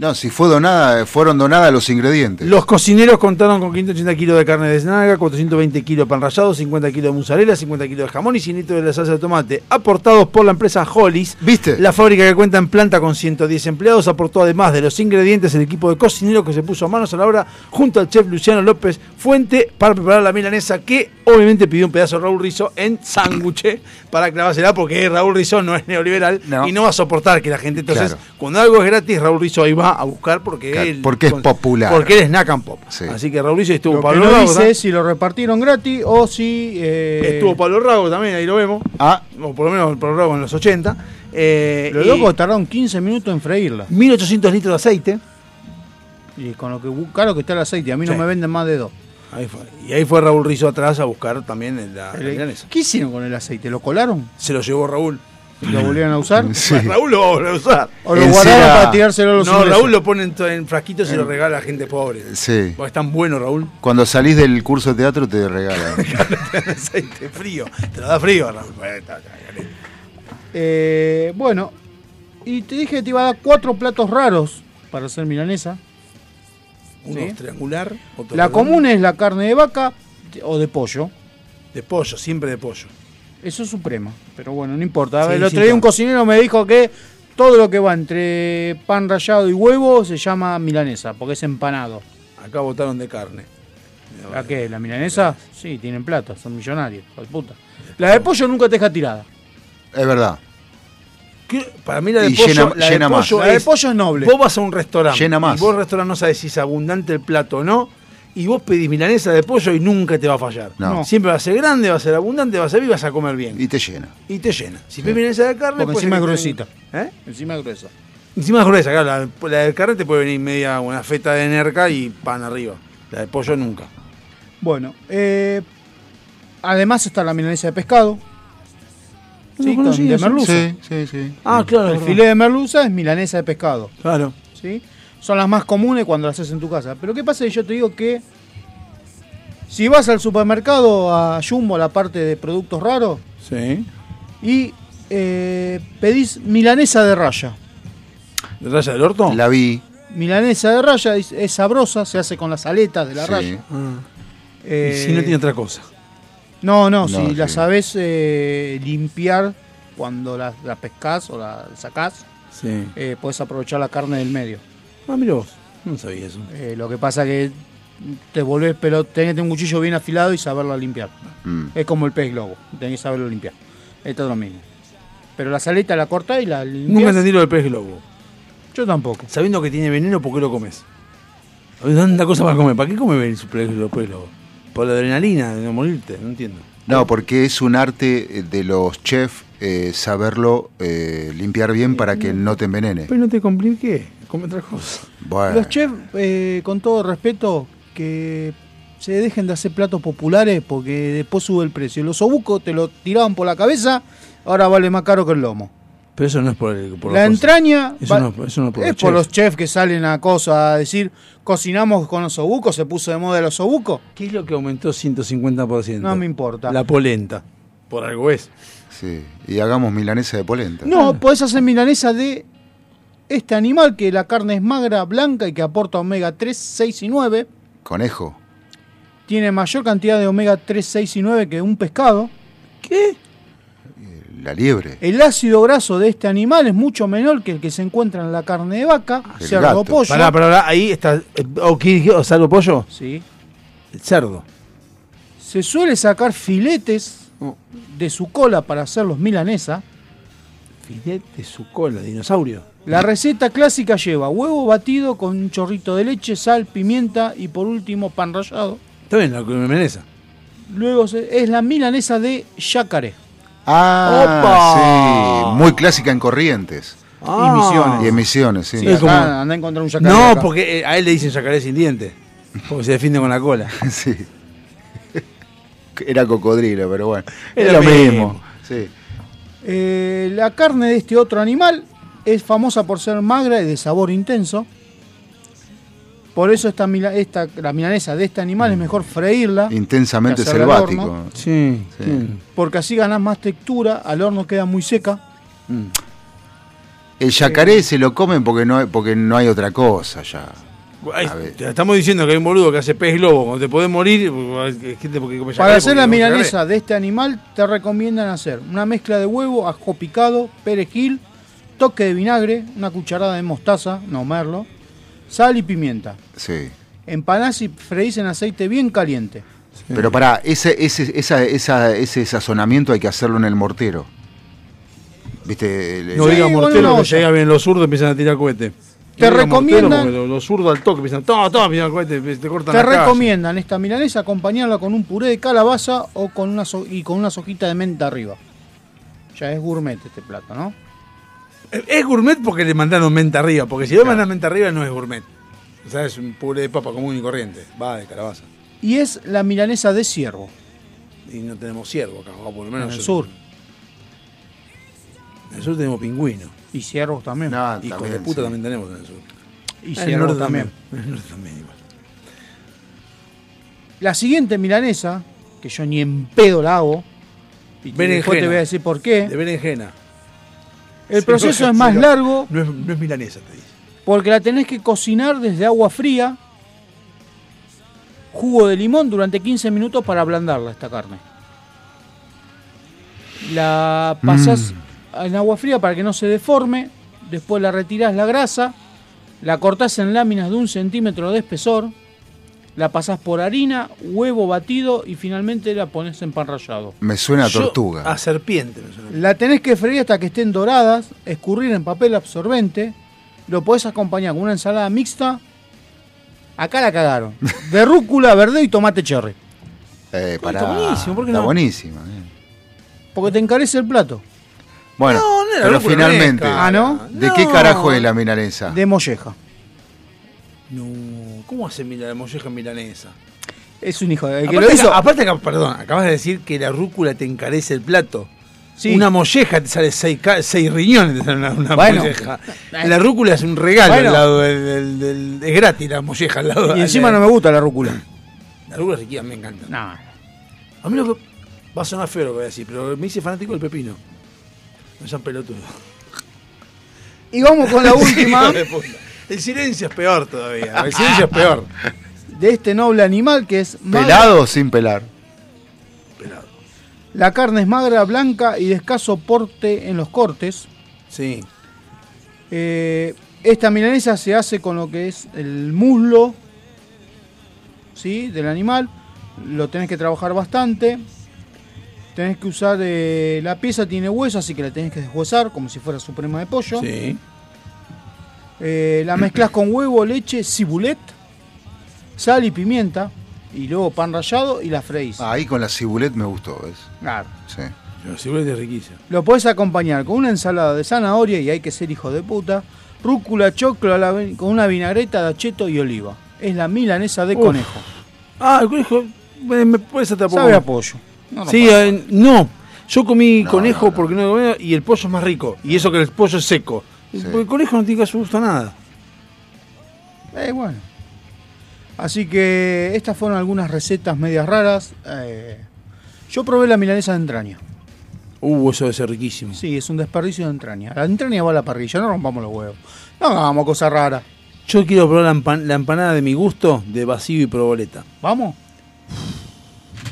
Speaker 4: No, si fue donada, fueron donadas los ingredientes.
Speaker 2: Los cocineros contaron con 580 kilos de carne de snaga, 420 kilos de pan rallado, 50 kilos de mozzarella, 50 kilos de jamón y 100 litros de la salsa de tomate, aportados por la empresa Hollis.
Speaker 4: ¿Viste?
Speaker 2: La fábrica que cuenta en planta con 110 empleados aportó además de los ingredientes el equipo de cocineros que se puso a manos a la obra junto al chef Luciano López Fuente para preparar la milanesa que obviamente pidió un pedazo de Raúl Rizzo en sándwich eh, para clavársela porque Raúl Rizzo no es neoliberal y no va a soportar que la gente entonces
Speaker 4: Claro.
Speaker 2: cuando algo es gratis Raúl Rizzo ahí va a buscar porque
Speaker 4: Claro,
Speaker 2: él
Speaker 4: porque es popular.
Speaker 2: porque él es snack and pop.
Speaker 4: Sí.
Speaker 2: Así que Raúl Rizzo estuvo
Speaker 3: Lo que
Speaker 2: Pablo
Speaker 3: no
Speaker 2: Rago,
Speaker 3: dice
Speaker 2: ¿verdad?
Speaker 3: es si lo repartieron gratis o si. eh,
Speaker 2: ¿eh? estuvo Pablo Rago también, ahí lo vemos.
Speaker 4: Ah,
Speaker 2: O por lo menos Pablo Rago en los 80. Eh,
Speaker 3: Los
Speaker 2: y
Speaker 3: locos tardaron 15 minutos en freírla.
Speaker 2: 1800 litros de aceite.
Speaker 3: Y con lo que bu- caro que está el aceite, a mí
Speaker 2: Sí.
Speaker 3: no me venden más de dos.
Speaker 2: Ahí fue. Y ahí fue Raúl Rizzo atrás a buscar también el- la, la
Speaker 3: El-
Speaker 2: milanesa.
Speaker 3: ¿Qué hicieron con el aceite? ¿Lo colaron?
Speaker 2: Se lo llevó Raúl.
Speaker 3: ¿Lo volvieron a usar?
Speaker 4: Sí. Eh,
Speaker 2: Raúl lo va a volver a usar.
Speaker 3: ¿O lo
Speaker 4: Él
Speaker 3: guardaron
Speaker 4: será-
Speaker 3: para tirárselo a los
Speaker 2: No,
Speaker 3: ingleses?
Speaker 2: Raúl lo pone en, to- en frasquitos y lo regala a gente pobre.
Speaker 4: Eh, Sí.
Speaker 2: Porque es tan bueno, Raúl.
Speaker 4: Cuando salís del curso de teatro te regalan.
Speaker 2: aceite frío. Te lo da frío, Raúl. Eh, está- está-
Speaker 3: Eh, bueno, y te dije que te iba a dar cuatro platos raros para hacer milanesa.
Speaker 2: Uno
Speaker 3: Sí.
Speaker 2: triangular, otro
Speaker 3: La
Speaker 2: redondo.
Speaker 3: común es la carne de vaca de- o de pollo.
Speaker 2: De pollo, siempre de pollo.
Speaker 3: Eso es suprema, pero bueno, no importa.
Speaker 2: Sí,
Speaker 3: El
Speaker 2: sí,
Speaker 3: otro día un
Speaker 2: importa.
Speaker 3: cocinero me dijo que todo lo que va entre pan rallado y huevo se llama milanesa, porque es empanado.
Speaker 2: Acá votaron de carne.
Speaker 3: ¿A qué? ¿La milanesa? Sí, tienen plata, son millonarios, hijo de puta. La de pollo nunca te deja tirada.
Speaker 4: es verdad.
Speaker 2: ¿Qué? Para mí la de
Speaker 4: Y
Speaker 2: pollo,
Speaker 4: llena-
Speaker 2: la de
Speaker 4: llena más.
Speaker 2: pollo
Speaker 3: La de
Speaker 2: es-
Speaker 3: pollo es noble.
Speaker 2: Vos vas a un restaurante.
Speaker 4: Llena más.
Speaker 2: Y vos al restaurante no sabes si es abundante el plato o no. Y vos pedís milanesa de pollo y nunca te va a fallar.
Speaker 4: No.
Speaker 2: Siempre va a ser grande, va a ser abundante, va a ser y vas a comer bien.
Speaker 4: Y te llena.
Speaker 2: Y te llena. Si pedís milanesa de carne,
Speaker 3: Porque
Speaker 2: puede
Speaker 3: encima
Speaker 2: ser
Speaker 3: es
Speaker 2: que te-
Speaker 3: gruesita.
Speaker 2: ¿Eh?
Speaker 3: Encima es gruesa.
Speaker 2: Encima es gruesa, claro. La, la de carne te puede venir media una feta de nerca y pan arriba. La de pollo nunca.
Speaker 3: Bueno, eh, además está la milanesa de pescado.
Speaker 2: lo
Speaker 3: Sí, con-
Speaker 2: conocí
Speaker 3: de
Speaker 2: eso.
Speaker 3: merluza.
Speaker 4: Sí, sí, sí.
Speaker 2: Ah, claro.
Speaker 3: El filé de merluza es milanesa de pescado.
Speaker 2: Claro.
Speaker 3: ¿sí? Son las más comunes cuando las haces en tu casa. Pero ¿qué pasa si yo te digo que Si vas al supermercado a Jumbo, a la parte de productos raros,
Speaker 2: Sí.
Speaker 3: y eh, pedís milanesa de raya.
Speaker 2: ¿De raya del orto?
Speaker 4: La vi.
Speaker 3: Milanesa de raya es, es sabrosa, se hace con las aletas de la
Speaker 2: Sí.
Speaker 3: raya. Ah.
Speaker 2: Y
Speaker 3: Eh,
Speaker 2: si no tiene otra cosa.
Speaker 3: No, no, si
Speaker 2: No,
Speaker 3: la
Speaker 2: sí.
Speaker 3: sabés eh, limpiar cuando la, la pescás o la sacás,
Speaker 2: Sí.
Speaker 3: eh, podés aprovechar la carne del medio.
Speaker 2: Ah, mira vos. No sabía eso.
Speaker 3: Eh, lo que pasa que te volvés, pero tenés que tener un cuchillo bien afilado y saberlo limpiar.
Speaker 2: Mm.
Speaker 4: Mm.
Speaker 3: Es como el pez globo, tenés que saberlo limpiar. Esto es lo mismo. Pero la saleta la cortás y la limpiás.
Speaker 2: Nunca entendí lo del pez globo.
Speaker 3: Yo tampoco.
Speaker 2: Sabiendo que tiene veneno, ¿por qué lo comes? Hay tanta cosa para comer. ¿Para qué come el pez globo? pez globo? Por la adrenalina de no morirte, no entiendo.
Speaker 4: No, porque es un arte eh, de los chefs eh, saberlo eh, limpiar bien para que no te envenene.
Speaker 2: Pero no te compliqué, come otra cosa.
Speaker 4: Bueno,
Speaker 3: Los chefs, eh, con todo respeto, que se dejen de hacer platos populares porque después sube el precio. Los obucos te lo tiraban por la cabeza, ahora vale más caro que el lomo.
Speaker 2: Pero eso no es por, el, por
Speaker 3: la
Speaker 2: los-
Speaker 3: entraña
Speaker 2: Eso
Speaker 3: va-
Speaker 2: no- eso no por
Speaker 3: es
Speaker 2: los
Speaker 3: por
Speaker 2: chefs.
Speaker 3: los chefs que salen a cosas a decir, cocinamos con los obucos, se puso de moda los obucos.
Speaker 2: ¿Qué es lo que aumentó 150%?
Speaker 3: No me importa.
Speaker 2: La polenta. Por algo es.
Speaker 4: sí. Y hagamos milanesa de polenta.
Speaker 3: No, podés hacer milanesa de este animal que la carne es magra, blanca y que aporta omega 3, 6 y 9.
Speaker 4: Conejo.
Speaker 3: Tiene mayor cantidad de omega 3, 6 y 9 que un pescado. ¿Qué?
Speaker 4: La liebre.
Speaker 3: El ácido graso de este animal es mucho menor que el que se encuentra en la carne de vaca,
Speaker 2: Ah, El
Speaker 3: cerdo o
Speaker 2: gato.
Speaker 3: pollo.
Speaker 2: Pará, pará, pará, ahí está. eh, ¿O qué dije? ¿O salvo pollo?
Speaker 3: Sí.
Speaker 2: El cerdo.
Speaker 3: Se suele sacar filetes
Speaker 2: Oh.
Speaker 3: de su cola para hacer los milanesa.
Speaker 2: Filete, su cola, dinosaurio.
Speaker 3: La receta clásica lleva huevo batido con un chorrito de leche, sal, pimienta y por último pan rallado.
Speaker 2: Está bien, la milanesa.
Speaker 3: Luego se- es la milanesa de yacaré.
Speaker 4: Ah, sí. Muy clásica en Corrientes.
Speaker 3: Ah. Y Misiones.
Speaker 4: Y en Misiones, sí.
Speaker 3: Sí, acá anda a encontrar un yacaré.
Speaker 2: No,
Speaker 3: acá.
Speaker 2: porque eh, a él le dicen yacaré sin diente. Porque se defiende con la cola.
Speaker 4: sí. Era cocodrilo, pero bueno.
Speaker 2: Es
Speaker 4: Es
Speaker 2: lo
Speaker 4: lo mismo.
Speaker 2: mismo.
Speaker 4: Sí.
Speaker 3: Eh, la carne de este otro animal es famosa por ser magra y de sabor intenso. Por eso esta, mila- esta- la milanesa de este animal
Speaker 2: Mm.
Speaker 3: es mejor freírla,
Speaker 4: Intensamente
Speaker 3: Que hacerla al
Speaker 4: selvático.
Speaker 3: horno.
Speaker 2: Sí.
Speaker 4: sí.
Speaker 3: porque así ganás más textura, al horno queda muy seca.
Speaker 4: El yacaré se lo comen porque no, hay- porque no hay otra cosa ya.
Speaker 2: Ay, te estamos diciendo que hay un boludo que hace pez globo. Cuando te podés morir, eh, es gente porque come
Speaker 3: Para
Speaker 2: yacaré,
Speaker 3: hacer
Speaker 2: porque
Speaker 3: la
Speaker 2: come yacaré.
Speaker 3: milanesa de este animal te recomiendan hacer una mezcla de huevo, ajo picado, perejil, toque de vinagre, una cucharada de mostaza, no merlo, sal y pimienta.
Speaker 4: Sí.
Speaker 3: Empanás y freís en aceite bien caliente. Eh.
Speaker 4: Pero pará, ese, ese, esa, esa- ese sazonamiento hay que hacerlo en el mortero. ¿Viste? El-
Speaker 2: No
Speaker 4: el-
Speaker 2: digas mortero que llega bien los zurdos empiezan a tirar cohete.
Speaker 3: Te
Speaker 2: No digas
Speaker 3: recomiendan-
Speaker 2: mortero, porque Los, los zurdos al toque empiezan, todo, todo, empiezan cohete, te cortan
Speaker 3: Te
Speaker 2: la calle.
Speaker 3: recomiendan esta milanesa acompañarla con un puré de calabaza o con una so- y con una hojita de menta arriba. Ya es gourmet este plato, ¿no?
Speaker 2: Eh, Es gourmet porque le mandaron menta arriba, porque si le mandan menta arriba no es gourmet. O sea, es un puré de papa común y corriente. Va de calabaza.
Speaker 3: Y es la milanesa de ciervo,
Speaker 2: Y no tenemos ciervo acá, o por lo menos.
Speaker 3: en el
Speaker 2: yo-
Speaker 3: sur.
Speaker 2: En el sur tenemos pingüino.
Speaker 3: Y ciervos también.
Speaker 2: y con de puta también tenemos en el sur.
Speaker 3: Y
Speaker 2: En el
Speaker 3: ciervos
Speaker 2: norte
Speaker 3: también.
Speaker 2: En el norte también igual.
Speaker 3: La siguiente milanesa, que yo ni en pedo la hago, y que después
Speaker 2: Berenjena.
Speaker 3: te voy a decir por qué.
Speaker 2: De berenjena.
Speaker 3: El
Speaker 2: Sí,
Speaker 3: proceso
Speaker 2: no,
Speaker 3: es más
Speaker 2: sí, no.
Speaker 3: largo
Speaker 2: No es, no es milanesa, te dice.
Speaker 3: porque la tenés que cocinar desde agua fría, jugo de limón durante 15 minutos para ablandarla esta carne. La pasás
Speaker 2: Mm.
Speaker 3: en agua fría para que no se deforme, después la retirás la grasa, la cortás en láminas de un centímetro de espesor, la pasás por harina, huevo batido y finalmente la pones en pan rallado.
Speaker 4: Me suena a
Speaker 2: Yo-
Speaker 4: tortuga.
Speaker 2: A serpiente me suena.
Speaker 3: La tenés que freír hasta que estén doradas, escurrir en papel absorbente. Lo podés acompañar con una ensalada mixta. Acá la cagaron. ah, De rúcula, verde y tomate cherry.
Speaker 4: Eh, pará.
Speaker 3: está buenísimo, ¿por qué
Speaker 4: Está
Speaker 3: no?
Speaker 4: buenísimo, eh.
Speaker 3: Porque te encarece el plato.
Speaker 4: Bueno,
Speaker 3: No, no era
Speaker 4: pero
Speaker 3: locura,
Speaker 4: finalmente.
Speaker 3: no es cara. Ah, ¿no?
Speaker 4: ¿De
Speaker 3: No.
Speaker 4: qué carajo es la milanesa?
Speaker 3: De molleja.
Speaker 2: No, ¿cómo hace mila- la molleja milanesa?
Speaker 3: Es un hijo de... el que
Speaker 2: aparte,
Speaker 3: lo hizo-
Speaker 2: que- aparte que- perdón, acabas de decir que la rúcula te encarece el plato.
Speaker 3: Sí.
Speaker 2: Una molleja te sale seis, ca- seis riñones, te sale una, una
Speaker 3: Bueno.
Speaker 2: molleja. La rúcula es un regalo
Speaker 3: Bueno.
Speaker 2: al lado del, del- del- Es gratis la molleja al lado
Speaker 3: Y encima no me gusta la rúcula.
Speaker 2: Las rúgulas riquías me encantan. A mí lo que. Va a sonar feo lo que voy a decir, pero me hice fanático del pepino. No sean pelotudos.
Speaker 3: Y vamos con la última.
Speaker 2: Hijo de puta. El silencio es peor todavía. El silencio es peor.
Speaker 3: De este noble animal que es magra.
Speaker 4: ¿Pelado o sin pelar?
Speaker 3: La carne es magra, blanca y de escaso porte en los cortes. Eh,
Speaker 2: Sí.
Speaker 3: esta milanesa se hace con lo que es el muslo ¿sí? del animal. Lo tenés que trabajar bastante. Tenés que usar eh, la pieza, tiene hueso, así que la tenés que deshuesar como si fuera suprema de pollo.
Speaker 2: Sí.
Speaker 3: Eh, la mezclas con huevo, leche, cibulet, sal y pimienta. Y luego pan rallado y la freís.
Speaker 4: Ah, Ahí con la cibulet me gustó, ¿ves?
Speaker 3: Claro.
Speaker 4: Sí.
Speaker 2: La cibulet es riquísima.
Speaker 3: Lo podés acompañar con una ensalada de zanahoria, y hay que ser hijo de puta, rúcula, choclo, a la vi- con una vinagreta de acheto y oliva. Es la milanesa de
Speaker 2: Uf.
Speaker 3: conejo.
Speaker 2: Ah, el conejo. Me, me puedes atrapar.
Speaker 3: Sabe a pollo. No, no
Speaker 2: sí,
Speaker 3: pasa
Speaker 2: eh, no. Yo comí conejo porque no comía y el pollo es más rico. Y eso que el pollo es seco. Porque el conejo no tiene que su gusto a nada.
Speaker 3: Eh, bueno. Así que estas fueron algunas recetas medias raras. Eh, yo probé la milanesa de entraña.
Speaker 2: Uh, eso debe ser riquísimo.
Speaker 3: Sí, es un desperdicio de entraña. La entraña va a la parrilla, no rompamos los huevos. No hagamos cosas raras.
Speaker 2: Yo quiero probar la, empan- la empanada de mi gusto de vacío y proboleta.
Speaker 3: ¿Vamos?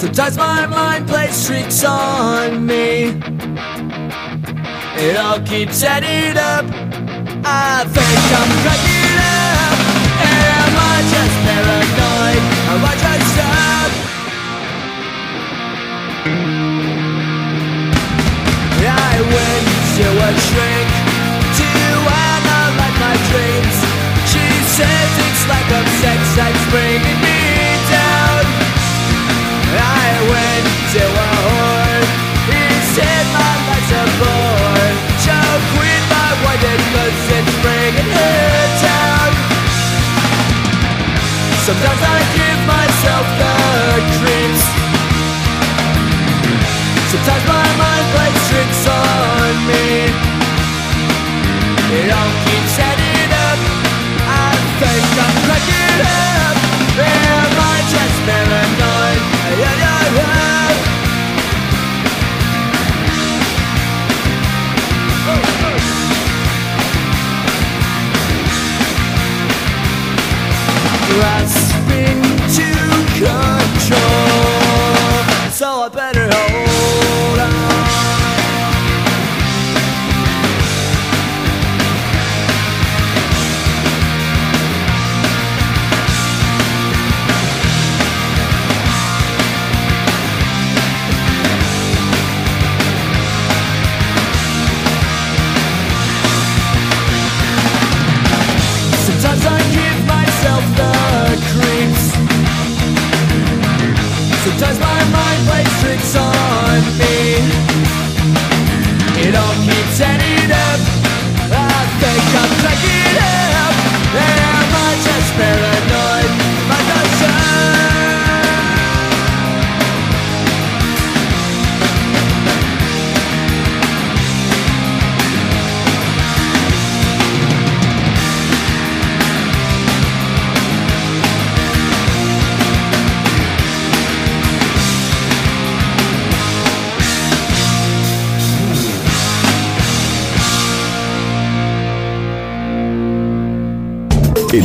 Speaker 1: Sometimes my mind plays tricks on me. It all keeps adding up. I think I'm cracking up. Am I just paranoid? Am I just up? I went to a shrink to analyze my dreams. She says it's like a sex that's bringing me down. I went to a whore. He said my life's a bore. So quit my wife and cause it's bringing her down. Sometimes I give myself the creeps. Sometimes my mind plays tricks on me. It all keeps adding up. I think I'm cracking up. Am I just paranoid? Yeah, yeah, yeah. Grasping to control, so I better hold on. Sometimes I give myself the creeps. Sometimes my mind plays tricks on me. It all keeps adding up. I think I'm cracking up. Am I just paranoid? Am I just
Speaker 7: En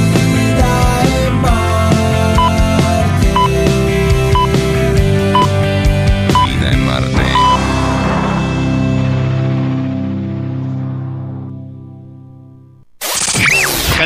Speaker 2: Vida en Marte.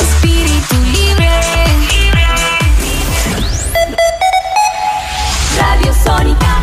Speaker 1: Espíritu libre. Radio Sónica.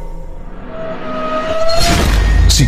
Speaker 5: Si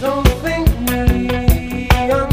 Speaker 1: Don't think me, I'm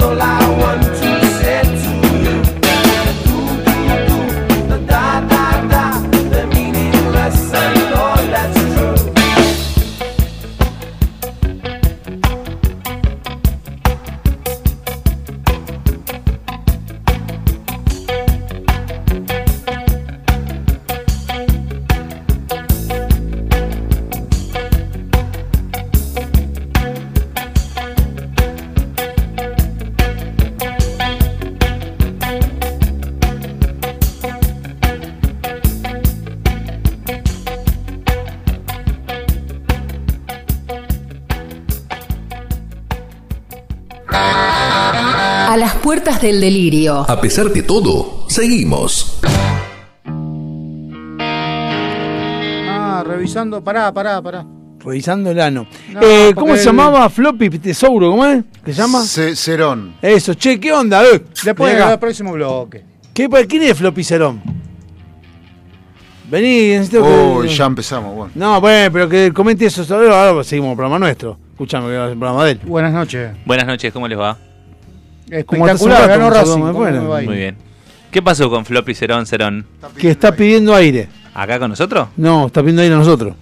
Speaker 14: all I want to say to you. Do, do, do, the da, da, da, the meaningless and all that's true.
Speaker 15: A las puertas del delirio.
Speaker 7: A pesar de todo, seguimos.
Speaker 16: Ah, revisando, pará, pará, pará.
Speaker 2: Revisando el ano.
Speaker 16: No,
Speaker 2: Eh, ¿Cómo
Speaker 16: porque
Speaker 2: se
Speaker 16: el-
Speaker 2: llamaba? Floppy Tesauro, ¿cómo es? ¿Qué se llama?
Speaker 4: Cerón.
Speaker 2: Eso, che, ¿qué onda? Eh,
Speaker 16: Después
Speaker 2: vení acá.
Speaker 16: del próximo bloque.
Speaker 2: ¿Qué, pa- ¿Quién es Floppy Cerón? Vení, necesito
Speaker 4: Oh,
Speaker 2: que-
Speaker 4: ya empezamos, bueno.
Speaker 2: No, bueno, pero que comente eso. sobre- Ahora seguimos el programa nuestro. Escuchame, que va a ser el programa de él.
Speaker 16: Buenas noches.
Speaker 17: Buenas noches, ¿cómo les va?
Speaker 2: Espectacular, ganó Racing, ¿cómo me va a ir?
Speaker 17: Muy bien. ¿Qué pasó con Floppy Cerón Cerón?
Speaker 2: Que está pidiendo aire.
Speaker 17: ¿Acá con nosotros?
Speaker 2: No, está pidiendo aire a nosotros.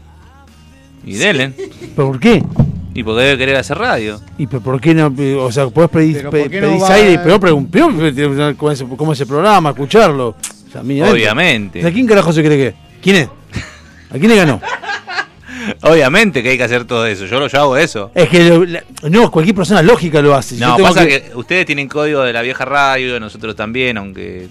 Speaker 17: Y Delen.
Speaker 2: ¿Pero por qué?
Speaker 17: ¿Y porque debe querer hacer radio?
Speaker 2: ¿Y pe- por qué no? pe- O sea, podés pedir,
Speaker 17: Pero
Speaker 2: pe-
Speaker 17: ¿por qué no
Speaker 2: pedís
Speaker 17: va-
Speaker 2: aire, pero pregun- pero pe- te- cómo es- cómo es el programa, escucharlo. O sea, mínimamente.
Speaker 17: Obviamente.
Speaker 2: O sea, quién carajo se cree que? es? ¿Quién es? ¿A quién le ganó?
Speaker 17: Obviamente que hay que hacer todo eso. Yo lo yo hago eso.
Speaker 2: Es que lo- la- no, cualquier persona lógica lo hace. Si yo
Speaker 17: No,
Speaker 2: tengo
Speaker 17: pasa que... ustedes tienen código de la vieja radio, nosotros también, aunque.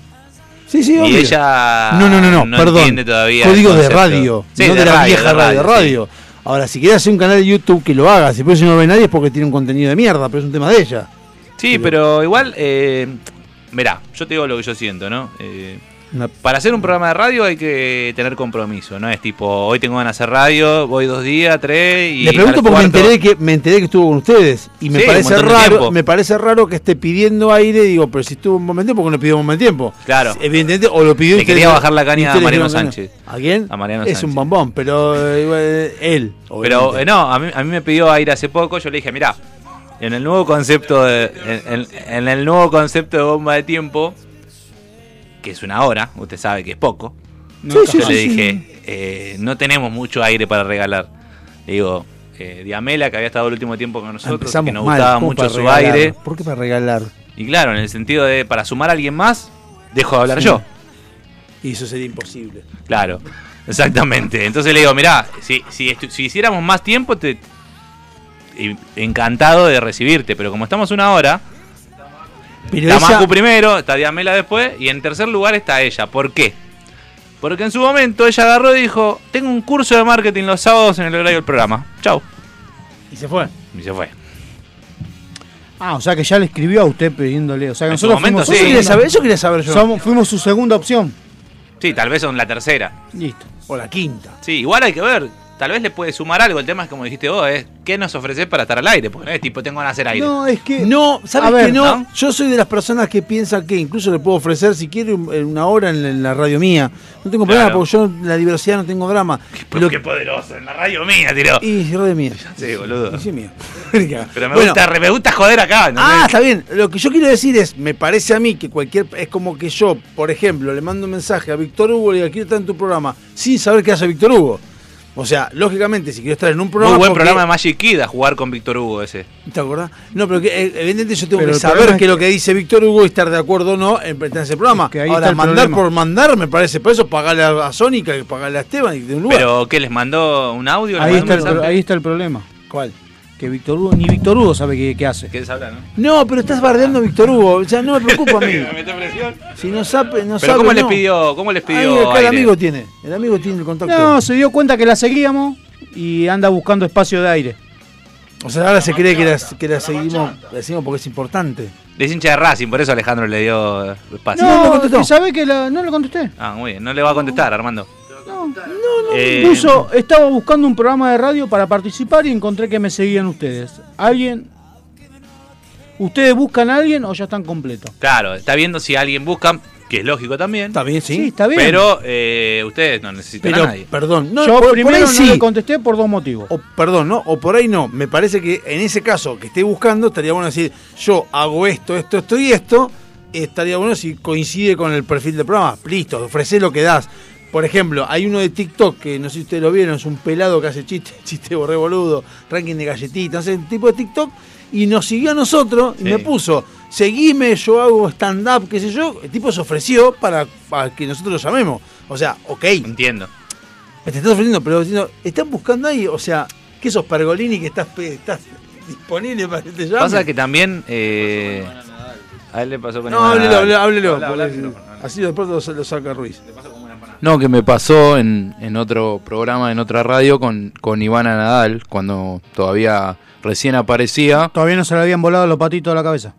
Speaker 2: Sí, sí,
Speaker 17: y
Speaker 2: obvio.
Speaker 17: ella.
Speaker 2: No, no, no, no, perdón.
Speaker 17: entiende todavía. el
Speaker 2: Códigos de
Speaker 17: concepto.
Speaker 2: radio,
Speaker 17: Sí,
Speaker 2: no de, la
Speaker 17: radio,
Speaker 2: vieja
Speaker 17: de
Speaker 2: radio,
Speaker 17: sí.
Speaker 2: radio. Ahora, si quieres hacer un canal de YouTube que lo haga, si por eso no lo ve nadie es porque tiene un contenido de mierda, pero es un tema de ella.
Speaker 17: Sí, pero igual, eh, mirá, yo te digo lo que yo siento, ¿no? Eh,
Speaker 2: Una-
Speaker 17: para hacer un programa de radio hay que tener compromiso, ¿no? Es tipo, hoy tengo ganas de hacer radio, voy dos días, tres y...
Speaker 2: Le pregunto
Speaker 17: al
Speaker 2: porque me
Speaker 17: cuarto-
Speaker 2: enteré que me enteré que estuvo con ustedes y me
Speaker 17: Sí, un
Speaker 2: parece
Speaker 17: montón de
Speaker 2: raro,
Speaker 17: tiempo.
Speaker 2: me parece raro que esté pidiendo aire, digo, pero si estuvo un buen tiempo, ¿por qué no pidió un buen tiempo?
Speaker 17: Claro.
Speaker 2: Evidentemente, o lo pidió
Speaker 17: Le
Speaker 2: y ustedes
Speaker 17: quería
Speaker 2: no-
Speaker 17: bajar la
Speaker 2: y
Speaker 17: caña a
Speaker 2: ustedes
Speaker 17: Mariano
Speaker 2: dijeron que no.
Speaker 17: Sánchez.
Speaker 2: ¿A quién?
Speaker 17: A Mariano
Speaker 2: es un
Speaker 17: Sánchez.
Speaker 2: bombón, pero eh, él.
Speaker 17: Pero
Speaker 2: obviamente.
Speaker 17: eh, no, a mí, a mí me pidió aire hace poco, yo le dije, mirá, en el nuevo concepto de, en, en- en el nuevo concepto de bomba de tiempo, que es una hora, usted sabe que es poco,
Speaker 16: Sí, sí,
Speaker 17: yo
Speaker 16: sí,
Speaker 17: le
Speaker 16: sí.
Speaker 17: dije, eh, no tenemos mucho aire para regalar. Le digo, eh, Diamela, que había estado el último tiempo con nosotros,
Speaker 2: Ah, empezamos
Speaker 17: que nos
Speaker 2: mal,
Speaker 17: gustaba
Speaker 2: ¿cómo
Speaker 17: mucho
Speaker 2: para
Speaker 17: su
Speaker 2: regalar?
Speaker 17: aire.
Speaker 2: ¿Por qué para regalar?
Speaker 17: Y claro, en el sentido de, para sumar a alguien más, dejo de hablar
Speaker 2: Sí.
Speaker 17: yo.
Speaker 2: Y eso sería imposible.
Speaker 17: Claro, exactamente. Entonces le digo, mirá, si, si, estu- si hiciéramos más tiempo, te y- encantado de recibirte, pero como estamos una hora,
Speaker 2: Pero
Speaker 17: está
Speaker 2: ella-
Speaker 17: Macu primero, está Diamela después, y en tercer lugar está ella. ¿Por qué? Porque en su momento ella agarró y dijo, tengo un curso de marketing los sábados en el horario del programa. Chau.
Speaker 2: Y se fue.
Speaker 17: Y se fue.
Speaker 16: Ah, o sea que ya le escribió a usted pidiéndole. O sea que
Speaker 17: En su
Speaker 16: nosotros
Speaker 17: momento,
Speaker 16: fuimos.
Speaker 17: sí. Eso quería saber- eso
Speaker 2: quería saber yo.
Speaker 16: Somos- fuimos su segunda opción.
Speaker 17: Sí, tal vez son la tercera.
Speaker 16: Listo.
Speaker 2: O la quinta.
Speaker 17: Sí, igual hay que ver. Tal vez le puede sumar algo. El tema es como dijiste vos, es ¿qué nos ofreces para estar al aire? Porque no es tipo, tengo ganas de hacer aire.
Speaker 16: No, es que.
Speaker 2: No,
Speaker 17: A
Speaker 2: ¿sabes
Speaker 17: ver,
Speaker 2: que no?
Speaker 17: ¿no?
Speaker 2: Yo soy de las personas que piensan que incluso le puedo ofrecer, si quiere, un- en una hora en la- en la radio mía. No tengo problema
Speaker 17: Claro.
Speaker 2: porque yo en la diversidad no tengo drama.
Speaker 17: Pero qué poderoso, en la radio mía, tiró.
Speaker 2: Y si radio mía.
Speaker 17: Sí, boludo.
Speaker 2: Sí, mía.
Speaker 17: Pero me,
Speaker 2: Bueno.
Speaker 17: gusta, re- me gusta joder acá. ¿entendés?
Speaker 2: Ah, está bien. Lo que yo quiero decir es, me parece a mí que cualquier... Es como que yo, por ejemplo, le mando un mensaje a Víctor Hugo y le digo, quiero estar en tu programa, sin saber qué hace Víctor Hugo. O sea, lógicamente, si quiero estar en un
Speaker 17: Muy
Speaker 2: programa...
Speaker 17: buen
Speaker 2: porque-
Speaker 17: programa de Magic Kid a jugar con Víctor Hugo ese.
Speaker 2: ¿Te acordás? No, pero que, eh, evidentemente yo tengo
Speaker 17: Pero
Speaker 2: que
Speaker 17: el
Speaker 2: saber
Speaker 17: problema
Speaker 2: que,
Speaker 17: es
Speaker 2: lo que dice Víctor Hugo y estar de acuerdo o no en pertenencia al programa.
Speaker 16: ahí está
Speaker 2: Ahora,
Speaker 16: el
Speaker 2: mandar
Speaker 16: problema.
Speaker 2: por mandar, me parece, para eso pagarle a, a Sónica, que pagarle a Esteban y de un lugar.
Speaker 17: Pero ¿qué? ¿Les mandó un audio? ¿Les
Speaker 16: Ahí
Speaker 17: mandó
Speaker 16: está,
Speaker 17: un
Speaker 16: el, pro-
Speaker 17: mensaje?
Speaker 16: ahí está el problema.
Speaker 2: ¿Cuál?
Speaker 16: Que Víctor Hugo, ni Víctor Hugo sabe qué, qué hace.
Speaker 17: ¿Qué habla, no?
Speaker 2: No, pero estás bardeando a Víctor Hugo. O sea, no me preocupa a mí. Si no sabe, no
Speaker 17: Pero
Speaker 2: sabe,
Speaker 17: ¿cómo les
Speaker 2: no.
Speaker 17: pidió? ¿Cómo les
Speaker 2: Ahí
Speaker 17: pidió?
Speaker 2: acá el
Speaker 17: aire?
Speaker 2: amigo tiene. El amigo tiene el contacto.
Speaker 16: No, se dio cuenta que la seguíamos y anda buscando espacio de aire.
Speaker 2: O sea, ahora se cree que la, que la seguimos, la seguimos porque es importante.
Speaker 17: Le Es hincha de Racing, por eso Alejandro le dio espacio.
Speaker 16: No, que sabe que la- no lo contesté.
Speaker 17: Ah, muy bien. No le va a contestar, Armando.
Speaker 16: No, no,
Speaker 17: no. Eh,
Speaker 16: Incluso estaba buscando un programa de radio para participar y encontré que me seguían ustedes. ¿Alguien? ¿Ustedes buscan a alguien o ya están completos?
Speaker 17: Claro, está viendo si alguien busca. que es lógico también.
Speaker 2: También, sí.
Speaker 3: Sí, está bien.
Speaker 17: Pero eh, ustedes no necesitan
Speaker 2: Pero,
Speaker 17: a nadie.
Speaker 2: perdón, no,
Speaker 3: Yo
Speaker 2: por- por
Speaker 3: primero
Speaker 2: ahí
Speaker 3: no
Speaker 2: sí.
Speaker 3: le contesté por dos motivos.
Speaker 2: O, perdón, ¿no? O por ahí no. Me parece que en ese caso que esté buscando, estaría bueno decir, yo hago esto, esto, esto y esto. Estaría bueno si coincide con el perfil del programa. Listo, ofrecé lo que das. Por ejemplo, hay uno de TikTok que no sé si ustedes lo vieron, es un pelado que hace chiste, chiste borré boludo, ranking de galletitas, ese tipo de TikTok, y nos siguió a nosotros
Speaker 17: Sí.
Speaker 2: y me puso, seguime, yo hago stand-up, qué sé yo. El tipo se ofreció para, para que nosotros lo llamemos. O sea, ok,
Speaker 17: Entiendo.
Speaker 2: me te estás ofreciendo, pero diciendo, están buscando ahí, o sea, que sos Pergolini que estás, pe- estás disponible para que te llamen.
Speaker 17: Pasa que también. eh, a él le pasó con
Speaker 2: no,
Speaker 17: Iván
Speaker 2: háblelo,
Speaker 17: Nadal.
Speaker 2: háblelo, háblelo, porque así de pronto lo, lo saca Ruiz.
Speaker 18: No, que me pasó en, en otro programa, en otra radio, con, con Ivana Nadal, cuando todavía recién aparecía.
Speaker 3: Todavía no se le habían volado los patitos a la cabeza.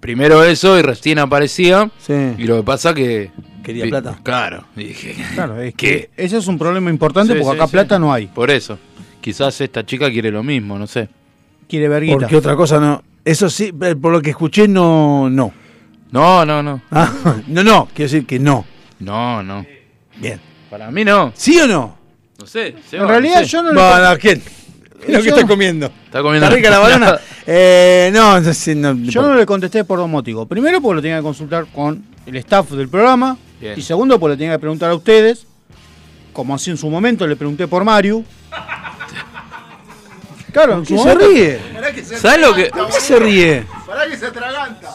Speaker 18: Primero eso y recién aparecía.
Speaker 2: Y
Speaker 18: lo que pasa que...
Speaker 2: Quería
Speaker 18: plata. Claro, y dije...
Speaker 3: Claro, es
Speaker 18: ¿Qué?
Speaker 3: que ese es un problema importante
Speaker 18: Sí,
Speaker 3: porque
Speaker 18: sí,
Speaker 3: acá
Speaker 18: sí.
Speaker 3: plata no hay.
Speaker 18: Por eso. Quizás esta chica quiere lo mismo, no sé.
Speaker 3: Quiere verguita.
Speaker 2: Porque otra cosa no. Eso sí, eh, por lo que escuché, no, no.
Speaker 18: No, no, no.
Speaker 2: Ah, no, no, quiero decir que no.
Speaker 18: No, no.
Speaker 2: Bien.
Speaker 18: Para mí no.
Speaker 2: ¿Sí o no?
Speaker 17: No sé.
Speaker 18: Seba, no sé.
Speaker 2: Bueno, ¿quién? Lo que
Speaker 3: Yo-
Speaker 2: está comiendo.
Speaker 18: Está comiendo.
Speaker 2: rica la banana? Eh, no, no, sé, no,
Speaker 3: Yo no le contesté por dos motivos. Primero, porque lo tenía que consultar con el staff del programa.
Speaker 18: Bien.
Speaker 3: Y segundo, porque le tenía que preguntar a ustedes. Como así en su momento le pregunté por Mario. Claro, en su
Speaker 2: ¿Qué se
Speaker 3: momento-
Speaker 2: ríe?
Speaker 18: ¿Sabes lo que...?
Speaker 2: ¿Por qué se ríe?
Speaker 4: Pará que se atraganta.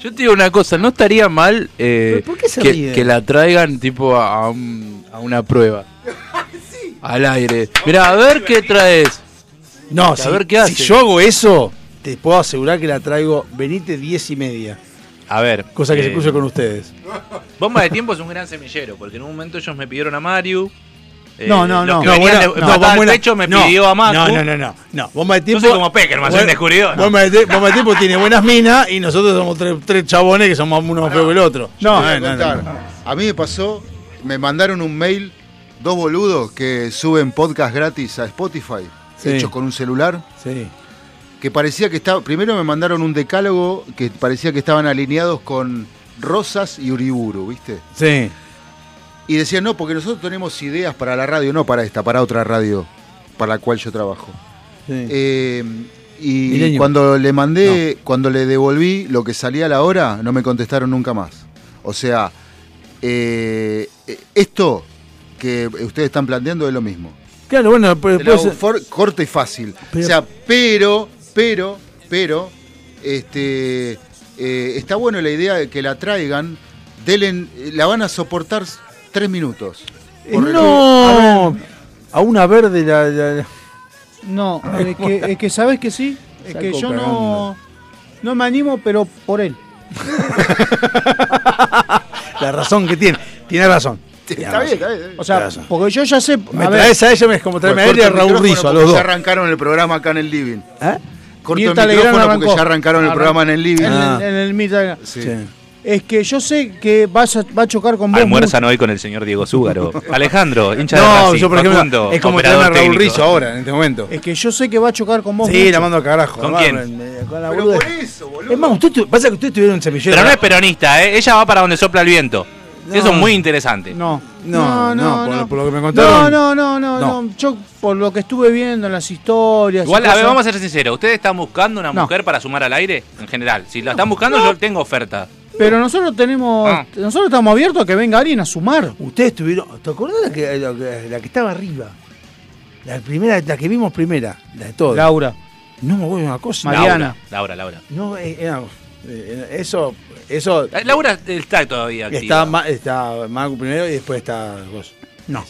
Speaker 18: Yo te digo una cosa, no estaría mal eh,
Speaker 4: ¿Pero por qué se
Speaker 18: que,
Speaker 4: ríe?
Speaker 18: que la traigan tipo a, a un- a una prueba. Al aire. Mira, a ver qué traes.
Speaker 2: No,
Speaker 18: a
Speaker 2: si,
Speaker 18: ver qué
Speaker 2: si
Speaker 18: hace.
Speaker 2: yo hago eso, te puedo asegurar que la traigo, venite 10 y media.
Speaker 18: A ver.
Speaker 2: Cosa que se
Speaker 17: eh,
Speaker 2: cruce con ustedes.
Speaker 17: Bomba de tiempo es un gran semillero, porque en un momento ellos me pidieron a Mario. eh,
Speaker 2: No, no,
Speaker 17: los
Speaker 2: no.
Speaker 17: que
Speaker 2: No,
Speaker 17: venían
Speaker 2: bueno,
Speaker 17: de-
Speaker 2: no,
Speaker 17: Matar al
Speaker 2: bueno,
Speaker 17: Pecho me
Speaker 2: no,
Speaker 17: pidió a Macu. Ah,
Speaker 2: no, no, no, no, no. Bomba de tiempo.
Speaker 17: Yo soy como Peckerman, soy un descubridor, ¿no?
Speaker 2: Bomba de, tie- bomba de tiempo tiene buenas minas y nosotros somos tres, tres chabones que somos uno más feo que el otro.
Speaker 4: No,
Speaker 2: eh, no, no, no.
Speaker 4: A mí me pasó, me mandaron un mail, dos boludos que suben podcast gratis a Spotify,
Speaker 2: Sí.
Speaker 4: hechos con un celular.
Speaker 2: Sí.
Speaker 4: Que parecía que estaba. Primero me mandaron un decálogo que parecía que estaban alineados con Rosas y Uriburu, ¿viste?
Speaker 2: Sí.
Speaker 4: Y decían, no, porque nosotros tenemos ideas para la radio, no para esta, para otra radio para la cual yo trabajo. Eh, y
Speaker 2: Milenio.
Speaker 4: cuando le mandé, cuando le devolví lo que salía a la hora, no me contestaron nunca más. O sea, eh, eh, esto que ustedes están planteando es lo mismo.
Speaker 2: Claro, bueno, pero
Speaker 4: Te la
Speaker 2: puede
Speaker 4: hago
Speaker 2: ser-
Speaker 4: for- corto y fácil.
Speaker 2: Pero-
Speaker 4: o sea, pero, pero, pero, este, eh, está bueno la idea de que la traigan. Delen, la van a soportar tres minutos.
Speaker 2: Eh, no. A una verde la. la- la-
Speaker 3: No, es que, es que sabes que sí. Es
Speaker 2: Saco
Speaker 3: que yo
Speaker 2: cagando.
Speaker 3: no, no me animo, pero por él.
Speaker 2: la razón que tiene. Tiene razón.
Speaker 4: Está bien, está bien. está bien.
Speaker 3: O sea, porque yo ya sé. a
Speaker 2: Me
Speaker 3: ver,
Speaker 2: traes a ella, me es como traerme a
Speaker 4: Bueno,
Speaker 2: él y a
Speaker 4: Pues corto el
Speaker 2: Raúl
Speaker 4: micrófono
Speaker 2: Rizzo, a
Speaker 4: porque
Speaker 2: los dos.
Speaker 4: Ya arrancaron el programa acá en el living.
Speaker 2: ¿Eh?
Speaker 4: Corto
Speaker 3: Mirta
Speaker 4: el
Speaker 3: Legrand
Speaker 4: micrófono porque
Speaker 3: arrancó.
Speaker 4: ya arrancaron el
Speaker 3: Arran-
Speaker 4: programa en el living.
Speaker 3: en el-
Speaker 4: Ah.
Speaker 3: en el Mirta Legrand.
Speaker 4: Sí.
Speaker 3: Es que yo sé que vas a- va a chocar con vos.
Speaker 17: Almuerzan hoy con el señor Diego Zúgaro. Alejandro, hincha de
Speaker 2: No,
Speaker 17: Racing,
Speaker 2: yo por ejemplo.
Speaker 17: Facundo,
Speaker 2: es como
Speaker 17: operador
Speaker 2: traerme a Raúl
Speaker 17: técnico.
Speaker 2: Rizzo ahora, en este momento.
Speaker 3: Es que yo sé que va a chocar con vos.
Speaker 2: Sí,
Speaker 3: mucho.
Speaker 2: la mando a carajo.
Speaker 17: ¿Con
Speaker 2: va,
Speaker 17: quién?
Speaker 2: me- con la
Speaker 4: Pero
Speaker 2: boludez.
Speaker 4: por eso, boludo.
Speaker 2: Es más, usted tu- pasa que ustedes tuvieron un cepillero.
Speaker 17: Pero no es peronista, ¿eh? ella va para donde sopla el viento. Eso es muy interesante.
Speaker 3: No.
Speaker 2: No, no, por, por lo que me
Speaker 3: No,
Speaker 2: contaron.
Speaker 3: no, no, no,
Speaker 2: No.
Speaker 3: no. Yo, por lo que estuve viendo en las historias. y
Speaker 17: Igual, a
Speaker 3: cosas-
Speaker 17: ver, vamos a ser sinceros. ¿Ustedes están buscando una
Speaker 3: No.
Speaker 17: mujer para sumar al aire? En general. Si la están buscando, yo tengo oferta.
Speaker 3: Pero nosotros tenemos.
Speaker 17: Ah.
Speaker 3: Nosotros estamos abiertos a que venga alguien a sumar.
Speaker 2: Ustedes tuvieron. ¿Te acordás la que, la que- la que estaba arriba? La primera, la que vimos primera, la de todos.
Speaker 3: Laura.
Speaker 2: No me acuerdo una cosa.
Speaker 3: Mariana.
Speaker 17: Laura, Laura.
Speaker 2: No, eh, era- eh, eso, eso
Speaker 17: Eh, Laura está todavía activa.
Speaker 2: está, ma, está Macu primero y después está vos. No.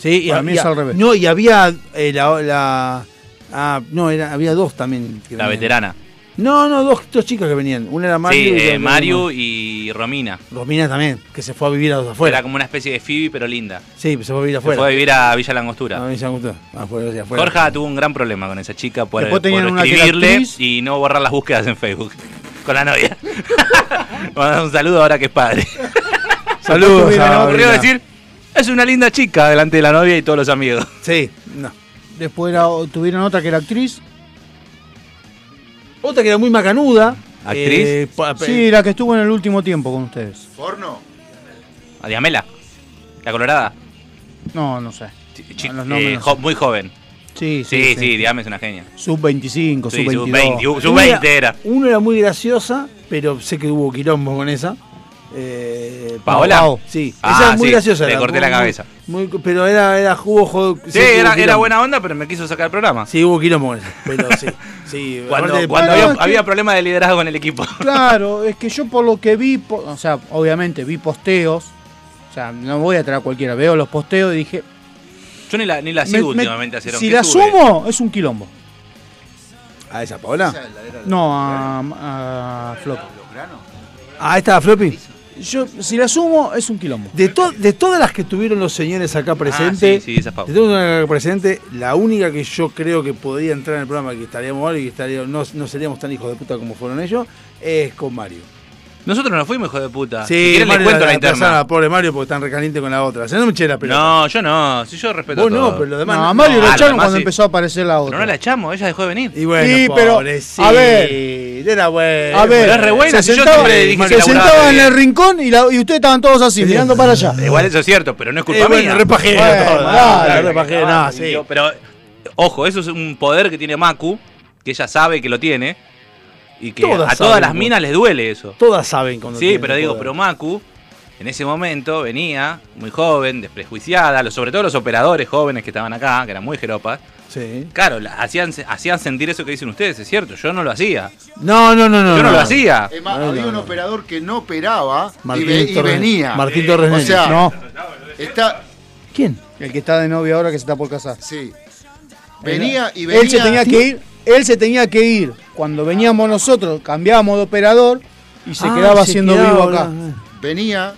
Speaker 2: Sí, y
Speaker 3: Para
Speaker 2: a-
Speaker 3: mí
Speaker 2: y
Speaker 3: es
Speaker 2: a-
Speaker 3: al revés.
Speaker 2: No, y había eh, la, la- ah, no, era, había dos también. que
Speaker 17: La
Speaker 2: venían.
Speaker 17: veterana.
Speaker 2: No, no, dos, dos chicas que venían. Una era Mario
Speaker 17: sí,
Speaker 2: y la
Speaker 17: eh,
Speaker 2: otra
Speaker 17: Mario y Romina.
Speaker 2: no. Romina también, que se fue a vivir a los afuera.
Speaker 17: Era como una especie de Phoebe, pero linda.
Speaker 2: Sí, se fue a vivir
Speaker 17: Se
Speaker 2: afuera. Ah,
Speaker 17: fue a vivir a Villa Langostura.
Speaker 2: A mí se me gustó. Afuera, hacia afuera.
Speaker 17: Jorge tuvo un gran problema con esa chica por,
Speaker 3: Después
Speaker 17: por
Speaker 3: tenían una que era
Speaker 17: escribirle
Speaker 3: actriz.
Speaker 17: y no borrar las búsquedas en Facebook. Con la novia. Mandar un saludo ahora que es padre.
Speaker 2: Saludos.
Speaker 17: Se me
Speaker 2: a
Speaker 17: ocurrió
Speaker 2: Brina.
Speaker 17: decir, es una linda chica delante de la novia y todos los amigos.
Speaker 2: Sí, no.
Speaker 3: Después era- tuvieron otra que era actriz.
Speaker 2: Otra que era muy macanuda.
Speaker 17: ¿Actriz?
Speaker 3: Eh, pa- pa- sí, la que estuvo en el último tiempo con ustedes.
Speaker 4: ¿Porno?
Speaker 17: A Ah, Diamela. La colorada.
Speaker 3: No, no sé.
Speaker 17: Chi-
Speaker 3: No, los nombres
Speaker 17: eh,
Speaker 3: no
Speaker 17: jo- muy joven.
Speaker 3: Sí,
Speaker 17: sí. Sí, Diame es una genia.
Speaker 3: Sub 25,
Speaker 17: Sí,
Speaker 3: sub
Speaker 17: sub-20,
Speaker 3: 22.
Speaker 17: sub- 20 era.
Speaker 2: Uno era muy graciosa, pero sé que hubo quilombo con esa. Eh,
Speaker 17: ¿Paola?
Speaker 2: Pau, Sí,
Speaker 17: Ah,
Speaker 2: esa es muy
Speaker 17: sí,
Speaker 2: gracioso.
Speaker 17: le corté la cabeza.
Speaker 2: pero era, era jugo, jo-
Speaker 17: Sí,
Speaker 2: sé que hubo
Speaker 17: era, era
Speaker 2: quilombo.
Speaker 17: buena onda, pero me quiso sacar el programa.
Speaker 2: Sí, hubo quilombo con esa, Pero sí, sí.
Speaker 17: Cuando,
Speaker 2: aparte-
Speaker 17: cuando
Speaker 2: Bueno,
Speaker 17: había,
Speaker 2: es que-
Speaker 17: había problemas de liderazgo en el equipo.
Speaker 3: Claro, es que yo por lo que vi, po- o sea, obviamente vi posteos. O sea, no voy a traer a cualquiera. Veo los posteos y dije.
Speaker 17: Yo ni la, ni la
Speaker 3: me-
Speaker 17: sigo
Speaker 3: me-
Speaker 17: últimamente, Acerón,
Speaker 3: Si
Speaker 17: ¿qué
Speaker 3: la
Speaker 17: sube?
Speaker 3: sumo, es un quilombo.
Speaker 2: ¿A esa Paola?
Speaker 3: Ah. No, a, a Floppy.
Speaker 2: Ah, esta Floppy.
Speaker 3: Yo, si la sumo, es un quilombo.
Speaker 2: De, to- de todas las que tuvieron los señores acá presentes,
Speaker 17: Ah, sí, sí, esa es Pau.
Speaker 2: de todas las acá presentes, la única que yo creo que podría entrar en el programa que estaríamos ahora y que estaríamos, no, no seríamos tan hijos de puta como fueron ellos, es con Mario.
Speaker 17: Nosotros nos fuimos, hijo de puta.
Speaker 2: Sí,
Speaker 17: Ah, si quieren les
Speaker 2: Mario
Speaker 17: cuento la,
Speaker 2: aplazaron
Speaker 17: interna.
Speaker 2: a pobre Mario porque están recaliente con la otra. Se no me eché la pelota.
Speaker 17: No, yo no. Si yo respeto
Speaker 2: Vos
Speaker 17: todo.
Speaker 2: no, pero los demás
Speaker 3: No, a Mario
Speaker 17: Ah,
Speaker 3: lo
Speaker 17: los
Speaker 3: echaron
Speaker 17: demás
Speaker 3: cuando
Speaker 17: sí.
Speaker 3: empezó a aparecer la
Speaker 17: Pero
Speaker 3: otra.
Speaker 17: no la echamos, ella dejó de venir.
Speaker 2: Y bueno,
Speaker 3: Sí, pero,
Speaker 2: pobrecito.
Speaker 3: a ver.
Speaker 2: Era bueno.
Speaker 3: A ver,
Speaker 17: Pero es re buena,
Speaker 3: se
Speaker 17: si yo
Speaker 3: sentaba,
Speaker 17: siempre dije
Speaker 3: se
Speaker 17: que laburaba
Speaker 3: sentaba en
Speaker 17: de-
Speaker 3: el rincón y, la- y ustedes estaban todos así, mirando para allá.
Speaker 17: Igual eso es cierto, pero no es culpa
Speaker 2: Eh, bueno,
Speaker 17: mía.
Speaker 2: repajero Bueno, todo, dale,
Speaker 17: Claro,
Speaker 2: repajero,
Speaker 17: claro,
Speaker 2: no, sí.
Speaker 17: yo- Pero, ojo, eso es un poder que tiene Maku, que ella sabe que lo tiene, y que
Speaker 2: Todas
Speaker 17: a todas
Speaker 2: saben,
Speaker 17: las
Speaker 2: vos.
Speaker 17: minas les duele eso.
Speaker 2: Todas saben cuando
Speaker 17: Sí,
Speaker 2: tienen
Speaker 17: pero digo,
Speaker 2: poder.
Speaker 17: pero Maku, en ese momento venía muy joven, desprejuiciada, lo- sobre todo los operadores jóvenes que estaban acá, que eran muy jeropas.
Speaker 2: Sí.
Speaker 17: Claro, la- hacían, hacían sentir eso que dicen ustedes, es cierto, yo no lo hacía.
Speaker 2: No, no, no, no.
Speaker 17: Yo no lo
Speaker 3: Ah,
Speaker 17: hacía.
Speaker 4: Es más, había un operador que no operaba y,
Speaker 2: Martín
Speaker 4: ve- y
Speaker 2: Torres-
Speaker 4: venía.
Speaker 3: eh,
Speaker 2: Martín Torres
Speaker 4: O
Speaker 2: Nelly.
Speaker 4: sea,
Speaker 2: No.
Speaker 4: está,
Speaker 2: ¿Quién?
Speaker 3: El que está de novia ahora que se está por casar.
Speaker 4: Sí. venía y venía.
Speaker 3: Él se tenía que ir. Él se tenía que ir. Cuando veníamos nosotros, cambiábamos de operador y se
Speaker 4: Ah,
Speaker 3: quedaba
Speaker 4: se
Speaker 3: siendo
Speaker 4: quedaba,
Speaker 3: vivo acá.
Speaker 4: ah. Venía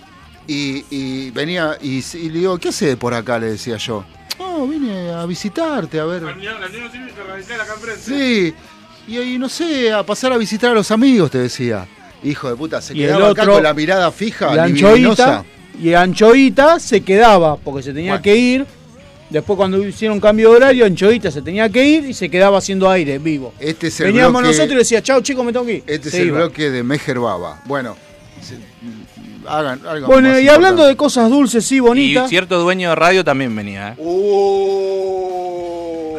Speaker 4: y, y venía y, s- y le digo, ¿qué hace por acá? Le decía yo. Oh, vine a visitarte, a ver. Sí. Y ahí, no sé, a pasar a visitar a los amigos, te decía. Hijo de puta, se
Speaker 3: Y el
Speaker 4: quedaba acá
Speaker 3: otro,
Speaker 4: con la mirada fija,
Speaker 3: Y
Speaker 4: libidinosa.
Speaker 3: anchoita, y anchoita se quedaba porque se tenía que ir. Después cuando hicieron cambio de horario, anchoita se tenía que ir y se quedaba haciendo aire, vivo.
Speaker 4: Este es el
Speaker 3: Veníamos
Speaker 4: bloque-
Speaker 3: nosotros y le decía, chao chicos, me tengo que ir.
Speaker 4: Este es
Speaker 3: Se
Speaker 4: el
Speaker 3: iba.
Speaker 4: bloque de Mejer Baba. Bueno, se- mm, hagan algo
Speaker 3: Bueno,
Speaker 4: más
Speaker 3: y hablando
Speaker 4: importante.
Speaker 3: de cosas dulces y
Speaker 17: Y
Speaker 3: bonitas.
Speaker 17: cierto dueño de radio también venía. ¿eh?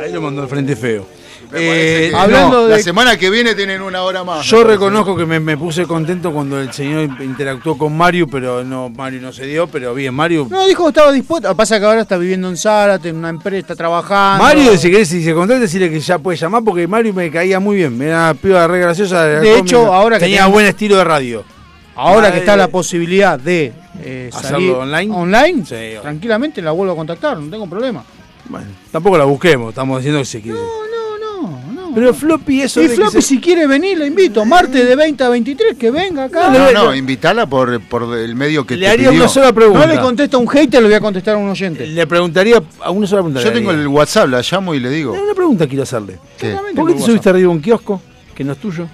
Speaker 2: Ahí lo mandó al frente feo.
Speaker 4: Parece
Speaker 2: Eh,
Speaker 4: que-
Speaker 2: hablando
Speaker 4: no,
Speaker 2: de
Speaker 4: La semana que viene tienen una hora más.
Speaker 2: Yo
Speaker 4: me parece.
Speaker 2: reconozco que me, me puse contento cuando el señor interactuó con Mario, pero no, Mario no se dio, pero bien, Mario.
Speaker 3: No, dijo que estaba dispuesto. Pasa que ahora está viviendo en Zárate, en una empresa, está trabajando.
Speaker 2: Mario, si querés, si se contrata, decirle que ya puede llamar, porque Mario me caía muy bien. Era una piba re graciosa. era
Speaker 3: De hecho,
Speaker 2: cómica.
Speaker 3: ahora que
Speaker 2: tenía
Speaker 3: tengo-
Speaker 2: buen estilo de radio.
Speaker 3: Ahora que está
Speaker 2: Ay,
Speaker 3: la posibilidad de eh,
Speaker 2: ¿Hacerlo
Speaker 3: salir
Speaker 2: online?
Speaker 3: online,
Speaker 2: Sí, ahora.
Speaker 3: tranquilamente la vuelvo a contactar, no tengo problema.
Speaker 2: Bueno, tampoco la busquemos, estamos diciendo que se quiere.
Speaker 3: No, no.
Speaker 2: pero Floppy, eso. de
Speaker 3: y
Speaker 2: que
Speaker 3: Floppy,
Speaker 2: se- Eh.
Speaker 3: si quiere venir, le invito. Martes de 20 a 23, que venga acá.
Speaker 4: No, no, invitala por, por el medio que
Speaker 2: Le
Speaker 4: te
Speaker 2: haría
Speaker 4: pidió.
Speaker 2: una sola pregunta.
Speaker 3: No le contesto a un hater, le voy a contestar a un oyente.
Speaker 2: Le preguntaría a una sola pregunta.
Speaker 4: Yo tengo el WhatsApp, la llamo y le
Speaker 2: Tengo
Speaker 4: digo.
Speaker 2: Una pregunta quiero hacerle.
Speaker 4: ¿qué?
Speaker 2: ¿Por qué te subiste arriba de un kiosco que no es tuyo? Es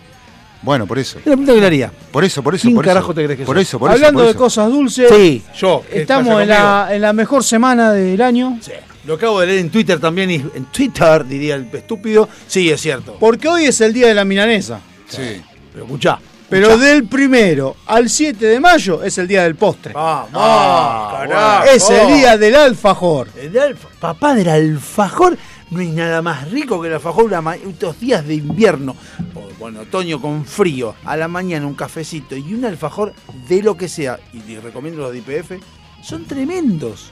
Speaker 4: Bueno, por eso.
Speaker 2: la pregunta que le haría.
Speaker 4: Por eso, por eso.
Speaker 2: ¿Quién
Speaker 4: por eso.
Speaker 2: carajo te crees que
Speaker 4: Por
Speaker 2: soy?
Speaker 4: eso, por eso.
Speaker 3: Hablando
Speaker 4: por
Speaker 3: de
Speaker 4: eso.
Speaker 3: cosas dulces,
Speaker 2: Sí, yo. ¿qué
Speaker 3: estamos
Speaker 2: Eh, pasa
Speaker 3: en la, en la mejor semana del año.
Speaker 2: conmigo? Lo acabo de leer en Twitter también. Y en Twitter, diría el estúpido. Sí, es cierto.
Speaker 3: Porque hoy es el día de la milanesa.
Speaker 4: Sí.
Speaker 2: Pero escuchá.
Speaker 3: Pero del primero al 7 de mayo es el día del postre.
Speaker 2: Vamos, Ah,
Speaker 3: es el día del alfajor.
Speaker 2: El alfa- papá del alfajor, no hay nada más rico que el alfajor una ma- estos días de invierno, o bueno, otoño con frío, a la mañana un cafecito y un alfajor de lo que sea, y les recomiendo los de IPF, son tremendos.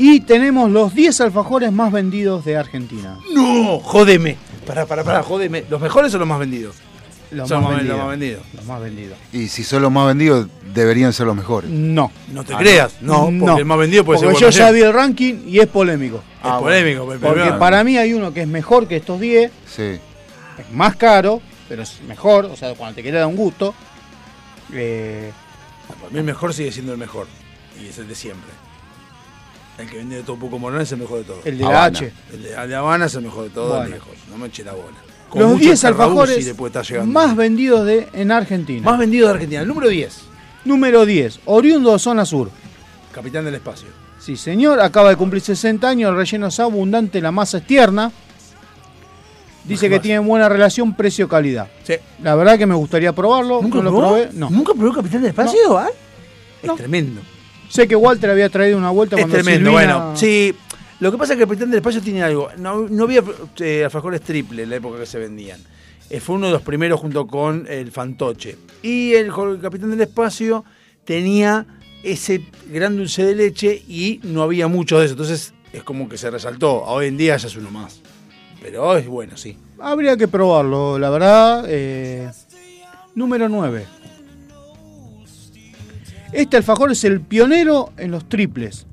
Speaker 3: Y tenemos los 10 alfajores más vendidos de Argentina.
Speaker 2: No, jódeme. Pará, pará, pará, jódeme. ¿Los mejores o los más vendidos?
Speaker 3: Los
Speaker 2: Son
Speaker 3: más
Speaker 2: los
Speaker 3: vendidos.
Speaker 2: más vendidos.
Speaker 3: Los más vendidos.
Speaker 4: Y si son los más vendidos, deberían ser los mejores. Ah,
Speaker 3: No.
Speaker 2: No te creas, Ah, no, porque el más vendido puede ser
Speaker 3: Porque
Speaker 2: bueno
Speaker 3: yo ya
Speaker 2: ayer.
Speaker 3: vi el ranking y es polémico.
Speaker 2: Es Ah, polémico, pero-
Speaker 3: Porque para mí hay uno que es mejor que estos 10,
Speaker 4: Sí.
Speaker 3: es más caro, pero es mejor, o sea, cuando te quiere dar un gusto. Eh,
Speaker 2: Para mí el mejor sigue siendo el mejor, y es el de siempre. El que vende de todo poco morón es el mejor de todos.
Speaker 3: el de la
Speaker 4: Habana.
Speaker 3: H.
Speaker 2: El de, el de Habana es el mejor de todos,
Speaker 3: Bueno.
Speaker 2: lejos. No me eche la bola. Con
Speaker 3: Los
Speaker 2: mucho
Speaker 3: 10
Speaker 2: Carrabuzzi
Speaker 3: alfajores
Speaker 2: le puede estar llegando.
Speaker 3: más vendidos de, en Argentina.
Speaker 2: Más vendidos de Argentina. El número 10,
Speaker 3: Número 10, oriundo de zona sur.
Speaker 2: capitán del espacio.
Speaker 3: Sí, señor, acaba de cumplir 60 años, el relleno es abundante, la masa es tierna. Dice que tiene buena relación precio-calidad. La verdad que me gustaría probarlo.
Speaker 2: ¿Nunca
Speaker 3: no lo
Speaker 2: probó?
Speaker 3: probé. No.
Speaker 2: ¿Nunca probó Capitán del Espacio? ah? Es tremendo.
Speaker 3: Sé que Walter había traído una vuelta
Speaker 2: Es
Speaker 3: cuando
Speaker 2: tremendo,
Speaker 3: Silvina-
Speaker 2: bueno. Sí, lo que pasa es que el Capitán del Espacio tiene algo. No, no había eh, alfajores triple en la época que se vendían. Eh, fue uno de los primeros junto con el Fantoche. Y el, jo- el Capitán del Espacio tenía ese gran dulce de leche y no había mucho de eso. Entonces es como que se resaltó. Hoy en día ya es uno más. Pero es bueno, sí.
Speaker 3: Habría que probarlo, la verdad. eh, número 9. Este alfajor es el pionero en los triples.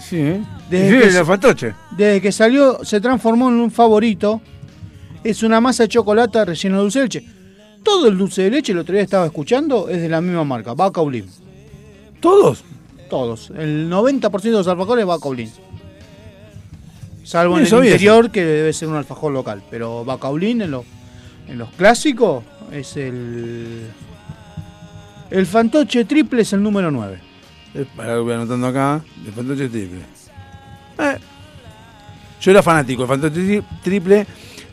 Speaker 2: Sí, ¿eh?
Speaker 3: Desde que-
Speaker 2: Fantoche.
Speaker 3: Desde que salió, se transformó en un favorito. Es una masa de chocolate rellena de dulce de leche. Todo el dulce de leche, el otro día estaba escuchando, es de la misma marca, Bacaulim.
Speaker 2: ¿Todos?
Speaker 3: Todos. El 90% de los alfajores es Bacaulim. Salvo en
Speaker 2: No
Speaker 3: el
Speaker 2: sabía
Speaker 3: interior, que debe ser un alfajor local. Pero Bacaulín en, lo- en los clásicos es el. El fantoche triple es el número 9.
Speaker 2: Eh, Para voy anotando acá. El Fantoche Triple. Eh, Yo era fanático del Fantoche tri- Triple.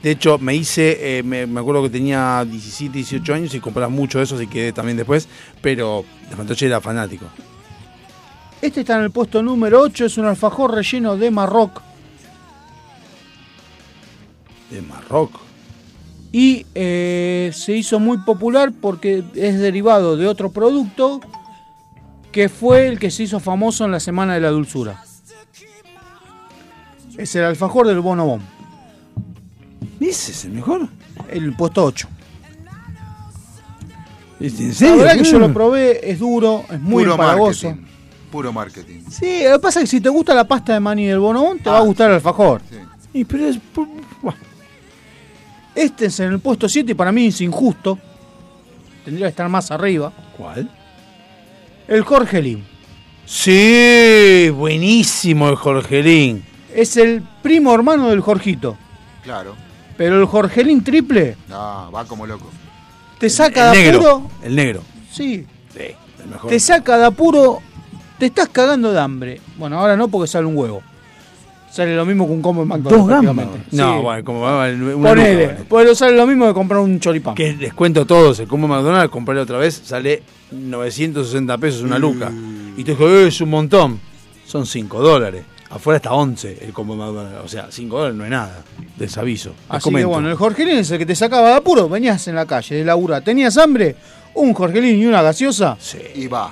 Speaker 2: De hecho, me hice, eh, me, me acuerdo que tenía 17, 18 años y compraba mucho de esos y quedé también después. Pero el Fantoche era fanático.
Speaker 3: Este está en el puesto número 8, es un alfajor relleno de marroc.
Speaker 2: De Marroc.
Speaker 3: Y eh, se hizo muy popular porque es derivado de otro producto que fue el que se hizo famoso en la Semana de la Dulzura. Es el alfajor del Bonobón.
Speaker 2: ¿Ese es el mejor?
Speaker 3: El puesto 8.
Speaker 2: ¿En
Speaker 3: La verdad que yo lo
Speaker 4: Mm.
Speaker 3: probé, es duro, es muy
Speaker 4: Puro
Speaker 3: empalagoso.
Speaker 4: marketing. Puro marketing.
Speaker 3: Sí, lo que pasa es que si te gusta la pasta de maní del bonobón, te va a gustar el alfajor.
Speaker 2: Y pero es...
Speaker 3: Este es en el puesto 7 y para mí es injusto. Tendría que estar más arriba.
Speaker 2: ¿Cuál?
Speaker 3: El Jorgelín.
Speaker 2: Sí, buenísimo el Jorgelín.
Speaker 3: Es el primo hermano del Jorgito.
Speaker 4: Claro.
Speaker 3: Pero el Jorgelín triple
Speaker 4: No, va como loco.
Speaker 3: te saca de apuro.
Speaker 2: El negro.
Speaker 3: Sí,
Speaker 2: Sí, el mejor.
Speaker 3: te saca de apuro. Te estás cagando de hambre. Bueno, ahora no porque sale un huevo. Sale lo mismo que un combo en McDonald's.
Speaker 2: Dos gambas.
Speaker 3: prácticamente.
Speaker 2: No,
Speaker 3: Sí.
Speaker 2: bueno, como va una
Speaker 3: Ponele,
Speaker 2: nuca,
Speaker 3: ponele, sale lo mismo que comprar un choripán.
Speaker 2: Que les cuento todo, se como McDonald's, comprarlo otra vez, sale 960 pesos una luca.
Speaker 3: Mm.
Speaker 2: Y te dijo, "Eh, es un montón. Son 5 dólares. Afuera está 11 el combo de McDonald's. O sea, 5 dólares no es nada. Desaviso. Les
Speaker 3: Así
Speaker 2: comento.
Speaker 3: que bueno, el Jorgelín es el que te sacaba de apuro. Venías en la calle de labura. ¿Tenías hambre? ¿Un Jorgelín y una gaseosa?
Speaker 2: Sí.
Speaker 4: Y va.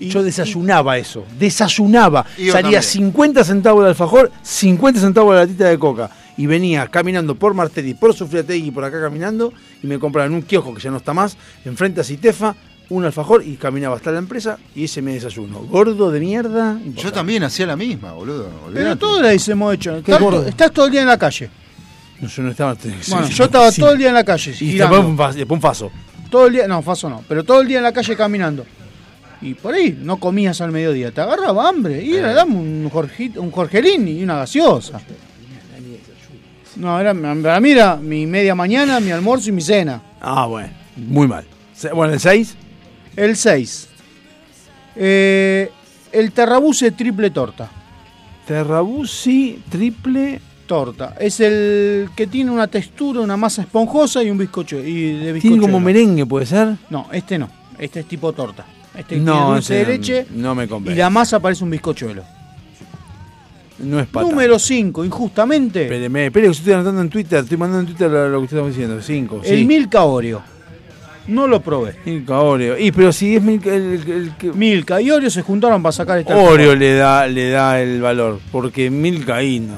Speaker 2: Yo desayunaba eso. Desayunaba.
Speaker 4: Y yo
Speaker 2: Salía
Speaker 4: también.
Speaker 2: 50 centavos de alfajor, 50 centavos de latita de coca. Y venía caminando por Martelli, por Sufriategui, por acá caminando. Y me compraba en un kiosco que ya no está más, enfrente a Citefa, un alfajor y caminaba hasta la empresa. Y ese me desayuno. Gordo de mierda.
Speaker 4: Yo también hacía la misma, boludo.
Speaker 3: Pero
Speaker 4: olvidate.
Speaker 3: todo la hemos hecho.
Speaker 2: Qué
Speaker 3: Estás,
Speaker 2: gordo.
Speaker 3: estás todo el día en la calle.
Speaker 2: No, yo no estaba.
Speaker 3: Bueno, yo estaba todo el día en la calle.
Speaker 2: Y
Speaker 3: girando.
Speaker 2: después un fa- después un faso.
Speaker 3: Todo el día, no, Faso no, pero todo el día en la calle caminando. Y por ahí no comías al mediodía, te agarraba hambre. Y
Speaker 2: Eh.
Speaker 3: era dame un, jorgito- un jorgelín y una gaseosa. No, era, para mí era mi media mañana, mi almuerzo y mi cena.
Speaker 2: Ah, bueno. Muy mal. Se- Bueno, el 6.
Speaker 3: El 6. el terrabuse triple torta.
Speaker 2: Terrabusi triple
Speaker 3: torta. Es el que tiene una textura, una masa esponjosa y un bizcocho. Y de
Speaker 2: Tiene
Speaker 3: bizcochuelo.
Speaker 2: como merengue, ¿puede ser?
Speaker 3: No, este no. Este es tipo torta. Este tiene
Speaker 2: No,
Speaker 3: dulce de
Speaker 2: ese
Speaker 3: leche
Speaker 2: No me
Speaker 3: y
Speaker 2: convence.
Speaker 3: la masa parece un bizcochuelo.
Speaker 2: No es pata.
Speaker 3: Número 5, injustamente.
Speaker 2: Espéreme, espere que yo estoy anotando en Twitter, estoy mandando en Twitter lo, lo que usted está diciendo, 5.
Speaker 3: El Milka Oreo. No lo probé.
Speaker 2: Milka Oreo. Y pero si es Milka el, el que-
Speaker 3: Milka y Oreo se juntaron para sacar esta.
Speaker 2: Oreo le da, le da el valor, porque Milka ahí no.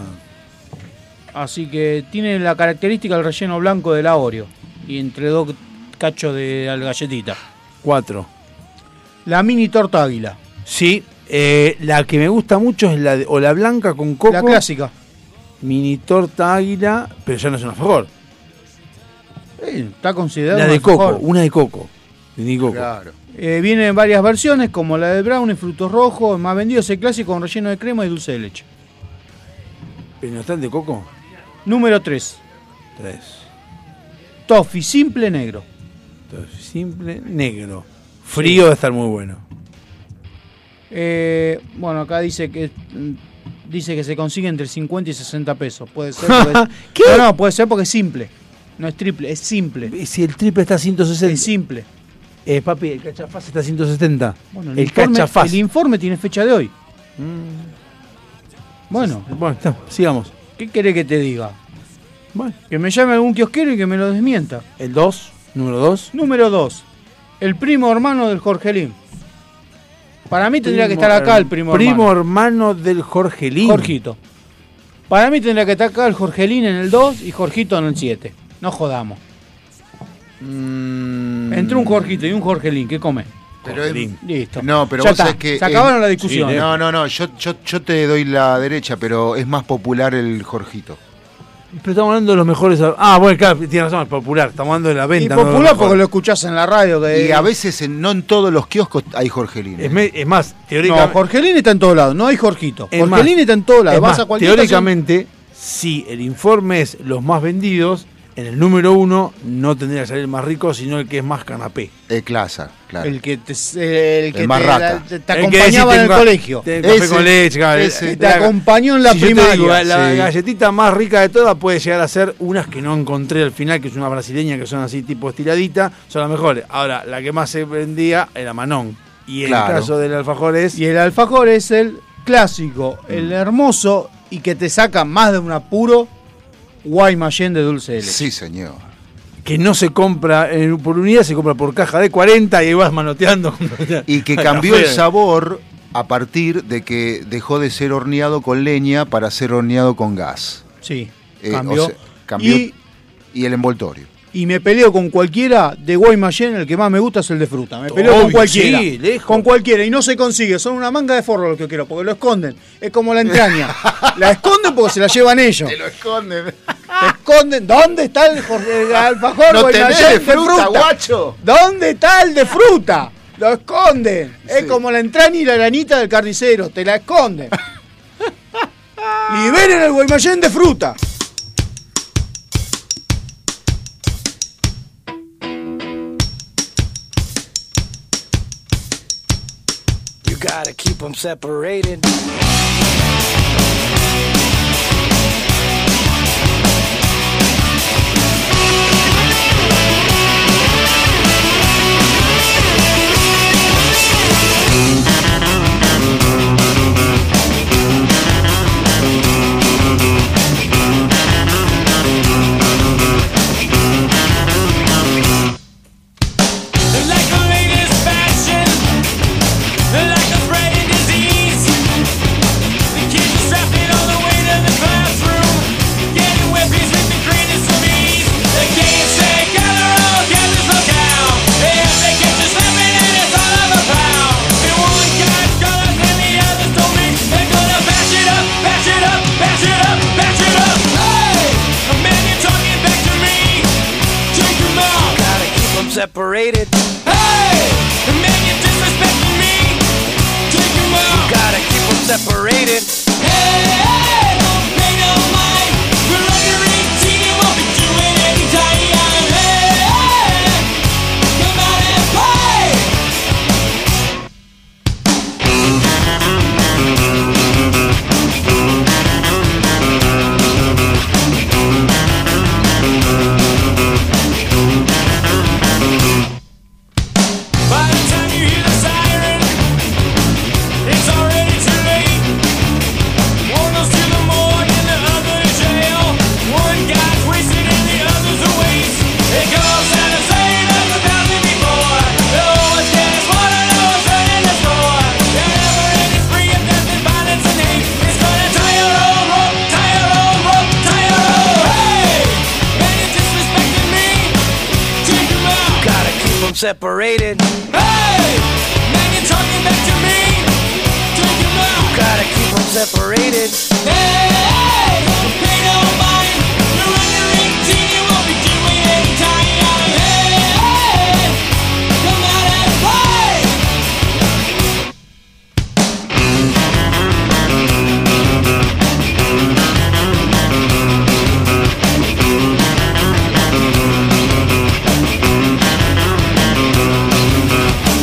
Speaker 3: Así que tiene la característica del relleno blanco de la Oreo. Y entre dos cachos de al- galletita.
Speaker 2: 4.
Speaker 3: La mini torta águila.
Speaker 2: Sí, eh, la que me gusta mucho es la de- o la blanca con coco.
Speaker 3: La clásica.
Speaker 2: Mini torta águila, pero ya no es una favor.
Speaker 3: Eh, está considerada.
Speaker 2: La
Speaker 3: una
Speaker 2: de coco,
Speaker 3: mejor.
Speaker 2: una de coco. De ni coco.
Speaker 3: Eh, viene en varias versiones, como la de brownie, frutos rojos. El más vendido es el clásico con relleno de crema y dulce de leche.
Speaker 2: ¿Pero no está el de coco?
Speaker 3: Número 3.
Speaker 2: 3.
Speaker 3: Toffee simple negro.
Speaker 2: Simple, negro. Frío de estar muy bueno.
Speaker 3: Eh, bueno, acá dice que mm, dice que se consigue entre 50 y 60 pesos. Puede ser. porque- No, no, puede ser porque es simple. No es triple, es simple.
Speaker 2: Y Si el triple está a 160. Es
Speaker 3: simple.
Speaker 2: Eh, papi, el cachafaz está a 170.
Speaker 3: Bueno,
Speaker 2: el cachafaz.
Speaker 3: el informe tiene fecha de hoy. Bueno.
Speaker 2: Mm. Bueno, está, sigamos.
Speaker 3: ¿Qué querés que te diga?
Speaker 2: Bueno.
Speaker 3: Que me llame algún kiosquero y que me lo desmienta.
Speaker 2: ¿El 2? ¿Número 2?
Speaker 3: Número 2. El primo hermano del Jorgelín. Para mí tendría que estar acá el primo,
Speaker 2: Primo hermano del Jorgelín.
Speaker 3: Jorgito. Para mí tendría que estar acá el Jorgelín en el 2 y Jorgito en el 7. No jodamos. Entre un Jorgito y un Jorgelín, ¿qué come?
Speaker 4: Mm. Pero es-
Speaker 3: Listo.
Speaker 4: No, pero
Speaker 3: Ya
Speaker 4: vos
Speaker 3: está,
Speaker 4: sabés que.
Speaker 3: Se acabaron
Speaker 4: eh,
Speaker 3: las discusiones.
Speaker 4: No, no, no. Yo, yo, yo te doy la derecha, pero es más popular el Jorgito.
Speaker 2: Pero estamos hablando de los mejores. ab- Ah, bueno, claro, tiene razón, es popular. Estamos hablando de la venta. no de los mejores.
Speaker 3: escuchás en la radio.
Speaker 4: Y a veces en- no en todos los kioscos hay Jorgelín.
Speaker 2: Es, me- es más,
Speaker 3: No,
Speaker 2: teóricamente.
Speaker 3: Jorgelín está en todos lados, no hay Jorgito.
Speaker 2: es más,
Speaker 3: Jorgelín está en todos lados.
Speaker 2: es
Speaker 3: Vas
Speaker 2: más,
Speaker 3: a cualquier
Speaker 2: teóricamente, si el informe es los más vendidos, en el número uno no tendría que salir el más rico, sino el que es más canapé.
Speaker 4: El clasa,
Speaker 3: estación, el que te, el que
Speaker 2: El más
Speaker 3: te-
Speaker 2: rata.
Speaker 3: te- te
Speaker 2: El que
Speaker 3: acompañaba
Speaker 2: decís,
Speaker 3: en el
Speaker 2: tengo-
Speaker 3: colegio.
Speaker 2: tengo café con leche, claro.
Speaker 3: ese.
Speaker 2: Eh,
Speaker 3: te
Speaker 2: la-
Speaker 3: acompañó en la
Speaker 2: si yo te
Speaker 3: primaria.
Speaker 2: digo, eh, la
Speaker 3: Sí.
Speaker 2: galletita más rica de todas puede llegar a ser unas que no encontré al final, que es una brasileña que son así tipo estiradita, son las mejores. Ahora, la que más se vendía era Manón. Y el
Speaker 3: Claro.
Speaker 2: caso del alfajor es.
Speaker 3: Y el alfajor es el clásico,
Speaker 4: Mm.
Speaker 3: el hermoso y que te saca más de un apuro Guaymallén de dulce de leche.
Speaker 4: Sí, señor.
Speaker 2: que no se compra eh, por unidad, se compra por caja de 40 y ahí vas manoteando.
Speaker 4: Y que cambió el sabor a partir de que dejó de ser horneado con leña para ser horneado con gas.
Speaker 3: Sí,
Speaker 4: Eh, o
Speaker 3: cambió.
Speaker 4: sea, cambió.
Speaker 3: Y-
Speaker 4: Y, el envoltorio.
Speaker 3: y me peleo con cualquiera de Guaymallén, el que más me gusta es el de fruta. Me peleo con
Speaker 4: Obvio,
Speaker 3: cualquiera.
Speaker 4: sí,
Speaker 3: con cualquiera. Y no se consigue. Son una manga de forro lo que quiero, porque lo esconden. Es como la entraña. la esconden porque se la llevan ellos.
Speaker 4: lo esconden.
Speaker 3: Te esconden. ¿Dónde está el, Jorge- el alfajor
Speaker 4: No tenés
Speaker 3: Guaymallén
Speaker 4: de fruta, guacho.
Speaker 3: ¿Dónde está el de fruta? Lo esconden. Es como la entraña y la lanita del carnicero. Te la esconden. Liberen el Guaymallén de fruta.
Speaker 19: You gotta keep them separated.
Speaker 1: Like a latest fashion, like a spreading disease. The kids are strapping all the way to the classroom, getting whippies with the greenest of ease. The kids say, "Gather all, gather look out!" They have to catch us slipping, and it's all of a pound. And one guy's got us, and the others told me they're gonna bash it up, bash it up, bash it up, bash it up. Hey, man, you're talking back to me. Drink 'em up.
Speaker 19: Gotta keep them separated.
Speaker 1: Hey, man, you're disrespecting me. Drink 'em up.
Speaker 19: You gotta keep them separated.
Speaker 1: By the time you hear the siren, it's already too late. One goes to the morgue and the other to jail. One guy's wasted and the other's a waste. It goes out of sight of the thousand before. No one's getting water, no one's running the score. They're never in it free of death and violence and hate. It's gonna tie your own rope, tie your own rope, tie your own. Hey, man, you're disrespecting me. Take 'em out.
Speaker 19: Gotta keep them separated.
Speaker 1: Hey, man, you're talking back to me. Take 'em out.
Speaker 19: Gotta keep them separated.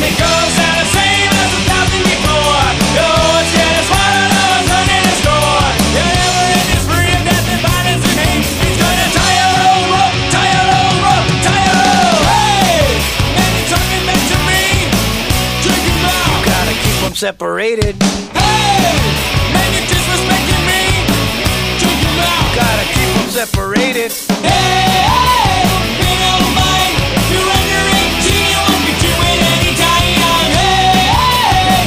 Speaker 1: It goes out the same as a thousand before. No one's gonna swallow, no one's running a score.
Speaker 20: separated. Hey, man, you're disrespecting me. Choke your mouth. Gotta keep 'em separated. Hey, hey, you know mine. If you're under 18, you won't be doing any time. Hey, hey,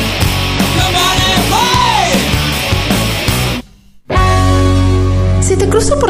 Speaker 20: come out and play.
Speaker 15: ¿Se te cruzó por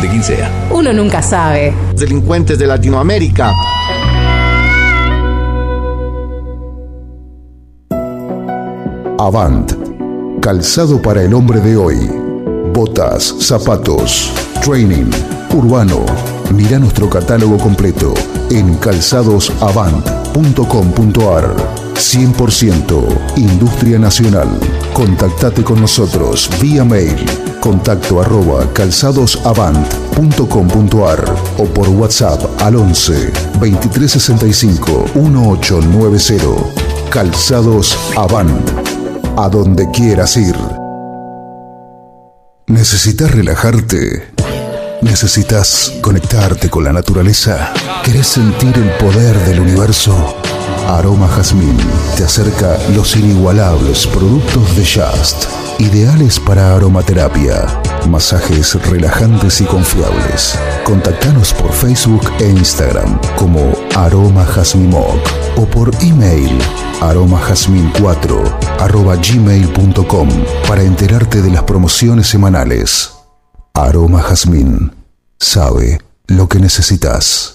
Speaker 8: de quien sea.
Speaker 15: uno nunca sabe.
Speaker 21: Delincuentes de Latinoamérica.
Speaker 5: Avant. Calzado para el hombre de hoy. Botas, zapatos, training, urbano. Mira nuestro catálogo completo en calzadosavant.com.ar. 100% Industria Nacional. Contactate con nosotros vía mail contacto arroba calzadosavant.com.ar o por WhatsApp al 11 2365 1890. Calzados Avant. A donde quieras ir. ¿Necesitas relajarte? ¿Necesitas conectarte con la naturaleza? ¿Querés sentir el poder del universo? Aroma Jazmín te acerca los inigualables productos de Just, ideales para aromaterapia, masajes relajantes y confiables. Contactanos por Facebook e Instagram como Aroma Jazmín Moc o por email aromajazmin4 arroba gmail.com para enterarte de las promociones semanales. Aroma Jazmín sabe lo que necesitas.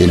Speaker 5: en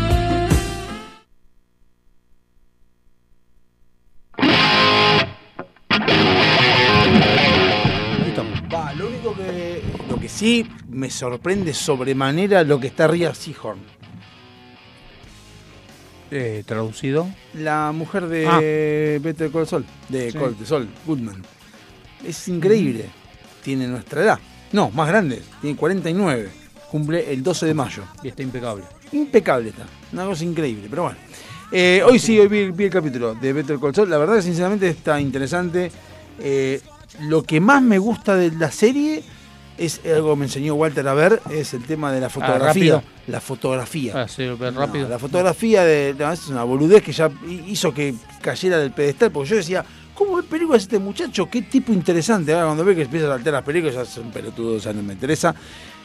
Speaker 2: Va, lo único que. Lo que sí me sorprende sobremanera lo que está Ria Seahorn.
Speaker 3: Eh, traducido.
Speaker 2: La mujer de Better Call Saul. De
Speaker 3: Ah. Sí.
Speaker 2: Call de Saul, Goodman. Es increíble. Tiene nuestra edad. No, más grande. Tiene 49. Cumple el 12 de mayo.
Speaker 3: Y está impecable.
Speaker 2: Impecable está. Una cosa increíble, pero bueno. Eh, hoy sí, hoy vi, vi el capítulo de Better Call Saul. La verdad que sinceramente está interesante. Eh, lo que más me gusta de la serie es algo que me enseñó Walter a ver, es el tema de la fotografía.
Speaker 3: Ah, rápido.
Speaker 2: la fotografía.
Speaker 3: Ah, sí, pero
Speaker 2: No,
Speaker 3: rápido.
Speaker 2: la fotografía de, no, es una boludez que ya hi- hizo que cayera del pedestal, porque yo decía, ¿cómo ve películas este muchacho? Qué tipo interesante. Ahora cuando ve que empieza a saltar las películas, ya es un pelotudo, ya no me interesa.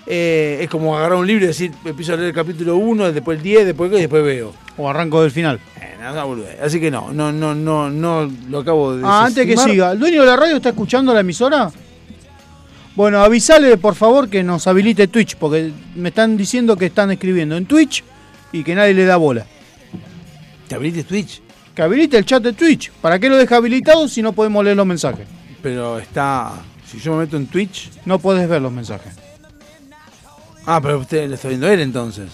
Speaker 2: Eh, es como agarrar un libro y decir, empiezo a leer el capítulo 1, después el 10, después qué, y después veo.
Speaker 3: O arranco del final.
Speaker 2: Eh, no, es una boludez. Así que no, no, no, no, no lo acabo de decir.
Speaker 3: Ah, antes que siga, ¿el dueño de la radio está escuchando la emisora? Bueno, avisale por favor que nos habilite Twitch, porque me están diciendo que están escribiendo en Twitch y que nadie le da bola.
Speaker 2: ¿Te habilite Twitch?
Speaker 3: Que habilite el chat de Twitch. ¿Para qué lo deja habilitado si no podemos leer los mensajes?
Speaker 2: Pero está. Si yo me meto en Twitch.
Speaker 3: No podés ver los mensajes.
Speaker 2: Ah, pero usted lo está viendo él entonces.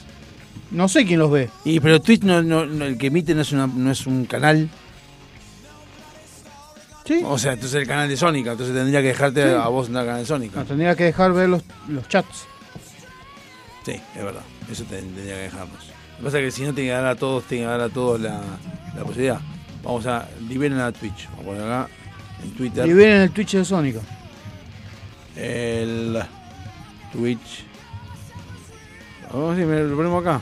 Speaker 3: No sé quién los ve.
Speaker 2: Y pero Twitch no, no- no- el que emite no es una, no es un canal.
Speaker 3: Sí.
Speaker 2: O sea, entonces el canal de Sónica, entonces tendría que dejarte
Speaker 3: Sí.
Speaker 2: a vos en el canal de Sónica.
Speaker 3: Nos tendría que dejar ver los, los chats.
Speaker 2: Sí, es verdad. Eso te- tendría que dejarnos. Lo que pasa es que si no tiene que dar a todos, tiene que dar a todos la, la posibilidad. Vamos a liberen a Twitch. Vamos a poner acá en Twitter.
Speaker 3: Y ven en el Twitch de Sónica.
Speaker 2: el Twitch. Vamos a ver si me lo ponemos acá.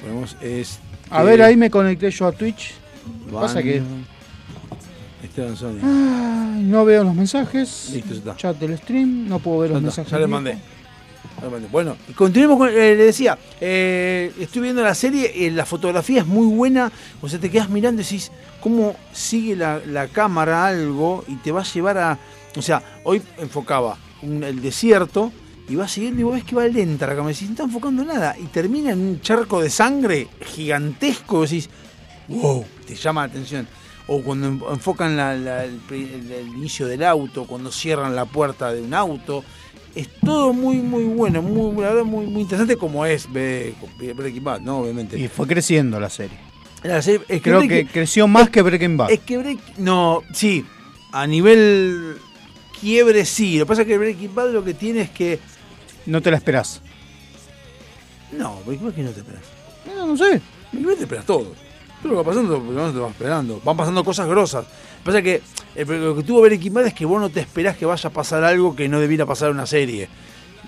Speaker 2: Ponemos este-
Speaker 16: A ver, ahí me conecté yo a Twitch. Pasa que. Ah,
Speaker 2: Baño. Esteban Sonia.
Speaker 16: Ay, no veo los mensajes.
Speaker 2: Listo, ya está.
Speaker 16: Chat del stream, no puedo ver los
Speaker 2: Ya está,
Speaker 16: mensajes.
Speaker 2: ya le mandé. Ya le mandé. Bueno, y continuemos con. eh, le decía, eh, estoy viendo la serie, eh, la fotografía es muy buena. O sea, te quedas mirando y decís cómo sigue la, la cámara algo y te va a llevar a. O sea, hoy enfocaba un- el desierto y va siguiendo y vos ves que va lenta la cámara. Y decís, no está enfocando nada. Y termina en un charco de sangre gigantesco. y Decís, wow, te llama la atención. O cuando en- enfocan la- la- el, pri- el- el inicio del auto, cuando cierran la puerta de un auto. Es todo muy, muy bueno, muy, la verdad, muy, muy interesante como es Be- Be- Breaking Bad, ¿no? Obviamente.
Speaker 16: Y fue creciendo la serie.
Speaker 2: La serie- es
Speaker 16: Creo
Speaker 2: Breaking-
Speaker 16: que creció más que Breaking Bad.
Speaker 2: es que Breaking... No, sí. A nivel quiebre, sí. Lo que pasa es que Breaking Bad lo que tiene es que...
Speaker 16: No te la esperás.
Speaker 2: No, Breaking Bad que no te esperas.
Speaker 16: No, no sé.
Speaker 2: Breaking Bad te esperas todo. Todo lo que va pasando, por lo menos te vas esperando. Van pasando cosas grosas. Lo que pasa es que eh, lo que tuvo Breaking Bad es que vos no te esperás que vaya a pasar algo que no debiera pasar en una serie.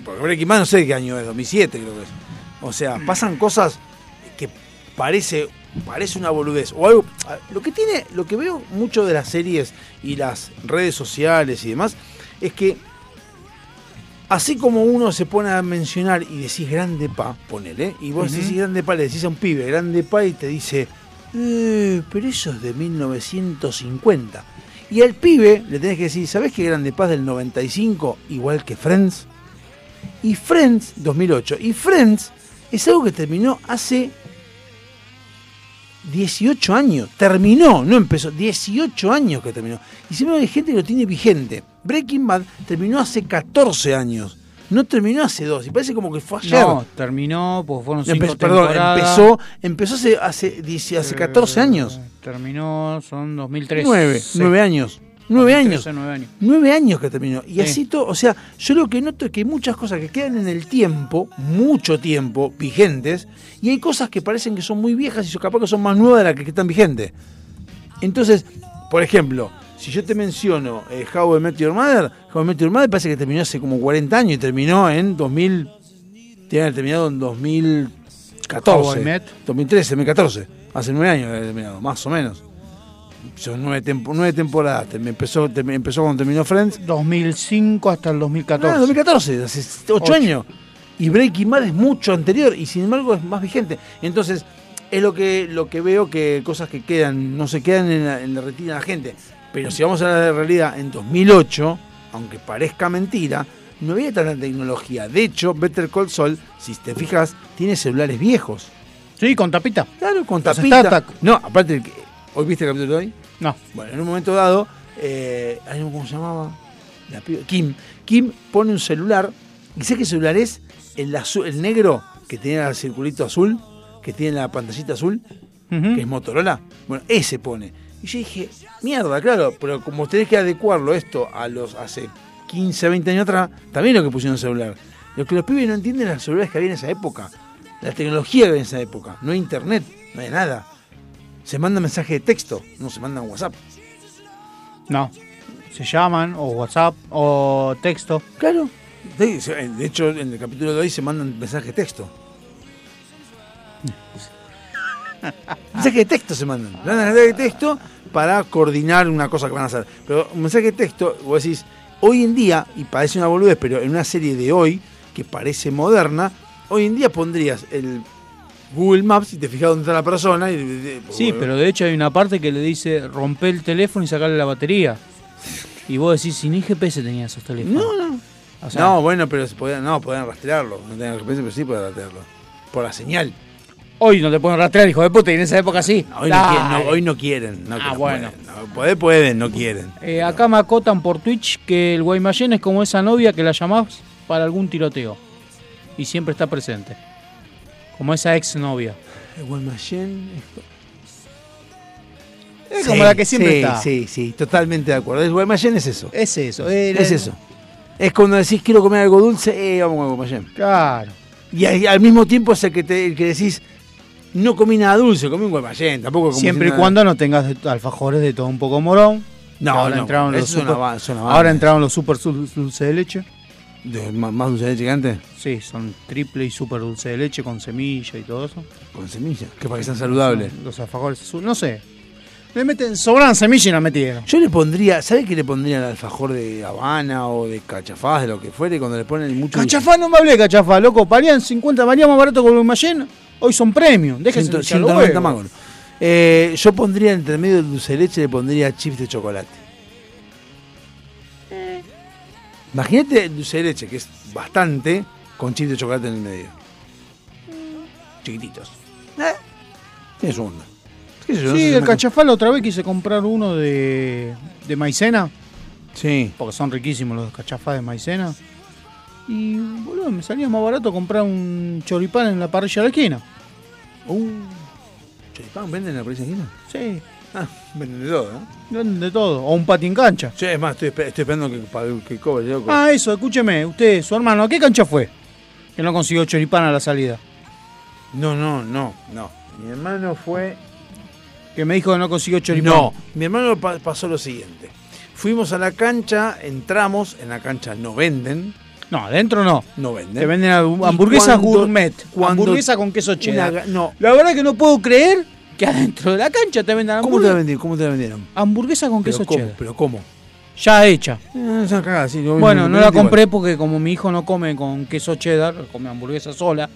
Speaker 2: Porque Breaking Bad no sé qué año es, 2007 creo que es. O sea, pasan cosas que parece parece una boludez o algo a- lo que tiene lo que veo mucho de las series y las redes sociales y demás es que así como uno se pone a mencionar y decís grande pa ponele y vos
Speaker 16: Ujú.
Speaker 2: decís grande pa le decís a un pibe grande pa y te dice "Eh, pero eso es de 1950 y al pibe le tenés que decir ¿sabés qué grande pa es del 95 igual que Friends? y Friends 2008 y Friends es algo que terminó hace 18 años. Terminó, no empezó. 18 años que terminó. Y siempre hay gente que lo tiene vigente. Breaking Bad terminó hace 14 años. No terminó hace dos. Y parece como que fue ayer.
Speaker 16: No, terminó, pues fueron cinco
Speaker 2: Empe- perdón,
Speaker 16: temporadas. Eh,
Speaker 2: empezó, empezó hace, hace, dieci- hace 14 años.
Speaker 16: Terminó, son 2013.
Speaker 2: Nueve, nueve años. Nueve años.
Speaker 16: 2013, nueve años.
Speaker 2: Nueve años que terminó. Y
Speaker 16: Sí.
Speaker 2: así todo, o sea, yo lo que noto es que hay muchas cosas que quedan en el tiempo, mucho tiempo, vigentes, y hay cosas que parecen que son muy viejas y son capaz que son más nuevas de las que están vigentes. Entonces, por ejemplo, si yo te menciono eh, How I Met Your Mother, How I Met Your Mother parece que terminó hace como 40 años y terminó en 2000, tiene que haber terminado en 2014.
Speaker 16: How I Met.
Speaker 2: 2013, 2014. Hace nueve años que había terminado, más o menos. Son nueve, tempo- nueve temporadas. Te- me empezó, te- me empezó cuando terminó Friends.
Speaker 16: 2005 hasta el 2014.
Speaker 2: Ah, 2014, hace ocho,
Speaker 16: Ocho.
Speaker 2: años. Y Breaking Bad es mucho anterior y sin embargo es más vigente. Entonces, es lo que, lo que veo que cosas que quedan, no se quedan en la, en la retina de la gente. Pero si vamos a la realidad, en 2008, aunque parezca mentira, no había tanta tecnología. De hecho, Better Call Saul, si te fijas, tiene celulares viejos.
Speaker 16: Sí, con tapita.
Speaker 2: Claro, con
Speaker 16: Los
Speaker 2: tapita.
Speaker 16: StarTac.
Speaker 2: No, aparte, que- ¿hoy viste el capítulo de hoy?
Speaker 16: No.
Speaker 2: Bueno, en un momento dado, eh, ay, ¿cómo se llamaba? La piba- Kim. Kim pone un celular, y sé qué celular es el, azu- el negro que tiene el circulito azul, que tiene la pantallita azul, que es Motorola. Bueno, ese pone. Y yo dije, mierda, claro, pero como tenés que adecuarlo esto a los hace 15, 20 años atrás, también lo que pusieron celular. Lo que los pibes no entienden es las celulares que había en esa época, la tecnología que había en esa época, no hay internet, no hay nada. Se manda mensaje de texto, no se mandan WhatsApp.
Speaker 16: No. Se llaman, o WhatsApp, o texto.
Speaker 2: Claro. De, se- de hecho, en el capítulo de hoy se mandan mensajes de texto. mensajes de texto se mandan. Mandan mensajes de texto para coordinar una cosa que van a hacer. Pero un mensaje de texto, vos decís, hoy en día, y parece una boludez, pero en una serie de hoy, que parece moderna, hoy en día pondrías el Google Maps y te fijas dónde está la persona. Y,
Speaker 16: Sí, pero de hecho hay una parte que le dice rompe el teléfono y sacarle la batería. Y vos decís, si ni GPS tenía esos teléfonos.
Speaker 2: No, no.
Speaker 16: O sea-
Speaker 2: no, bueno, pero se podían, no, podían rastrearlo. No tenían GPS, pero sí podían rastrearlo. Por la señal.
Speaker 16: Hoy no te pueden rastrear, hijo de puta, y en esa época sí.
Speaker 2: Hoy no, quieren, no, hoy no quieren. No, que
Speaker 16: Ah,
Speaker 2: no
Speaker 16: bueno.
Speaker 2: pueden. No, poder pueden, no quieren.
Speaker 16: Eh, acá me acotan por Twitch que el Guaymallén es como esa novia que la llamás para algún tiroteo. Y siempre está presente. Como esa ex novia.
Speaker 2: El Guaymallén
Speaker 16: Es como la que siempre
Speaker 2: sí,
Speaker 16: está.
Speaker 2: Sí, sí, totalmente de acuerdo. El Guaymallén es eso.
Speaker 16: Es eso.
Speaker 2: es eso. Es cuando decís quiero comer algo dulce, eh, vamos a Guaymallén.
Speaker 16: Claro.
Speaker 2: Y ahí, al mismo tiempo es el que, te, el que decís no comí nada dulce, comí un Guaymallén. Tampoco comí
Speaker 16: Siempre y
Speaker 2: nada-
Speaker 16: cuando no tengas de- alfajores de todo un poco morón.
Speaker 2: No,
Speaker 16: ahora
Speaker 2: no,
Speaker 16: entraron los
Speaker 2: eso es una
Speaker 16: super,
Speaker 2: ba- es una
Speaker 16: Ahora
Speaker 2: banda.
Speaker 16: entraron los super dul- dulce de leche.
Speaker 2: ¿De ma- ¿Más dulce de leche que antes?
Speaker 3: Sí, son triple y super dulce de leche con semilla y todo eso.
Speaker 2: ¿Con semilla? Que para que sean saludables.
Speaker 3: Los alfajores azules, no sé. Le meten, sobran semilla y la metieron.
Speaker 2: Yo le pondría, ¿sabes qué le pondría al alfajor de Habana o de Cachafaz, de lo que fuere, cuando le ponen mucho...
Speaker 3: Cachafá, no me hablé, cachafá, loco. Parían 50 valía más barato que Volumayen. Hoy son premium. Déjense
Speaker 2: Ciento-
Speaker 3: de hinchar los
Speaker 2: 190
Speaker 3: huevos.
Speaker 2: mangos. Eh, yo pondría entre medio del dulce de leche, le pondría chips de chocolate. Imagínate el dulce de leche, que es bastante, con chips de chocolate en el medio. Chiquititos. Eh, Tiene su onda. ¿Qué sé yo? No sé
Speaker 3: Sí,
Speaker 2: si
Speaker 3: el
Speaker 2: me-
Speaker 3: cachafá la otra vez quise comprar uno de, de maicena.
Speaker 2: Sí.
Speaker 3: Porque son riquísimos los cachafás de maicena. Y, boludo, me salía más barato comprar un choripán en la parrilla de la esquina.
Speaker 2: ¿Choripán venden en la provincia de Quilmes?
Speaker 3: Sí.
Speaker 2: Ah, venden de todo, ¿no?
Speaker 3: Venden de todo. O un patín cancha.
Speaker 2: Che, es más, estoy, espe- estoy esperando que, pa- que cobre, loco.
Speaker 3: Ah, eso, escúcheme. Usted, su hermano, ¿a qué cancha fue? Que no consiguió choripán a la salida.
Speaker 2: No, no, no, no. Mi hermano fue.
Speaker 3: Que me dijo que no consiguió choripán.
Speaker 2: No, mi hermano pa- pasó lo siguiente. Fuimos a la cancha, entramos, en la cancha no venden.
Speaker 3: No, adentro no.
Speaker 2: No venden.
Speaker 3: Te venden
Speaker 2: Y
Speaker 3: hambu- hamburguesas
Speaker 2: cuando-
Speaker 3: gourmet.
Speaker 2: cuando-
Speaker 3: hamburguesa con queso cheddar.
Speaker 2: Una ga- no.
Speaker 3: La verdad que no puedo creer que adentro de la cancha te vendan
Speaker 2: ¿Cómo te la
Speaker 3: hamburguesa.
Speaker 2: vendieron? ¿Cómo te la vendieron?
Speaker 3: Hamburguesa con
Speaker 2: Pero
Speaker 3: queso
Speaker 2: cómo,
Speaker 3: cheddar.
Speaker 2: Pero ¿cómo?
Speaker 3: Ya hecha.
Speaker 2: Eh, esa cagada, sí, lo-
Speaker 3: Bueno, no
Speaker 2: lo-
Speaker 3: la
Speaker 2: igual.
Speaker 3: compré porque como mi hijo no come con queso cheddar, come hamburguesa sola,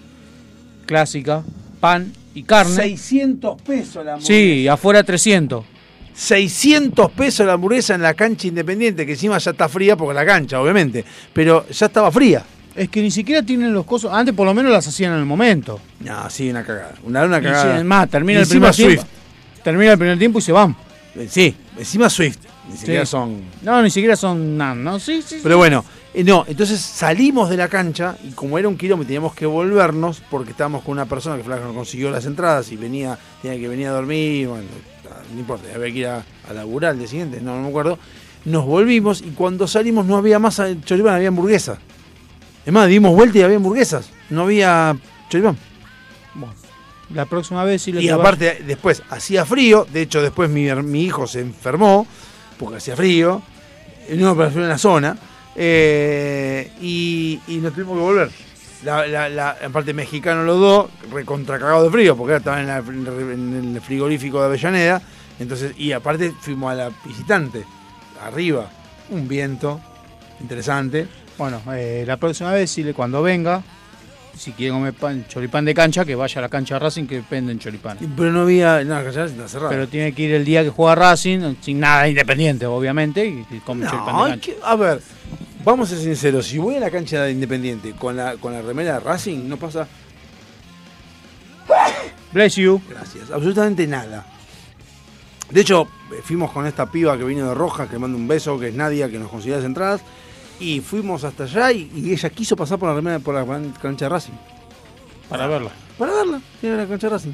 Speaker 3: clásica, pan y carne.
Speaker 2: 600 pesos la hamburguesa.
Speaker 3: Sí, y afuera 300.
Speaker 2: 600 pesos la hamburguesa en la cancha independiente, que encima ya está fría porque la cancha, obviamente. Pero ya estaba fría.
Speaker 3: Es que ni siquiera tienen los cosos. Antes por lo menos las hacían en el momento.
Speaker 2: No, sí, una cagada. Una, una
Speaker 3: Y
Speaker 2: cagada.
Speaker 3: si- es más, termina
Speaker 2: Y
Speaker 3: el
Speaker 2: encima
Speaker 3: primer tiempo. Termina el primer tiempo y se van.
Speaker 2: Eh, Sí, encima Swift. Ni siquiera
Speaker 3: Sí.
Speaker 2: son.
Speaker 3: No, ni siquiera son nada, ¿no? Sí, sí.
Speaker 2: Pero bueno, eh, no, entonces salimos de la cancha y como era un kilómetro teníamos que volvernos porque estábamos con una persona que flaco no consiguió las entradas y venía, tenía que venir a dormir, bueno, no importa, había que ir a, a laburar el día siguiente, no, no me acuerdo. Nos volvimos y cuando salimos no había más eh, choripán, había hamburguesa. Es más, dimos vuelta y había hamburguesas, no había choripán.
Speaker 3: La próxima vez sí le
Speaker 2: Y
Speaker 3: llevas-
Speaker 2: aparte, después hacía frío. De hecho, después mi, her- mi hijo se enfermó porque hacía frío. eh, No, pero fue en la zona. eh, y, y nos tuvimos que volver. La, la, la- aparte, mexicano los dos, recontracagados de frío, porque estaban en, la- en el frigorífico de Avellaneda. Entonces, y aparte, fuimos a la visitante, arriba. Un viento interesante.
Speaker 3: Bueno, eh, la próxima vez sí le- cuando venga, si quiere comer pan, choripán de cancha, que vaya a la cancha de Racing que venden choripán.
Speaker 2: Pero no había. No, ya está cerrado.
Speaker 3: Pero tiene que ir el día que juega Racing, sin nada independiente, obviamente, y, y come choripán
Speaker 2: No,
Speaker 3: de
Speaker 2: hay
Speaker 3: cancha.
Speaker 2: que- a ver, vamos a ser sinceros. Si voy a la cancha de Independiente con la, con la remera de Racing, no pasa
Speaker 3: Bless you.
Speaker 2: gracias, absolutamente nada. De hecho, eh, fuimos con esta piba que vino de Rojas, que le mando un beso, que es Nadia, que nos consiguió las entradas. Y fuimos hasta allá y, y ella quiso pasar por la remera por la gran- cancha de Racing.
Speaker 3: Para verla.
Speaker 2: Para verla, tiene la cancha de Racing.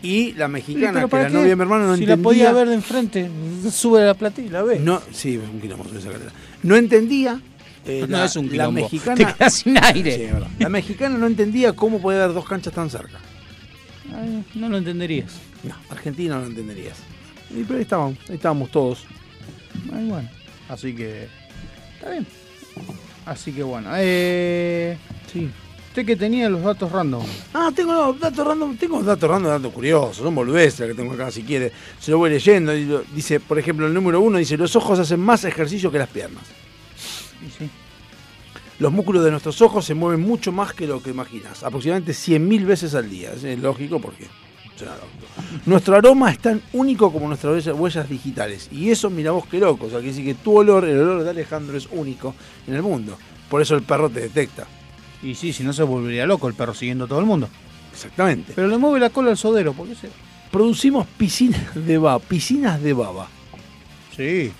Speaker 2: Y la
Speaker 3: ¿Y,
Speaker 2: mexicana,
Speaker 3: pero
Speaker 2: que
Speaker 3: para
Speaker 2: la
Speaker 3: qué?
Speaker 2: novia de mi hermano no
Speaker 3: si
Speaker 2: entendía.
Speaker 3: la podía ver de enfrente, sube la platilla y la ve.
Speaker 2: No, sí, un quilombo sobre esa carrera. No entendía. eh,
Speaker 3: No
Speaker 2: la,
Speaker 3: es un
Speaker 2: la
Speaker 3: quilombo.
Speaker 2: mexicana,
Speaker 3: Te quedas sin aire.
Speaker 2: Sí, es verdad. La mexicana no entendía cómo puede haber dos canchas tan cerca.
Speaker 3: Ay, no lo entenderías.
Speaker 2: No, Argentina no lo entenderías. Y, pero ahí estábamos, ahí estábamos todos.
Speaker 3: Ay, bueno. Así que. Está bien. Así que bueno. Eh,
Speaker 2: sí.
Speaker 3: Usted que tenía los datos random.
Speaker 2: Ah, tengo no, datos random, tengo datos random, datos curiosos, son boludeces las que tengo acá si quiere. Se lo voy leyendo. y lo- dice, por ejemplo, el número uno dice, los ojos hacen más ejercicio que las piernas.
Speaker 3: Y sí.
Speaker 2: Los músculos de nuestros ojos se mueven mucho más que lo que imaginas, aproximadamente 100.000 veces al día. Es lógico porque suena lógico. Nuestro aroma es tan único como nuestras huellas- huellas digitales. Y eso, mira vos qué loco. O sea, que dice que tu olor, el olor de Alejandro, es único en el mundo. Por eso el perro te detecta.
Speaker 3: Y sí, si no se volvería loco el perro siguiendo a todo el mundo.
Speaker 2: Exactamente.
Speaker 3: Pero le mueve la cola al sodero, porque se.
Speaker 2: Producimos piscinas de baba. Piscinas de baba.
Speaker 3: Sí.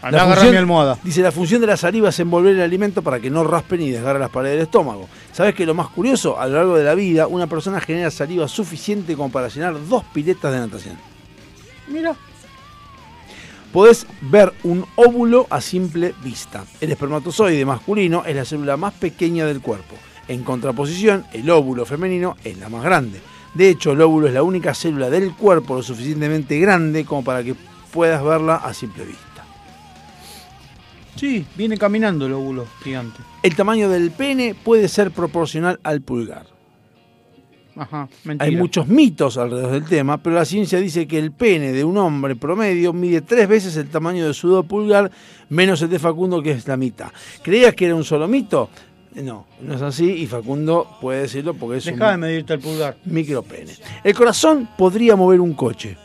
Speaker 2: La
Speaker 3: Andá a agarrar
Speaker 2: función-
Speaker 3: mi almohada.
Speaker 2: Dice, la función de la saliva es envolver el alimento para que no raspe ni desgarre las paredes del estómago. ¿Sabes que lo más curioso? A lo largo de la vida, una persona genera saliva suficiente como para llenar dos piletas de natación.
Speaker 3: Mira.
Speaker 2: Podés ver un óvulo a simple vista. El espermatozoide masculino es la célula más pequeña del cuerpo. En contraposición, el óvulo femenino es la más grande. De hecho, el óvulo es la única célula del cuerpo lo suficientemente grande como para que puedas verla a simple vista.
Speaker 16: Sí, viene caminando el óvulo gigante.
Speaker 2: El tamaño del pene puede ser proporcional al pulgar.
Speaker 16: Ajá, mentira.
Speaker 2: Hay muchos mitos alrededor del tema, pero la ciencia dice que el pene de un hombre promedio mide tres veces el tamaño de su dedo pulgar, menos el de Facundo, que es la mitad. ¿Creías que era un solo mito? No, no es así, y Facundo puede decirlo porque es
Speaker 16: Dejá de
Speaker 2: un
Speaker 16: medirte el pulgar.
Speaker 2: micropene. El corazón podría mover un coche.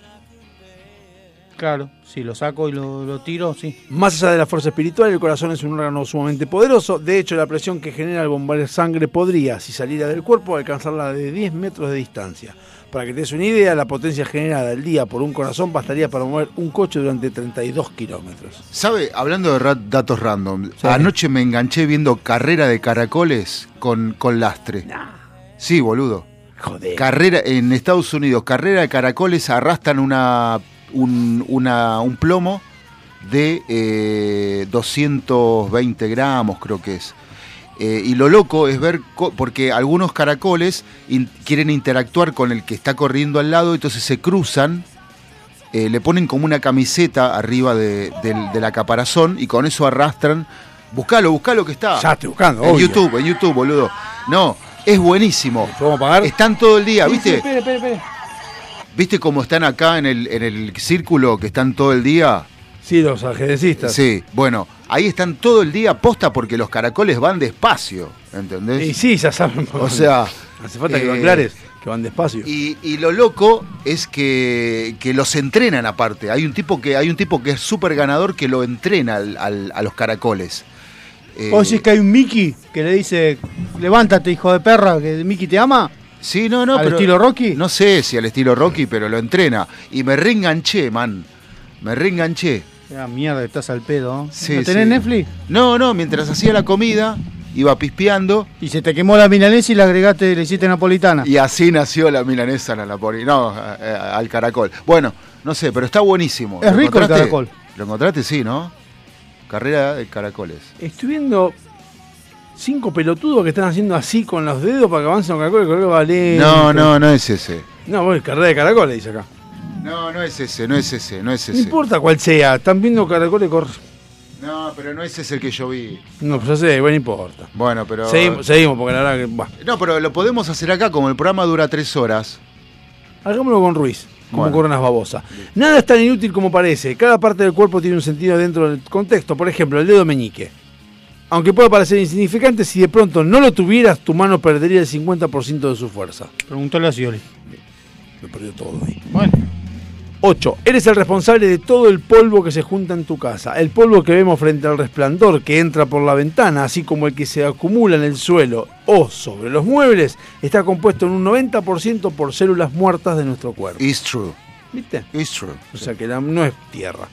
Speaker 16: Claro, si lo saco y lo, lo tiro, sí.
Speaker 2: Más allá de la fuerza espiritual, el corazón es un órgano sumamente poderoso. De hecho, la presión que genera al bombear sangre podría, si saliera del cuerpo, alcanzarla de 10 metros de distancia. Para que te des una idea, la potencia generada al día por un corazón bastaría para mover un coche durante 32 kilómetros.
Speaker 4: ¿Sabe? Hablando de ra- datos random, anoche me enganché viendo carrera de caracoles con, con lastre. Sí, boludo.
Speaker 2: Joder.
Speaker 4: Carrera, en Estados Unidos, carrera de caracoles arrastran una, un, una- un plomo de eh, 220 gramos, creo que es. Eh, y lo loco es ver, co- porque algunos caracoles in- quieren interactuar con el que está corriendo al lado, entonces se cruzan, eh, le ponen como una camiseta arriba de, del, de la caparazón y con eso arrastran. Buscalo, buscalo que está.
Speaker 2: Ya estoy buscando,
Speaker 4: En
Speaker 2: obvio.
Speaker 4: YouTube, en YouTube, boludo. No, es buenísimo. pagar? Están todo el día, Ah, ¿viste?
Speaker 16: Espera, espera, espera.
Speaker 4: ¿Viste cómo están acá en el, en el círculo que están todo el día?
Speaker 2: Sí, los ajedrecistas.
Speaker 4: Sí, bueno, ahí están todo el día posta porque los caracoles van despacio, ¿entendés?
Speaker 2: Y sí, ya saben.
Speaker 4: O sea,
Speaker 2: Hace falta que
Speaker 4: eh,
Speaker 2: lo aclares, que van despacio.
Speaker 4: Y, y lo loco es que, que los entrenan aparte. Hay un tipo que, hay un tipo que es súper ganador que lo entrena al- al- a los caracoles. Eh,
Speaker 16: ¿Vos decís que hay un Mickey que le dice, levántate, hijo de perra, que Mickey te ama?
Speaker 4: Sí, no, no,
Speaker 16: ¿Al
Speaker 4: pero-
Speaker 16: estilo Rocky?
Speaker 4: No sé si al estilo Rocky, pero lo entrena. Y me reenganché, man. Me reenganché.
Speaker 16: Ah, mierda, estás al pedo. ¿no?
Speaker 4: Sí,
Speaker 16: ¿No tenés
Speaker 4: sí.
Speaker 16: Netflix?
Speaker 4: No, no, mientras hacía la comida, iba pispeando.
Speaker 16: Y se te quemó la milanesa y la agregaste, le hiciste napolitana.
Speaker 4: Y así nació la milanesa, la Napoli. No, eh, eh, al caracol. Bueno, no sé, pero está buenísimo.
Speaker 16: Es
Speaker 4: ¿Lo
Speaker 16: rico el
Speaker 4: encontraste?
Speaker 16: caracol.
Speaker 4: Lo encontraste, sí, ¿no? Carrera de caracoles.
Speaker 2: Estoy viendo cinco pelotudos que están haciendo así con los dedos para que avancen los caracoles. creo que va lento.
Speaker 4: No, no, no es ese.
Speaker 2: No, bueno, carrera de caracoles, dice acá.
Speaker 4: No, no es ese, no es ese, no es
Speaker 2: No
Speaker 4: ese.
Speaker 2: importa cuál sea, están viendo caracoles cor...
Speaker 4: No, pero no es ese el que yo vi.
Speaker 2: No, pues ya sé, bueno, no importa.
Speaker 4: Bueno, pero.
Speaker 2: Seguimos, seguimos, porque la verdad que. bah.
Speaker 4: No, pero lo podemos hacer acá, como el programa dura tres horas.
Speaker 2: Hagámoslo con Ruiz, como
Speaker 4: Bueno.
Speaker 2: coronas babosas. Nada es tan inútil como parece. Cada parte del cuerpo tiene un sentido dentro del contexto. Por ejemplo, el dedo meñique. Aunque pueda parecer insignificante, si de pronto no lo tuvieras, tu mano perdería el 50% de su fuerza.
Speaker 16: Preguntale a Scioli.
Speaker 2: Lo perdió todo ahí.
Speaker 16: Bueno.
Speaker 2: 8. Eres el responsable de todo el polvo que se junta en tu casa. El polvo que vemos frente al resplandor que entra por la ventana, así como el que se acumula en el suelo o sobre los muebles, está compuesto en un 90% por células muertas de nuestro cuerpo.
Speaker 4: It's true.
Speaker 2: ¿Viste?
Speaker 4: It's true.
Speaker 2: O sea que la- no es tierra.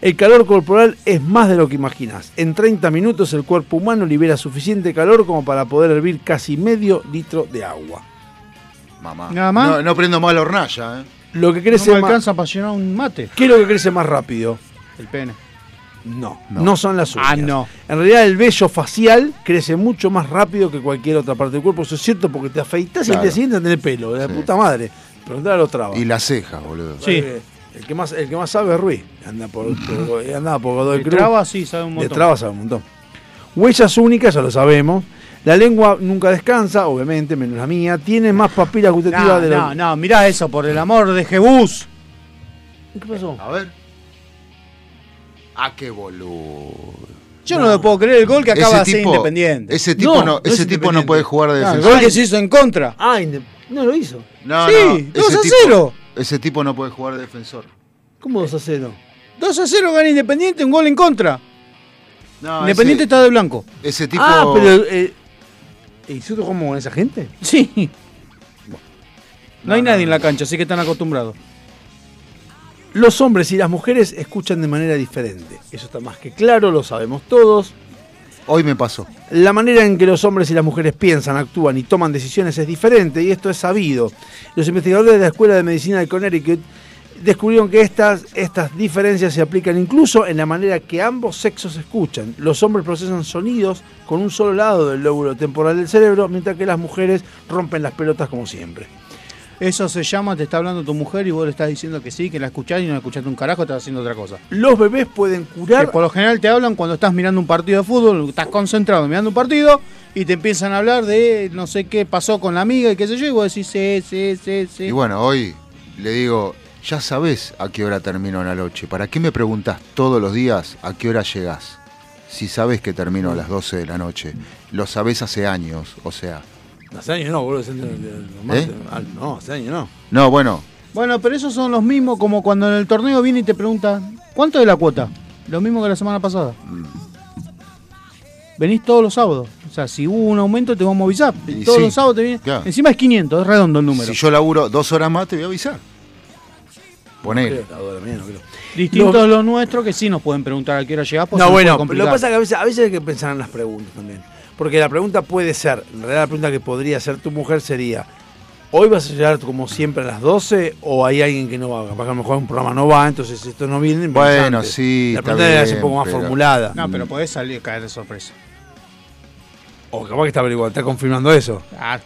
Speaker 2: El calor corporal es más de lo que imaginas. En 30 minutos el cuerpo humano libera suficiente calor como para poder hervir casi medio litro de agua.
Speaker 4: Mamá.
Speaker 16: Nada más.
Speaker 4: No, no prendo más la hornalla, ¿eh?
Speaker 2: Lo que
Speaker 16: No
Speaker 2: crece
Speaker 16: me
Speaker 2: más-
Speaker 16: alcanza para llenar un mate.
Speaker 2: ¿Qué es lo que crece más rápido?
Speaker 16: El pene.
Speaker 2: No, no,
Speaker 16: No.
Speaker 2: son las uñas.
Speaker 16: Ah, no.
Speaker 2: En realidad el vello facial crece mucho más rápido que cualquier otra parte del cuerpo. Eso es cierto porque te afeitas y
Speaker 4: Claro.
Speaker 2: al día siguiente tenés pelo. De la puta madre. Preguntale a los trabas.
Speaker 4: Y las cejas, boludo.
Speaker 16: Sí.
Speaker 2: El que más, el que más sabe es Ruiz. Anda por, por- eh, anda por Godoy
Speaker 16: De
Speaker 2: Cruz.
Speaker 16: traba sí, sabe un
Speaker 2: De
Speaker 16: montón.
Speaker 2: trabas sabe un montón. Huellas únicas, ya lo sabemos. La lengua nunca descansa, obviamente, menos la mía. Tiene más papilas gustativas
Speaker 16: No,
Speaker 2: de
Speaker 16: no,
Speaker 2: la...
Speaker 16: no, mirá eso, por el amor de Jebús.
Speaker 2: ¿Qué pasó?
Speaker 4: A ver. Ah, qué boludo.
Speaker 16: Yo no, le puedo creer el gol que acaba de
Speaker 4: Ese
Speaker 16: hacer
Speaker 4: tipo-
Speaker 16: Independiente.
Speaker 4: Ese tipo no, ese tipo no puede jugar de
Speaker 16: No, el
Speaker 4: defensa.
Speaker 16: gol que se hizo en contra.
Speaker 2: Ah, inde- no lo hizo.
Speaker 4: No,
Speaker 16: Sí,
Speaker 4: no,
Speaker 16: 2 a
Speaker 4: tipo-
Speaker 16: 0.
Speaker 4: ese tipo no puede jugar de defensor.
Speaker 2: ¿Cómo 2 a 0?
Speaker 16: 2 a 0 gana Independiente, un gol en contra.
Speaker 4: No,
Speaker 16: Independiente
Speaker 4: ese,
Speaker 16: está de blanco.
Speaker 4: ese tipo.
Speaker 2: Ah, pero... Eh,
Speaker 16: eh,
Speaker 2: ¿Y tú como con esa gente?
Speaker 16: Sí. No, hay nadie en la cancha, así que están acostumbrados.
Speaker 2: Los hombres y las mujeres escuchan de manera diferente. Eso está más que claro, lo sabemos todos.
Speaker 4: Hoy me pasó.
Speaker 2: La manera en que los hombres y las mujeres piensan, actúan y toman decisiones es diferente y esto es sabido. Los investigadores de la Escuela de Medicina de Connecticut descubrieron que estas, estas diferencias se aplican incluso en la manera que ambos sexos escuchan. Los hombres procesan sonidos con un solo lado del lóbulo temporal del cerebro, mientras que las mujeres rompen las pelotas como siempre.
Speaker 3: Eso se llama, te está hablando tu mujer y vos le estás diciendo que sí, que la escuchás y no la escuchaste un carajo, estás haciendo otra cosa.
Speaker 2: Los bebés pueden curar.
Speaker 3: por lo general te hablan cuando estás mirando un partido de fútbol, estás concentrado mirando un partido y te empiezan a hablar de no sé qué pasó con la amiga y qué sé yo, y vos decís, sí, sí, sí, sí.
Speaker 4: Y bueno, hoy le digo, ya sabes a qué hora termino la noche. ¿Para qué me preguntas todos los días a qué hora llegás? Si sabes que termino a las 12 de la noche. Lo sabes hace años, o sea.
Speaker 2: Hace años no, boludo. hace años no,
Speaker 4: ¿Eh?
Speaker 2: Ah, No, hace años no.
Speaker 4: No, bueno,
Speaker 3: Bueno, pero esos son los mismos como cuando en el torneo viene y te pregunta, ¿cuánto es la cuota? Lo mismo que la semana pasada.
Speaker 4: Mm.
Speaker 3: Venís todos los sábados. O sea, si hubo un aumento te vamos a avisar.
Speaker 4: Y
Speaker 3: todos
Speaker 4: sí,
Speaker 3: los sábados te viene.
Speaker 4: claro.
Speaker 3: Encima es 500, es redondo el número.
Speaker 4: si yo laburo dos horas más, te voy a avisar. Ponele.
Speaker 3: Distintos los nuestros que sí nos pueden preguntar a qué hora llegás. porque
Speaker 2: No,
Speaker 3: se
Speaker 2: bueno,
Speaker 3: nos puede
Speaker 2: lo que
Speaker 3: complicar.
Speaker 2: pasa es que a veces, a veces hay que pensar en las preguntas también. Porque la pregunta puede ser, en realidad la pregunta que podría hacer tu mujer sería, ¿hoy vas a llegar como siempre a las 12 o hay alguien que no va? Capaz que a lo mejor un programa no va, entonces esto no viene. vamos
Speaker 4: Bueno,
Speaker 2: antes.
Speaker 4: sí,
Speaker 2: La
Speaker 4: está
Speaker 2: pregunta debe ser un
Speaker 4: bien,
Speaker 2: poco más
Speaker 4: pero-
Speaker 2: formulada.
Speaker 3: No, pero podés salir a caer de sorpresa.
Speaker 2: O capaz que está averiguando, está confirmando eso.
Speaker 3: Ah,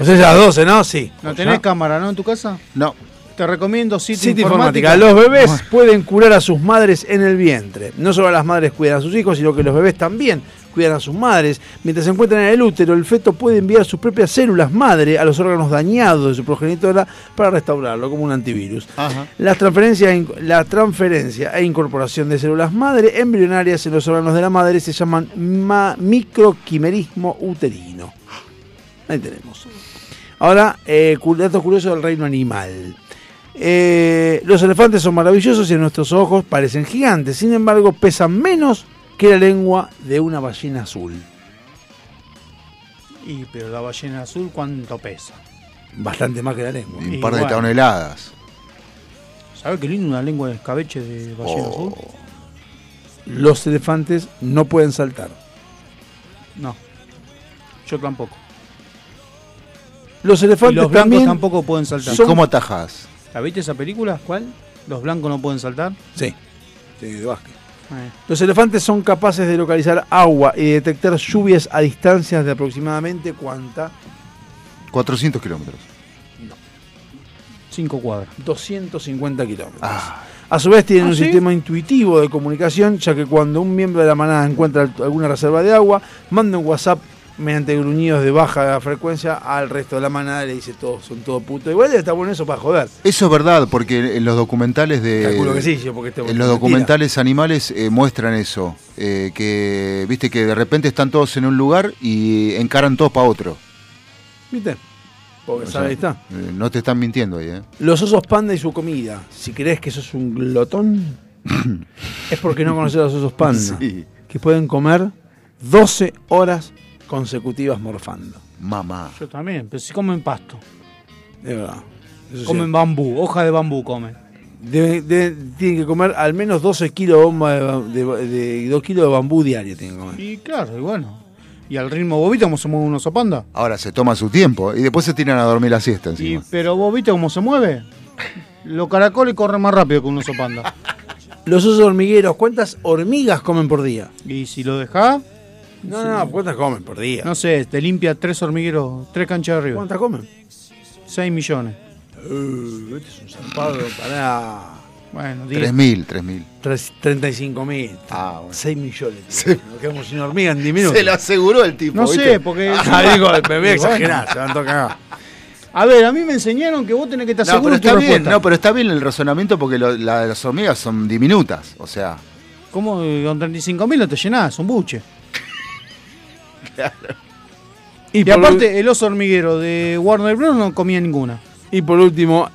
Speaker 2: O sea, ya a las 12, ¿no? Sí.
Speaker 3: ¿No tenés cámara, no, en tu casa?
Speaker 4: No.
Speaker 3: Te recomiendo City,
Speaker 2: City
Speaker 3: Informática.
Speaker 2: Informática. Los bebés pueden curar a sus madres en el vientre. No solo las madres cuidan a sus hijos, sino que los bebés también cuidan a sus madres. Mientras se encuentran en el útero, el feto puede enviar sus propias células madre a los órganos dañados de su progenitora para restaurarlo como un antivirus. La transferencia, la transferencia e incorporación de células madre embrionarias en los órganos de la madre se llaman ma- microquimerismo uterino. Ahí tenemos. Ahora, eh, cu- datos curiosos del reino animal. Eh, los elefantes son maravillosos y en nuestros ojos parecen gigantes. Sin embargo, pesan menos que la lengua de una ballena azul.
Speaker 3: Y, pero la ballena azul, ¿cuánto pesa?
Speaker 2: Bastante más que la lengua.
Speaker 4: Un par de toneladas.
Speaker 3: ¿Sabes qué lindo una lengua de escabeche de ballena
Speaker 2: Oh.
Speaker 3: azul?
Speaker 2: Los elefantes no pueden saltar.
Speaker 3: No. Yo tampoco.
Speaker 2: Los elefantes
Speaker 3: Y los blancos
Speaker 2: también
Speaker 3: tampoco pueden saltar.
Speaker 2: son-
Speaker 4: ¿Cómo atajás?
Speaker 3: ¿La viste esa película? ¿Cuál? ¿Los blancos no pueden saltar? Eh,
Speaker 2: Sí. Los elefantes son capaces de localizar agua y de detectar lluvias a distancias de aproximadamente cuánta?
Speaker 4: 400 kilómetros.
Speaker 3: 5 cuadras.
Speaker 2: 250 kilómetros. A su vez tienen
Speaker 3: ¿Ah,
Speaker 2: un
Speaker 3: sí?
Speaker 2: sistema intuitivo de comunicación, ya que cuando un miembro de la manada encuentra al- alguna reserva de agua, manda un WhatsApp mediante gruñidos de baja frecuencia al resto de la manada y le dice todos son todo puto. Igual está bueno eso para joder.
Speaker 4: Eso es verdad, porque en los documentales de.
Speaker 2: Calculo que sí, yo, porque este-
Speaker 4: En los documentales animales eh, muestran eso. eh, que viste que de repente están todos en un lugar y encaran todos para otro.
Speaker 2: ¿Viste? Porque
Speaker 4: O
Speaker 2: sabe,
Speaker 4: sea,
Speaker 2: Pues ahí está.
Speaker 4: eh, no te están mintiendo ahí, ¿eh?
Speaker 2: Los osos panda y su comida. Si crees que sos un glotón, es porque no conoces a los osos panda. Que pueden comer 12 horas consecutivas morfando.
Speaker 4: Mamá.
Speaker 3: Yo también, pero si comen pasto.
Speaker 2: De verdad. Eso sí.
Speaker 3: comen bambú, hoja de bambú comen.
Speaker 2: Debe- debe- tienen que comer al menos 12 kilos de, bomba de, ba- de ba- de- 2 kilos de bambú diario. Tienen que comer.
Speaker 3: Y claro, y bueno. Y al ritmo bobita como se mueve un oso panda.
Speaker 4: Ahora se toma su tiempo y después se tiran a dormir la siesta encima.
Speaker 3: Pero vos viste cómo se mueve. Los caracoles corren más rápido que un oso panda.
Speaker 2: Los osos hormigueros, ¿cuántas hormigas comen por día?
Speaker 3: Y si lo dejás,
Speaker 2: No, no, no, ¿cuántas comen por día?
Speaker 3: no sé, te limpia tres hormigueros, tres canchas de arriba.
Speaker 2: ¿Cuántas comen?
Speaker 3: 6 millones.
Speaker 2: Uh, este es un zarpado para
Speaker 3: Bueno, 10.
Speaker 4: 3.000, 3.000.
Speaker 2: 35 mil. 6 millones. Nos quedamos sin hormiga en 10 minutos.
Speaker 4: Se lo aseguró el tipo.
Speaker 3: No
Speaker 4: ¿viste?
Speaker 3: sé, porque.
Speaker 2: Ah, digo, me voy a
Speaker 3: Y bueno.
Speaker 2: exagerar, se van a tocar.
Speaker 3: A ver, a mí me enseñaron que vos tenés que estar
Speaker 4: No, pero
Speaker 3: seguro de tu
Speaker 4: está bien,
Speaker 3: respuesta.
Speaker 4: no, pero está bien el razonamiento porque lo- la- las hormigas son diminutas. O sea,
Speaker 3: ¿Cómo eh, con 35 mil no te llenás? Un buche. Y,
Speaker 2: por
Speaker 3: aparte, el oso hormiguero de Warner Bros. no comía ninguna.
Speaker 2: Y por último,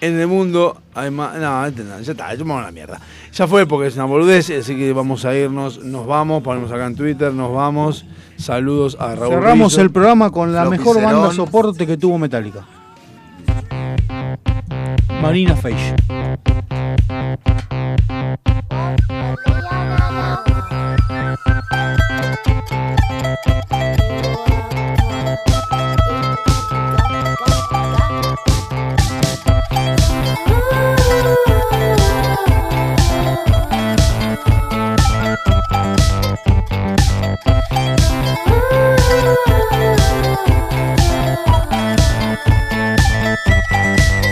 Speaker 2: en el mundo, además, no, este no, ya está, yo me voy a la mierda. Ya fue porque es una boludez, así que vamos a irnos, nos vamos, ponemos acá en Twitter, nos vamos. Saludos a Raúl.
Speaker 3: Cerramos
Speaker 2: Rizzo.
Speaker 3: el programa con la
Speaker 2: Flo
Speaker 3: mejor
Speaker 2: Picerón.
Speaker 3: banda soporte que tuvo Metallica. Marina Feige.
Speaker 22: Thank you.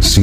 Speaker 5: Si